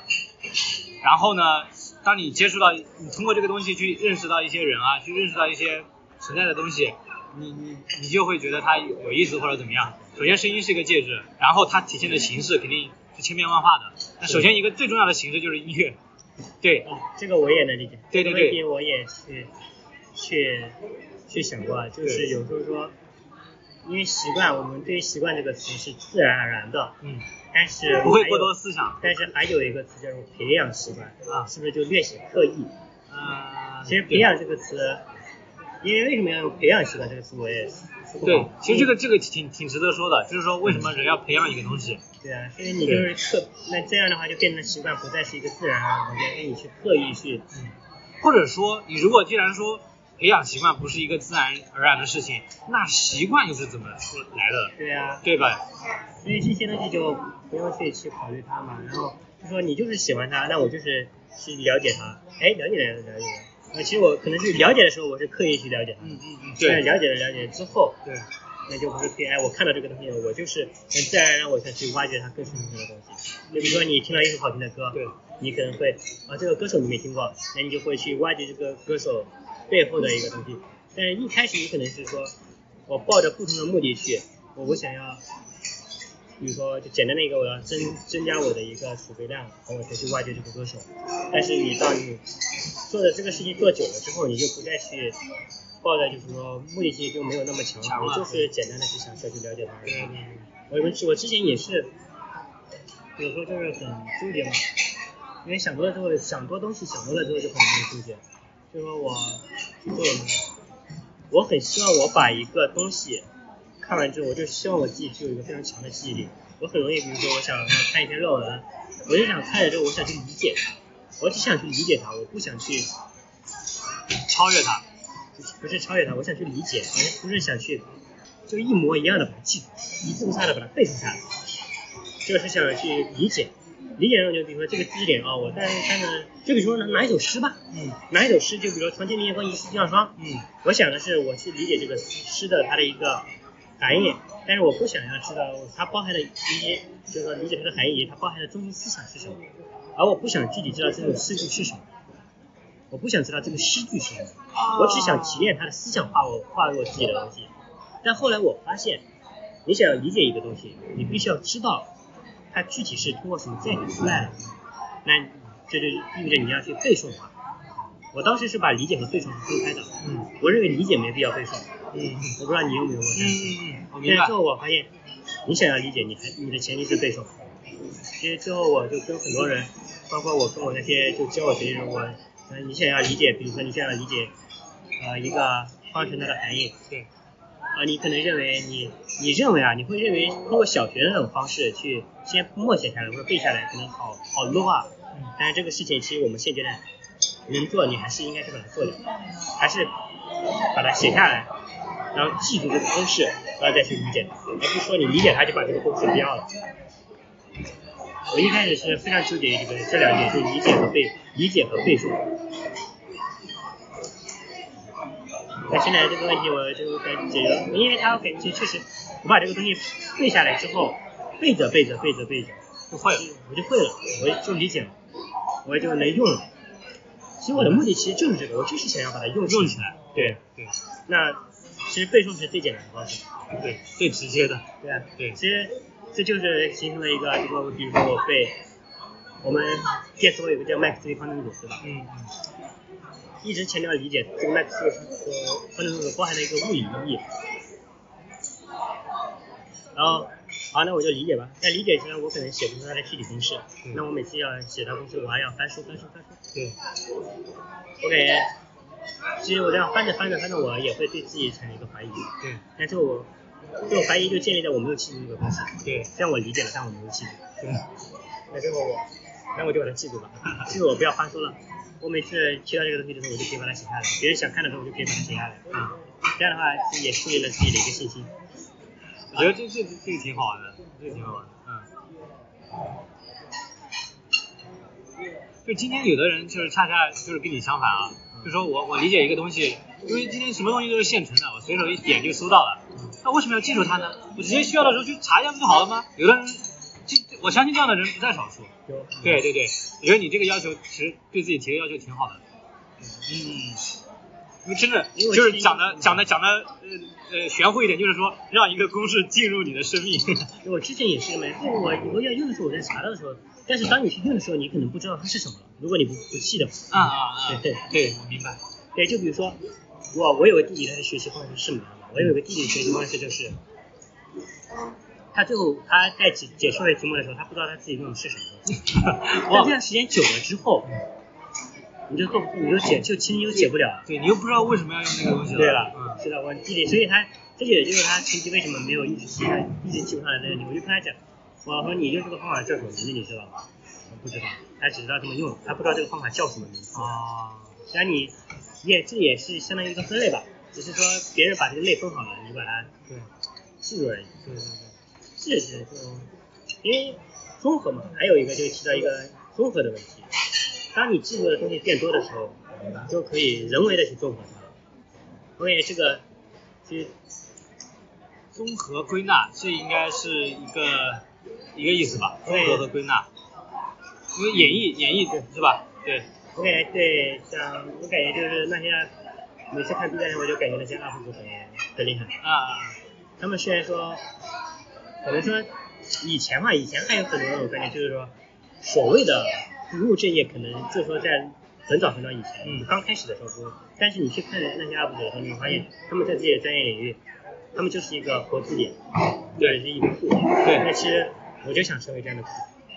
Speaker 3: 然后呢，当你接触到，你通过这个东西去认识到一些人啊，去认识到一些存在的东西，你你你就会觉得它有有意思或者怎么样。首先，声音是一个介质，然后它体现的形式肯定是千变万化的。那首先一个最重要的形式就是音乐，对，
Speaker 4: 哦，这个我也能理解。
Speaker 3: 对对对
Speaker 4: 这个问题我也去去去想过，啊就是
Speaker 3: 对
Speaker 4: 有时候说，因为习惯，我们对于习惯这个词是自然而然的，
Speaker 3: 嗯，
Speaker 4: 但是
Speaker 3: 不会
Speaker 4: 还有
Speaker 3: 过多思想，
Speaker 4: 但是还有一个词叫做培养习惯
Speaker 3: 啊
Speaker 4: 是不是就略显刻意？
Speaker 3: 嗯，
Speaker 4: 其实培养这个词，因为为什么要用培养习惯这个词，我也思考
Speaker 3: 对，其实这个这个挺挺值得说的，就是说为什么人要培养一个东西？
Speaker 4: 对啊，所以你就是刻，那这样的话就变成习惯，不再是一个自然啊而然的东西，你去刻意去，
Speaker 3: 或者说，你如果既然说培养习惯不是一个自然而然的事情，那习惯又是怎么出来的，
Speaker 4: 对啊，
Speaker 3: 对吧？
Speaker 4: 所以这些东西就不用去去考虑它嘛，然后就说你就是喜欢它，那我就是去了解它，哎，了解了了解了，那其实我可能是了解的时候，我是刻意去了解它，
Speaker 3: 嗯嗯嗯，对
Speaker 4: 但是了解了了解之后，
Speaker 3: 对，
Speaker 4: 那就不是可以，哎，我看到这个东西，我就是很自然而然我才去挖掘它更深层的东西。就比如说你听到一首好听的歌，
Speaker 3: 对，
Speaker 4: 你可能会啊这个歌手你没听过，那你就会去挖掘这个歌手背后的一个东西。但是一开始你可能是说，我抱着不同的目的去，我我想要，比如说就简单的一个我要增增加我的一个储备量，然后我才去挖掘这个歌手。但是你到你做的这个事情做久了之后，你就不再去抱着就是说目的性就没有那么强
Speaker 3: 强
Speaker 4: 我
Speaker 3: 了
Speaker 4: 就是简单的去想再去了解他而
Speaker 3: 嗯
Speaker 4: 已。我们我之前也是，有时候就是很纠结嘛，因为想多了之后，想多东西想多了之后就很容易纠结。就说我，就我很希望我把一个东西看完之后，我就希望我自己具有一个非常强的记忆力。我很容易，比如说我想看一篇论文，我就想看了之后，我想去理解它，我只想去理解它，我不想去
Speaker 3: 超越它，
Speaker 4: 不是超越它，我想去理解，而不是想去就一模一样的把它记住，一字不差的把它背诵下来，就是想去理解。理解上就比如说这个知识点啊、我在看看，就比如说拿拿一首诗吧，
Speaker 3: 嗯
Speaker 4: 拿一首诗，就比如说“床前明月光，疑是地上霜”，
Speaker 3: 嗯，
Speaker 4: 我想的是我去理解这个诗的它的一个含义，但是我不想要知道它包含的理解，就是说理解它的含义，它包含的中心思想是什么，而我不想具体知道这首诗句是什么，我不想知道这个诗句是什么，我只想提炼它的思想化我化为我自己的东西。但后来我发现，你想要理解一个东西，你必须要知道它具体是通过什么建构出来的，那这就意味着你要去背诵它。我当时是把理解和背诵是分开的，
Speaker 3: 嗯，
Speaker 4: 我认为理解没必要背诵，
Speaker 3: 嗯嗯
Speaker 4: 我不知道你有没有过这样的
Speaker 3: 嗯嗯，我明
Speaker 4: 但
Speaker 3: 白
Speaker 4: 最，后我发现，你想要理解，你还你的前提是背诵，其实最后我就跟很多人，包括我跟我那些就教我学习人，我，呃，你想要理解，比如说你想要理解，呃，一个方程它的含义，
Speaker 3: 对，
Speaker 4: 啊、你可能认为你你认为啊，你会认为通过小学的那种方式去先默写下来或者背下来，可能好好 low 啊。但是这个事情其实我们现阶段能做，你还是应该去把它做掉，还是把它写下来，然后记住这个公式，然后再去理解它，而不是说你理解它就把这个公式不要了。我一开始是非常纠结于这个这两点，就是理解和背，理解和背诵。那现在这个问题我就给解决了，因为它我感觉确实，我把这个东西背下来之后，背着背着背着背着，就会了，我就会了，我就理解了，我就能用了。其实我的目的其实就是这个，我就是想要把它用用起来。对
Speaker 3: 对
Speaker 4: 那其实背诵是最简单的方式。
Speaker 3: 对，最直接的，
Speaker 4: 对啊，
Speaker 3: 对
Speaker 4: 其实这就是形成了一个，这个比如说我背，我们电磁波有个叫麦克斯韦方程组，对吧？
Speaker 3: 嗯
Speaker 4: 一直强调理解这个麦克斯韦方程组包含的一个物理意义。然后，好，那我就理解吧。在理解之前，我可能写不出它的具体公式。
Speaker 3: 嗯
Speaker 4: 那我每次要写它公式，我还要翻书翻书翻书。
Speaker 3: 对，
Speaker 4: 我感觉，其实我这样翻着翻着翻着，我也会对自己产生一个怀疑。
Speaker 3: 对
Speaker 4: 但是我这种怀疑就建立在我没有记住这个东西。
Speaker 3: 对
Speaker 4: 虽然我理解了，但我没有记住。
Speaker 3: 对
Speaker 4: 那最后我，那我就把它记住 吧，记住我不要翻书了。我每次提到这个东西的时候，我就可以把它写下来，别人想看的时候，我就可以把它写下来。啊、这样的话也树立了自己的一个信心。
Speaker 3: 我觉得这这这个挺好玩的，这个挺好玩的，嗯。就今天有的人就是恰恰就是跟你相反啊，就说我我理解一个东西，因为今天什么东西都是现成的，我随手一点就搜到了，那为什么要记住它呢？我直接需要的时候去查一下不就好了吗？有的人，就我相信这样的人不在少数。对对对，我觉得你这个要求其实对自己提的要求挺好的。嗯，因为真的
Speaker 4: 因为我
Speaker 3: 就是
Speaker 4: 记忆
Speaker 3: 讲的讲的讲的呃呃玄乎一点，就是说让一个公式进入你的生命。
Speaker 4: 因为我之前也是没，就是我我要用的时候我在查到的时候，但是当你去用的时候，你可能不知道它是什么了。如果你不不记得话，
Speaker 3: 啊啊
Speaker 4: 对
Speaker 3: 对，我明白。
Speaker 4: 对，就比如说，我我有个弟弟，他的学习方式是什么样的？我有个弟弟的学习方式就是，他最后他在解解数学题目的时候，他不知道他自己用的是什么东西。但这
Speaker 3: 哇，
Speaker 4: 样时间久了之后，你就做不出，你就解就其实你就解不了。
Speaker 3: 对你又不知道为什么要用那个东西
Speaker 4: 对
Speaker 3: 了嗯
Speaker 4: 了，，是嗯的，我弟弟，所以他这也就是他成绩为什么没有一直提，他一直提不上来的问题。我就跟他讲，我说你用这个方法叫什么名字，你知道吗？我不知道，他只知道这么用，他不知道这个方法叫什么名字。
Speaker 3: 嗯啊，
Speaker 4: 那你也这也是相当于一个分类吧，只是说别人把这个类分好了，你把它
Speaker 3: 对
Speaker 4: 记住而已。
Speaker 3: 对对对，
Speaker 4: 是是就因为综合嘛，还有一个就是提到一个综合的问题，当你记住的东西变多的时候，你就可以人为的去综合它。我感觉这个其实
Speaker 3: 综合归纳这应该是一个一个意思吧？综
Speaker 4: 对
Speaker 3: 合和归纳，因为演绎演绎是吧？对，
Speaker 4: 我感觉对，像我感觉就是那些每次看 B 站的时候，我就感觉那些 UP 主很很厉害。
Speaker 3: 啊啊啊
Speaker 4: 他们虽然说，可能说以前嘛，以前还有很多人，我感觉就是说，所谓的不务正业，可能就是说在很早很早以前，
Speaker 3: 嗯
Speaker 4: 刚开始的时候不，但是你去看那些 UP 主的时候，你会发现他们在自己的专业领域，他们就是一个活字典，
Speaker 3: 对
Speaker 4: 是一个库。
Speaker 3: 对
Speaker 4: 那其实我就想成为这样的库，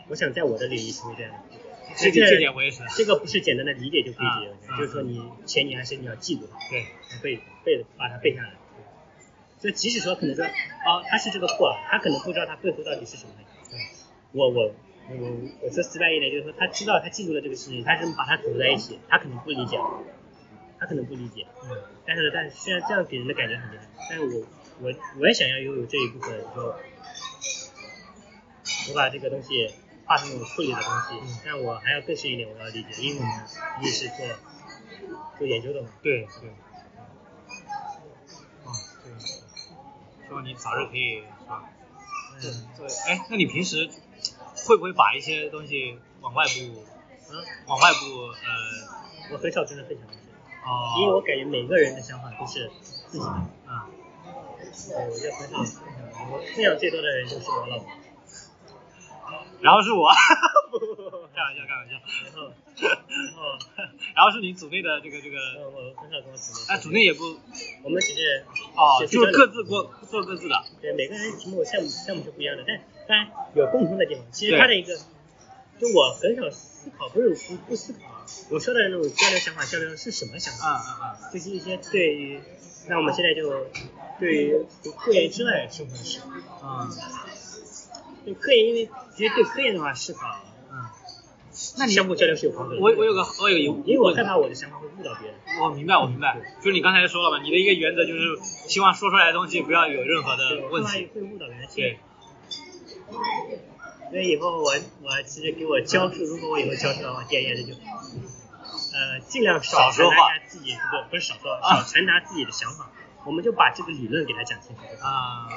Speaker 4: 我想在我的领域成为这样的库。
Speaker 3: 这点
Speaker 4: 但
Speaker 3: 这点我也是
Speaker 4: 这个不是简单的理解就可以解决的，
Speaker 3: 啊
Speaker 4: 就是说你前提还是你要记住它。
Speaker 3: 对
Speaker 4: 背背把它背下来。就即使说可能说，哦，他是这个货啊，他可能不知道他背后到底是什么。嗯
Speaker 3: 对
Speaker 4: 我我我我说直白一点，就是说他知道他记住了这个事情，他是把它组在一起，他可能不理解，他可能不理解。
Speaker 3: 嗯
Speaker 4: 但是但是虽然这样给人的感觉很厉害，但是我我我也想要拥有这一部分，说我把这个东西化成我处理的东西，但我还要更深一点，我要理解，因为我们也是做做研究的嘛。
Speaker 3: 对对。哇，这个希望你早日可以是吧？
Speaker 4: 嗯。
Speaker 3: 对，哎，那你平时会不会把一些东西往外部，
Speaker 4: 嗯
Speaker 3: 往外部，呃，
Speaker 4: 我很少真的分享东西，
Speaker 3: 哦，
Speaker 4: 因为我感觉每个人的想法都是自己的，
Speaker 3: 啊，
Speaker 4: 呃我就很少分享。我分享最多的人就是我老婆，
Speaker 3: 然后是我， 开玩笑，开玩笑，嗯
Speaker 4: 然后，然后，
Speaker 3: 然后是你组内的这个这个，
Speaker 4: 呃我很少跟我组内。
Speaker 3: 哎，组内也不，
Speaker 4: 我们只是
Speaker 3: 哦，
Speaker 4: 写
Speaker 3: 就是
Speaker 4: 专栏
Speaker 3: 各自过做各自的，
Speaker 4: 对每个人题目项目项目是不一样的，但但有共通的地方。其实它的一个，就我很少思考，不是不不思考啊，我说的那种交流想法，交流是什么想法？
Speaker 3: 啊啊！
Speaker 4: 就是一些对于，那我们现在就对于科研之外生活的事。
Speaker 3: 啊，
Speaker 4: 对科研，因为其实对科研的话，思考，
Speaker 3: 嗯，
Speaker 4: 那相互交流是有帮助的。
Speaker 3: 我我有个我有一个
Speaker 4: 因为我害怕我的想法会误导别人。
Speaker 3: 我明白我明白，就是你刚才说了嘛，你的一个原则就是希望说出来的东西不要有任何
Speaker 4: 对，
Speaker 3: 的
Speaker 4: 我
Speaker 3: 呃问
Speaker 4: 怕
Speaker 3: 题。
Speaker 4: 会误导别人。
Speaker 3: 对，
Speaker 4: 所以以后我我其实给我教授，如果我以后教授的话，建议还是就，呃，尽量少
Speaker 3: 少说话
Speaker 4: 传达自己不不是少说，
Speaker 3: 啊
Speaker 4: 少传达自己的想法。我们就把这个理论给他讲清楚。
Speaker 3: 啊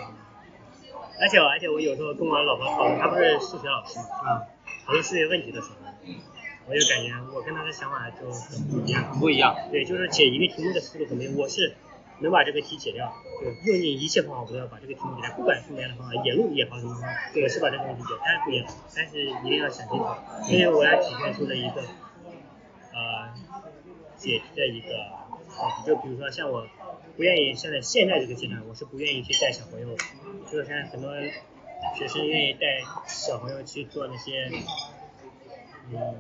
Speaker 4: 而且我而且我有时候跟我老婆讨论，她不是数学老师嘛，
Speaker 3: 啊，
Speaker 4: 讨论数学问题的时候，我就感觉我跟她的想法就很不一样。
Speaker 3: 不一样。
Speaker 4: 对，就是解一个题目的思路很不一样。我是能把这个题解掉，对，用尽一切方法我都要把这个题目给它，不管什么样的方法，野路也好什么方法，我是把这个问题解，但是不一样，但是一定要想清楚，因为我要体现出了一个呃解题的一个好就比如说像我不愿意现在现在这个阶段，我是不愿意去带小朋友的，就是现在很多学生愿意带小朋友去做那些嗯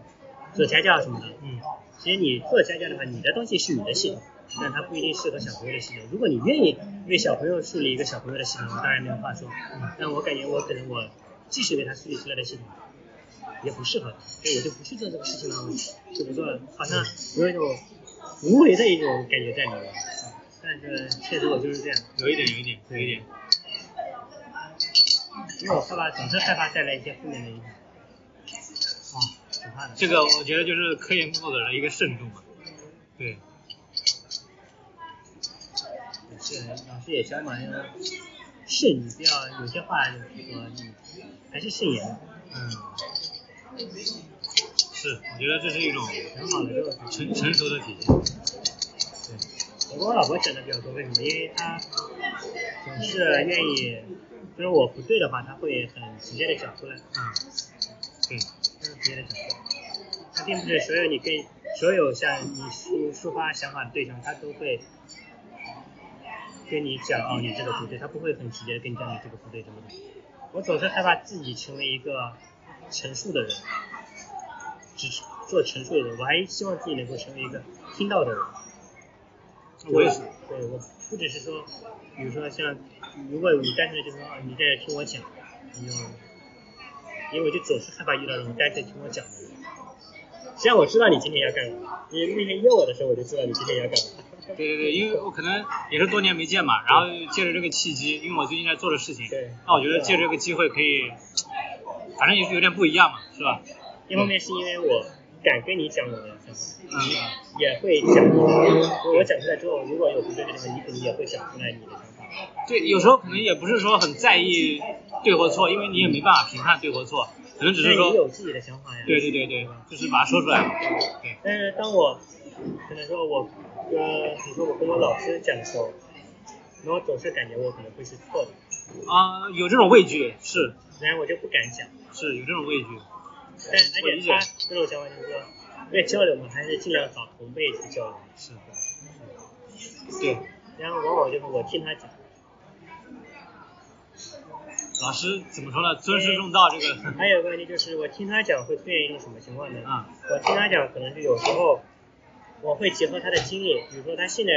Speaker 4: 做家教什么的，
Speaker 3: 嗯
Speaker 4: 其实你做家教的话，你的东西是你的系统，但它不一定适合小朋友的系统。如果你愿意为小朋友树立一个小朋友的系统，我当然没有话说。但我感觉我可能我即使为他树立出来的系统，也不适合他，所以我就不去做这个事情了，我就不做了，好像有一种无为的一种感觉在里面。但是确实我就是这样，
Speaker 3: 有一点，有一点，有一点。
Speaker 4: 因为我害怕，总是害怕带来一些负面的影响。啊，挺怕的。
Speaker 3: 这个我觉得就是科研工作者的一个慎重嘛。对，
Speaker 4: 是老师也教嘛，要慎，你不要有些话就是说你还是慎言，
Speaker 3: 嗯，是，我觉得这是一种
Speaker 4: 挺好的这个东西。
Speaker 3: 成成熟的体现。
Speaker 4: 我跟我老婆讲的比较多，为什么？因为她总是愿意，就是我不对的话，她会很直接的讲出来，
Speaker 3: 嗯，对，
Speaker 4: 很直接的讲出来。她并不是所有你跟所有像你抒抒发想法的对象，她都会跟你讲哦，你这个不对，他不会很直接的跟你讲你这个不对怎么怎么。我总是害怕自己成为一个陈述的人，只做陈述的人，我还希望自己能够成为一个听到的人。
Speaker 3: 我也是
Speaker 4: 对我不只是说，比如说像，如果你单纯的就是说啊，你在听我讲，你就，因为我就总是害怕遇到那种单纯听我讲的人。实际上我知道你今天要干嘛，你那天约我的时候我就知道你今天要干嘛。
Speaker 3: 对对对，因为我可能也是多年没见嘛，然后借着这个契机，因为我最近在做的事情，
Speaker 4: 对
Speaker 3: 那我觉得借这个机会可以，反正也是有点不一样嘛，是吧？
Speaker 4: 一方面是因为我敢跟你讲我的想法，
Speaker 3: 嗯，
Speaker 4: 也会讲出来。我讲出来之后，如果有不对的地方，你肯定也会讲出来你的想法。
Speaker 3: 对，有时候可能也不是说很在意对或错，因为你也没办法评判对或错，可能只
Speaker 4: 但
Speaker 3: 是
Speaker 4: 你
Speaker 3: 说，
Speaker 4: 有自己的想法呀。
Speaker 3: 对对对对，就是把它说出来嘛。对，
Speaker 4: 但是当我可能说我跟比如说我跟我老师讲的时候，那我总是感觉我可能会是错的，
Speaker 3: 啊、有这种畏惧，是
Speaker 4: 然后我就不敢讲。
Speaker 3: 是有这种畏惧。
Speaker 4: 但而
Speaker 3: 我理
Speaker 4: 且
Speaker 3: 解
Speaker 4: 他这种想法就是说，为了交流嘛，还是尽量找同辈去交流。
Speaker 3: 是的，对，
Speaker 4: 然后往往就是我听他讲，
Speaker 3: 老师怎么说呢？尊师重道这个，
Speaker 4: 还有一个问题就是我听他讲会出现一种什么情况呢？
Speaker 3: 啊、
Speaker 4: 我听他讲，可能是有时候我会结合他的经历，比如说他现在，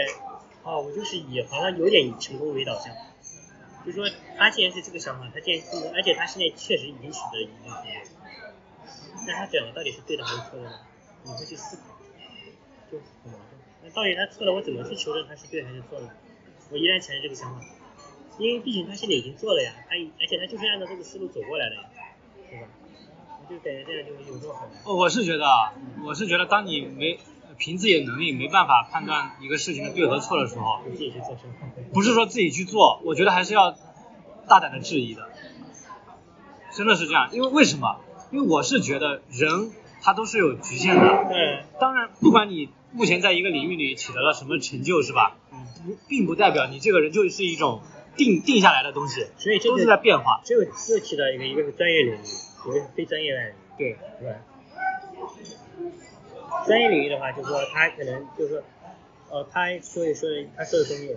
Speaker 4: 哦，我就是以好像有点以成功为导向，就说他既然是这个想法，他既然是这个，而且他现在确实已经取得了一定成功，那他讲的到底是对的还是错的呢？你会去思考，就很矛盾。那到底他错了，我怎么去求证他是对还是错呢？我依然产生这个想法，因为毕竟他现在已经做了呀，他已而且他就是按照这个思路走过来的呀，对吧？我就感觉这样就有时候很难。
Speaker 3: 我是觉得，啊，我是觉得，当你没凭自己的能力没办法判断一个事情的对和错的时候，
Speaker 4: 你自己去做生活。
Speaker 3: 不是说自己去做，我觉得还是要大胆的质疑的，真的是这样。因为为什么？因为我是觉得人他都是有局限的。
Speaker 4: 对，
Speaker 3: 当然，不管你目前在一个领域里取得了什么成就，是吧？
Speaker 4: 嗯
Speaker 3: 不并不代表你这个人就是一种定定下来的东西，
Speaker 4: 所以这
Speaker 3: 都
Speaker 4: 就是
Speaker 3: 在变化。
Speaker 4: 只有又提到一个，一个是专业领域，一个是非专业外领域，
Speaker 3: 对，
Speaker 4: 对吧？专业领域的话，就是说他可能就是说，呃，他所以说他说的东西，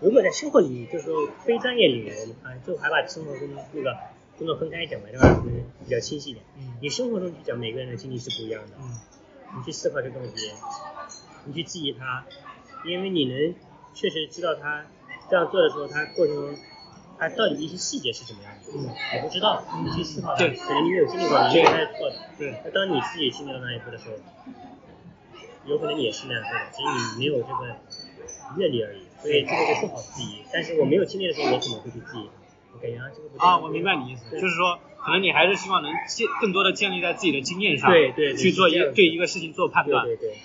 Speaker 4: 如果在生活领域，就是说非专业领域，我们还就还把生活跟那个工作分开讲嘛，对吧？可能比较清晰一点。
Speaker 3: 嗯
Speaker 4: 你生活中去讲，每个人的经历是不一样的。
Speaker 3: 嗯
Speaker 4: 你去思考这个问题，你去记忆它，因为你能确实知道他这样做的时候，他过程中他到底一些细节是什么样的，
Speaker 3: 嗯
Speaker 4: 你不知道，你去思考它，
Speaker 3: 对
Speaker 4: 可能你没有经历过，你
Speaker 3: 对
Speaker 4: 没有在做的。
Speaker 3: 对
Speaker 4: 那当你自己经历到那一步的时候，有可能你也是那样做的，只是你没有这个阅历而已，所以这个就不好记忆。但是我没有经历的时候，我可能会去记忆，我感觉啊这个不对
Speaker 3: 啊，我明白你意思，
Speaker 4: 对
Speaker 3: 就是说，可能你还是希望能建更多的建立在自己的经验上，
Speaker 4: 对对对
Speaker 3: 去做一
Speaker 4: 是这样子
Speaker 3: 对一个事情做判断
Speaker 4: 对对对。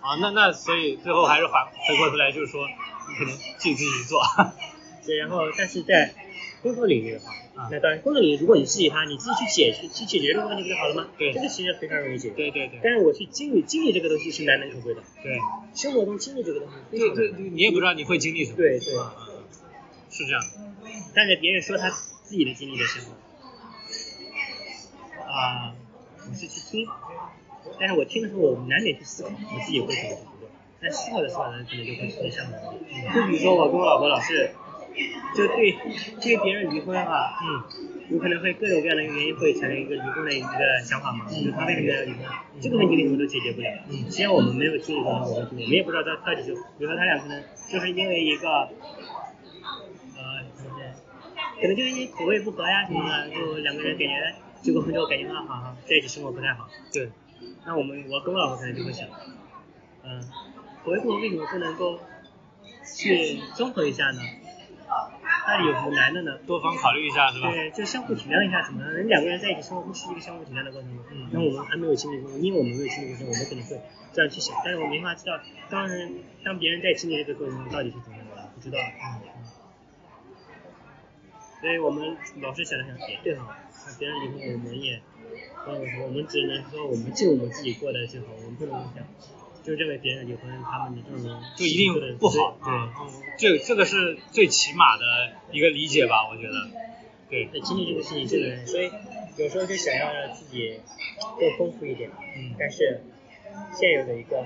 Speaker 3: 啊。那那所以最后还是反回过头来，就是说，你可能自己自己去做，
Speaker 4: 对，然
Speaker 3: 嗯
Speaker 4: 后但是在工作领域的话，
Speaker 3: 啊
Speaker 4: 那当然工作领域，如果你自己它，你自己去解决去解决这个问题不就好了吗？
Speaker 3: 对
Speaker 4: 这个其实非常容易解决。
Speaker 3: 对对对
Speaker 4: 但是我去经历经历这个东西是难能可贵的，
Speaker 3: 对
Speaker 4: 生活中经历这个东西非常
Speaker 3: 对
Speaker 4: 难
Speaker 3: 对对，你也不知道你会经历什么，
Speaker 4: 对对
Speaker 3: 啊，嗯是这样的
Speaker 4: 但是别人说他自己的经历的时候，
Speaker 3: 啊，
Speaker 4: 我是去听，但是我听的时候，我难免去思考我自己会怎么去做。但思考的时候呢，可能就会出现相反的问题。就比如说我跟我老婆老是，就对对别人离婚啊，嗯，有可能会各种各样的原因会产生一个离婚的一个想法嘛，就是他为什么要离婚？啊这个问题为什么都解决不了？嗯，既然我们没有经历过那个问题，我们也不知道他到底是，比如说他俩可能就是因为一个呃，怎么讲可能就是因为口味不合呀什么的，就两个人感觉结过婚之后感觉啊，好好在一起生活不太好。
Speaker 3: 对
Speaker 4: 那我们我跟我老婆可能就会想，嗯，口味不合为什么不能够去综合一下呢？到底有什么难的呢？
Speaker 3: 多方考虑一下是吧？
Speaker 4: 对，就相互体谅一下怎么样？人两个人在一起生活，不是一个相互体谅的过程吗？
Speaker 3: 嗯
Speaker 4: 那我们还没有经历过，因为我们没有经历过，所以我们可能会这样去想，但是我没法知道当人当别人在经历这个过程中到底是怎么样的，我不知道。
Speaker 3: 嗯
Speaker 4: 嗯所以我们老是想着想，也对哈，那别人离婚我们也，嗯，我们只能说我们尽我们自己过得就好，我们不能想就认为别人离婚他们的这种
Speaker 3: 就一定
Speaker 4: 过得
Speaker 3: 不好
Speaker 4: 对。对
Speaker 3: 啊，嗯这这个是最起码的一个理解吧，我觉得，对，
Speaker 4: 对，经历这个事情，这个人，所以有时候就想要让自己更丰富一点，
Speaker 3: 嗯
Speaker 4: 但是现有的一个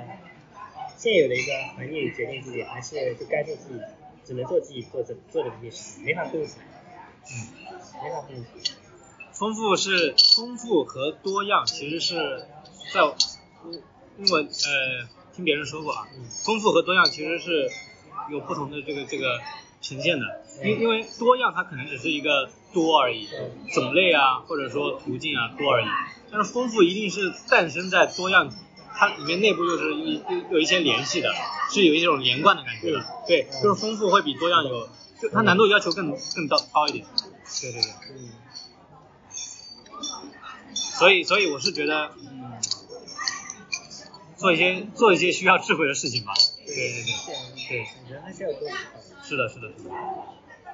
Speaker 4: 现有的一个环境决定自己，还是就该做自己，只能做自己做这做这个事情，没法控制，嗯，没法控制，
Speaker 3: 丰富是丰富和多样，其实是在我因为呃听别人说过啊，丰富和多样其实是有不同的这个这个呈现的，因因为多样它可能只是一个多而已，种类啊或者说途径啊多而已，但是丰富一定是诞生在多样，它里面内部又是一有有一些联系的，是有一种连贯的感觉的，对，就是丰富会比多样有，就它难度要求更更高高一点，对对对。
Speaker 4: 嗯，
Speaker 3: 所以，所以我是觉得，嗯，做一些做一些需要智慧的事情吧。对对对，
Speaker 4: 这样
Speaker 3: 对
Speaker 4: 人还是要多思考
Speaker 3: 是的，是的，是的。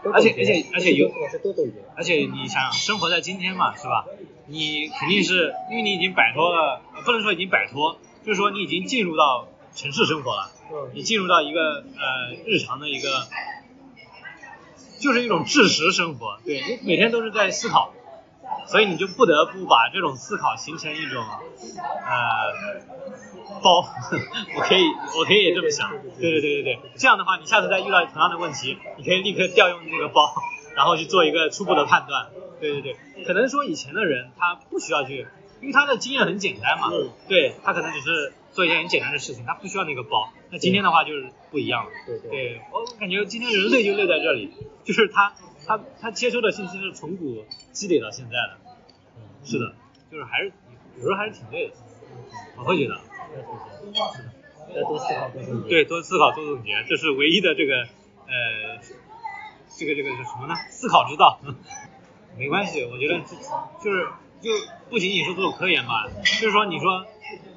Speaker 4: 多
Speaker 3: 而且
Speaker 4: 总结
Speaker 3: 而且而且有
Speaker 4: 我是多总结，
Speaker 3: 而且你想生活在今天嘛，是吧？你肯定是因为你已经摆脱了，呃不能说已经摆脱，就是说你已经进入到城市生活了，你
Speaker 4: 嗯，
Speaker 3: 进入到一个呃日常的一个，就是一种智识生活，对你每天都是在思考，所以你就不得不把这种思考形成一种呃包， 我可以我可以也这么想，对对对对对，这样的话你下次再遇到同样的问题，你可以立刻调用这个包， 然后去做一个初步的判断，对对对，可能说以前的人他不需要去，因为他的经验很简单嘛，
Speaker 4: 嗯
Speaker 3: 对他可能只是做一件很简单的事情，他不需要那个包。那今天的话就是不一样了。
Speaker 4: 对对
Speaker 3: 对我感觉今天人类就累在这里，就是他他他接收的信息是从古积累到现在的，是
Speaker 4: 嗯
Speaker 3: 的，就是还是有时候还是挺累的，我会觉得，
Speaker 4: 要多思考多总结，
Speaker 3: 对，多思考多总结，这是唯一的这个呃这个这个是什么呢？思考之道。 没关系，我觉得这就是就不仅仅是做科研吧，就是说你说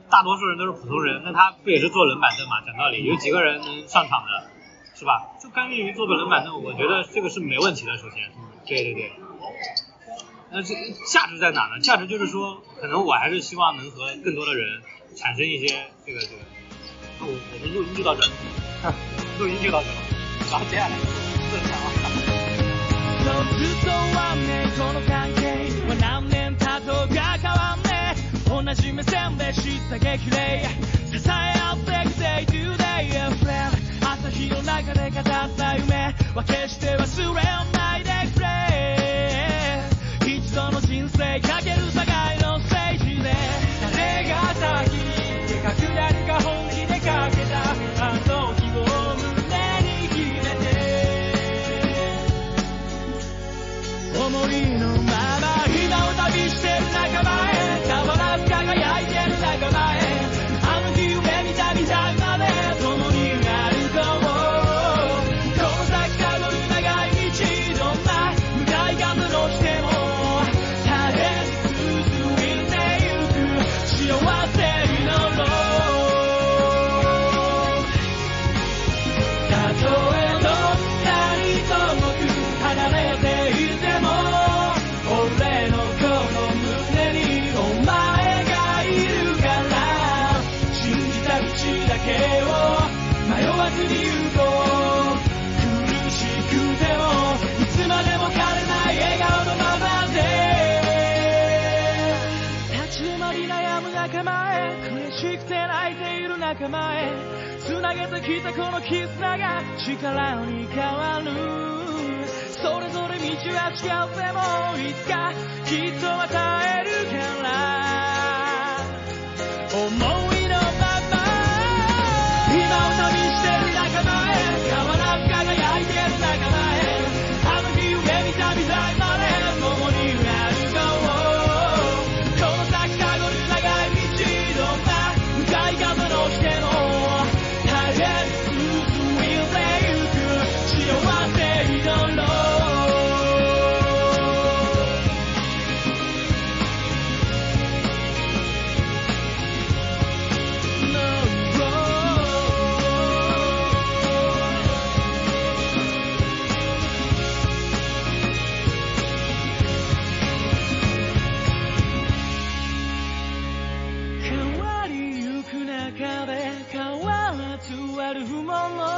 Speaker 3: 大多数人都是普通人，那他不也是坐冷板凳嘛？讲道理，有几个人能上场的，是吧？就甘愿于坐个冷板凳，我觉得这个是没问题的。首先，对对对。那这价值在哪呢？价值就是说，可能我还是希望能和更多的人产生一些这个这个。那啊我我们录音就到这 儿，录音就到这儿，然后接下来正常啊。
Speaker 1: ずっとはねこの関係は何年経とうが変わんねえ同じ目線で叱咤激励支え合ってく Day to day a friend 朝日の中で語った夢は決して忘れないでくれ一度生かける境のステージで誰が先にかく何か本気でかけたあの希望を胸に秘めて思いのまま今を旅してる仲間へ変わらず輝いてる仲間へあの日夢見た未来まで共に歩こうこの先たどる長い道どんな向かい風のしても絶えず続いてゆく幸せのロードたとえどんなに遠く離れていても俺のこの胸にお前がいるから信じた道だけを迷わずに行こう苦しくてもいつまでも枯れない笑顔のままで立ち止まり悩む仲間へ苦しくて泣いている仲間へ繋げてきたこの絆が力に変わるそれぞれ道は違ってもいつかきっと与えるから思いのまま今を旅してる仲間へ変わらず輝いてる仲間へあの日夢見た未来まで共に歩こうこの先たどる長い道のな向かい風のしても絶えず続いてゆく幸せのロード変わりゆく中で変わらずあるもの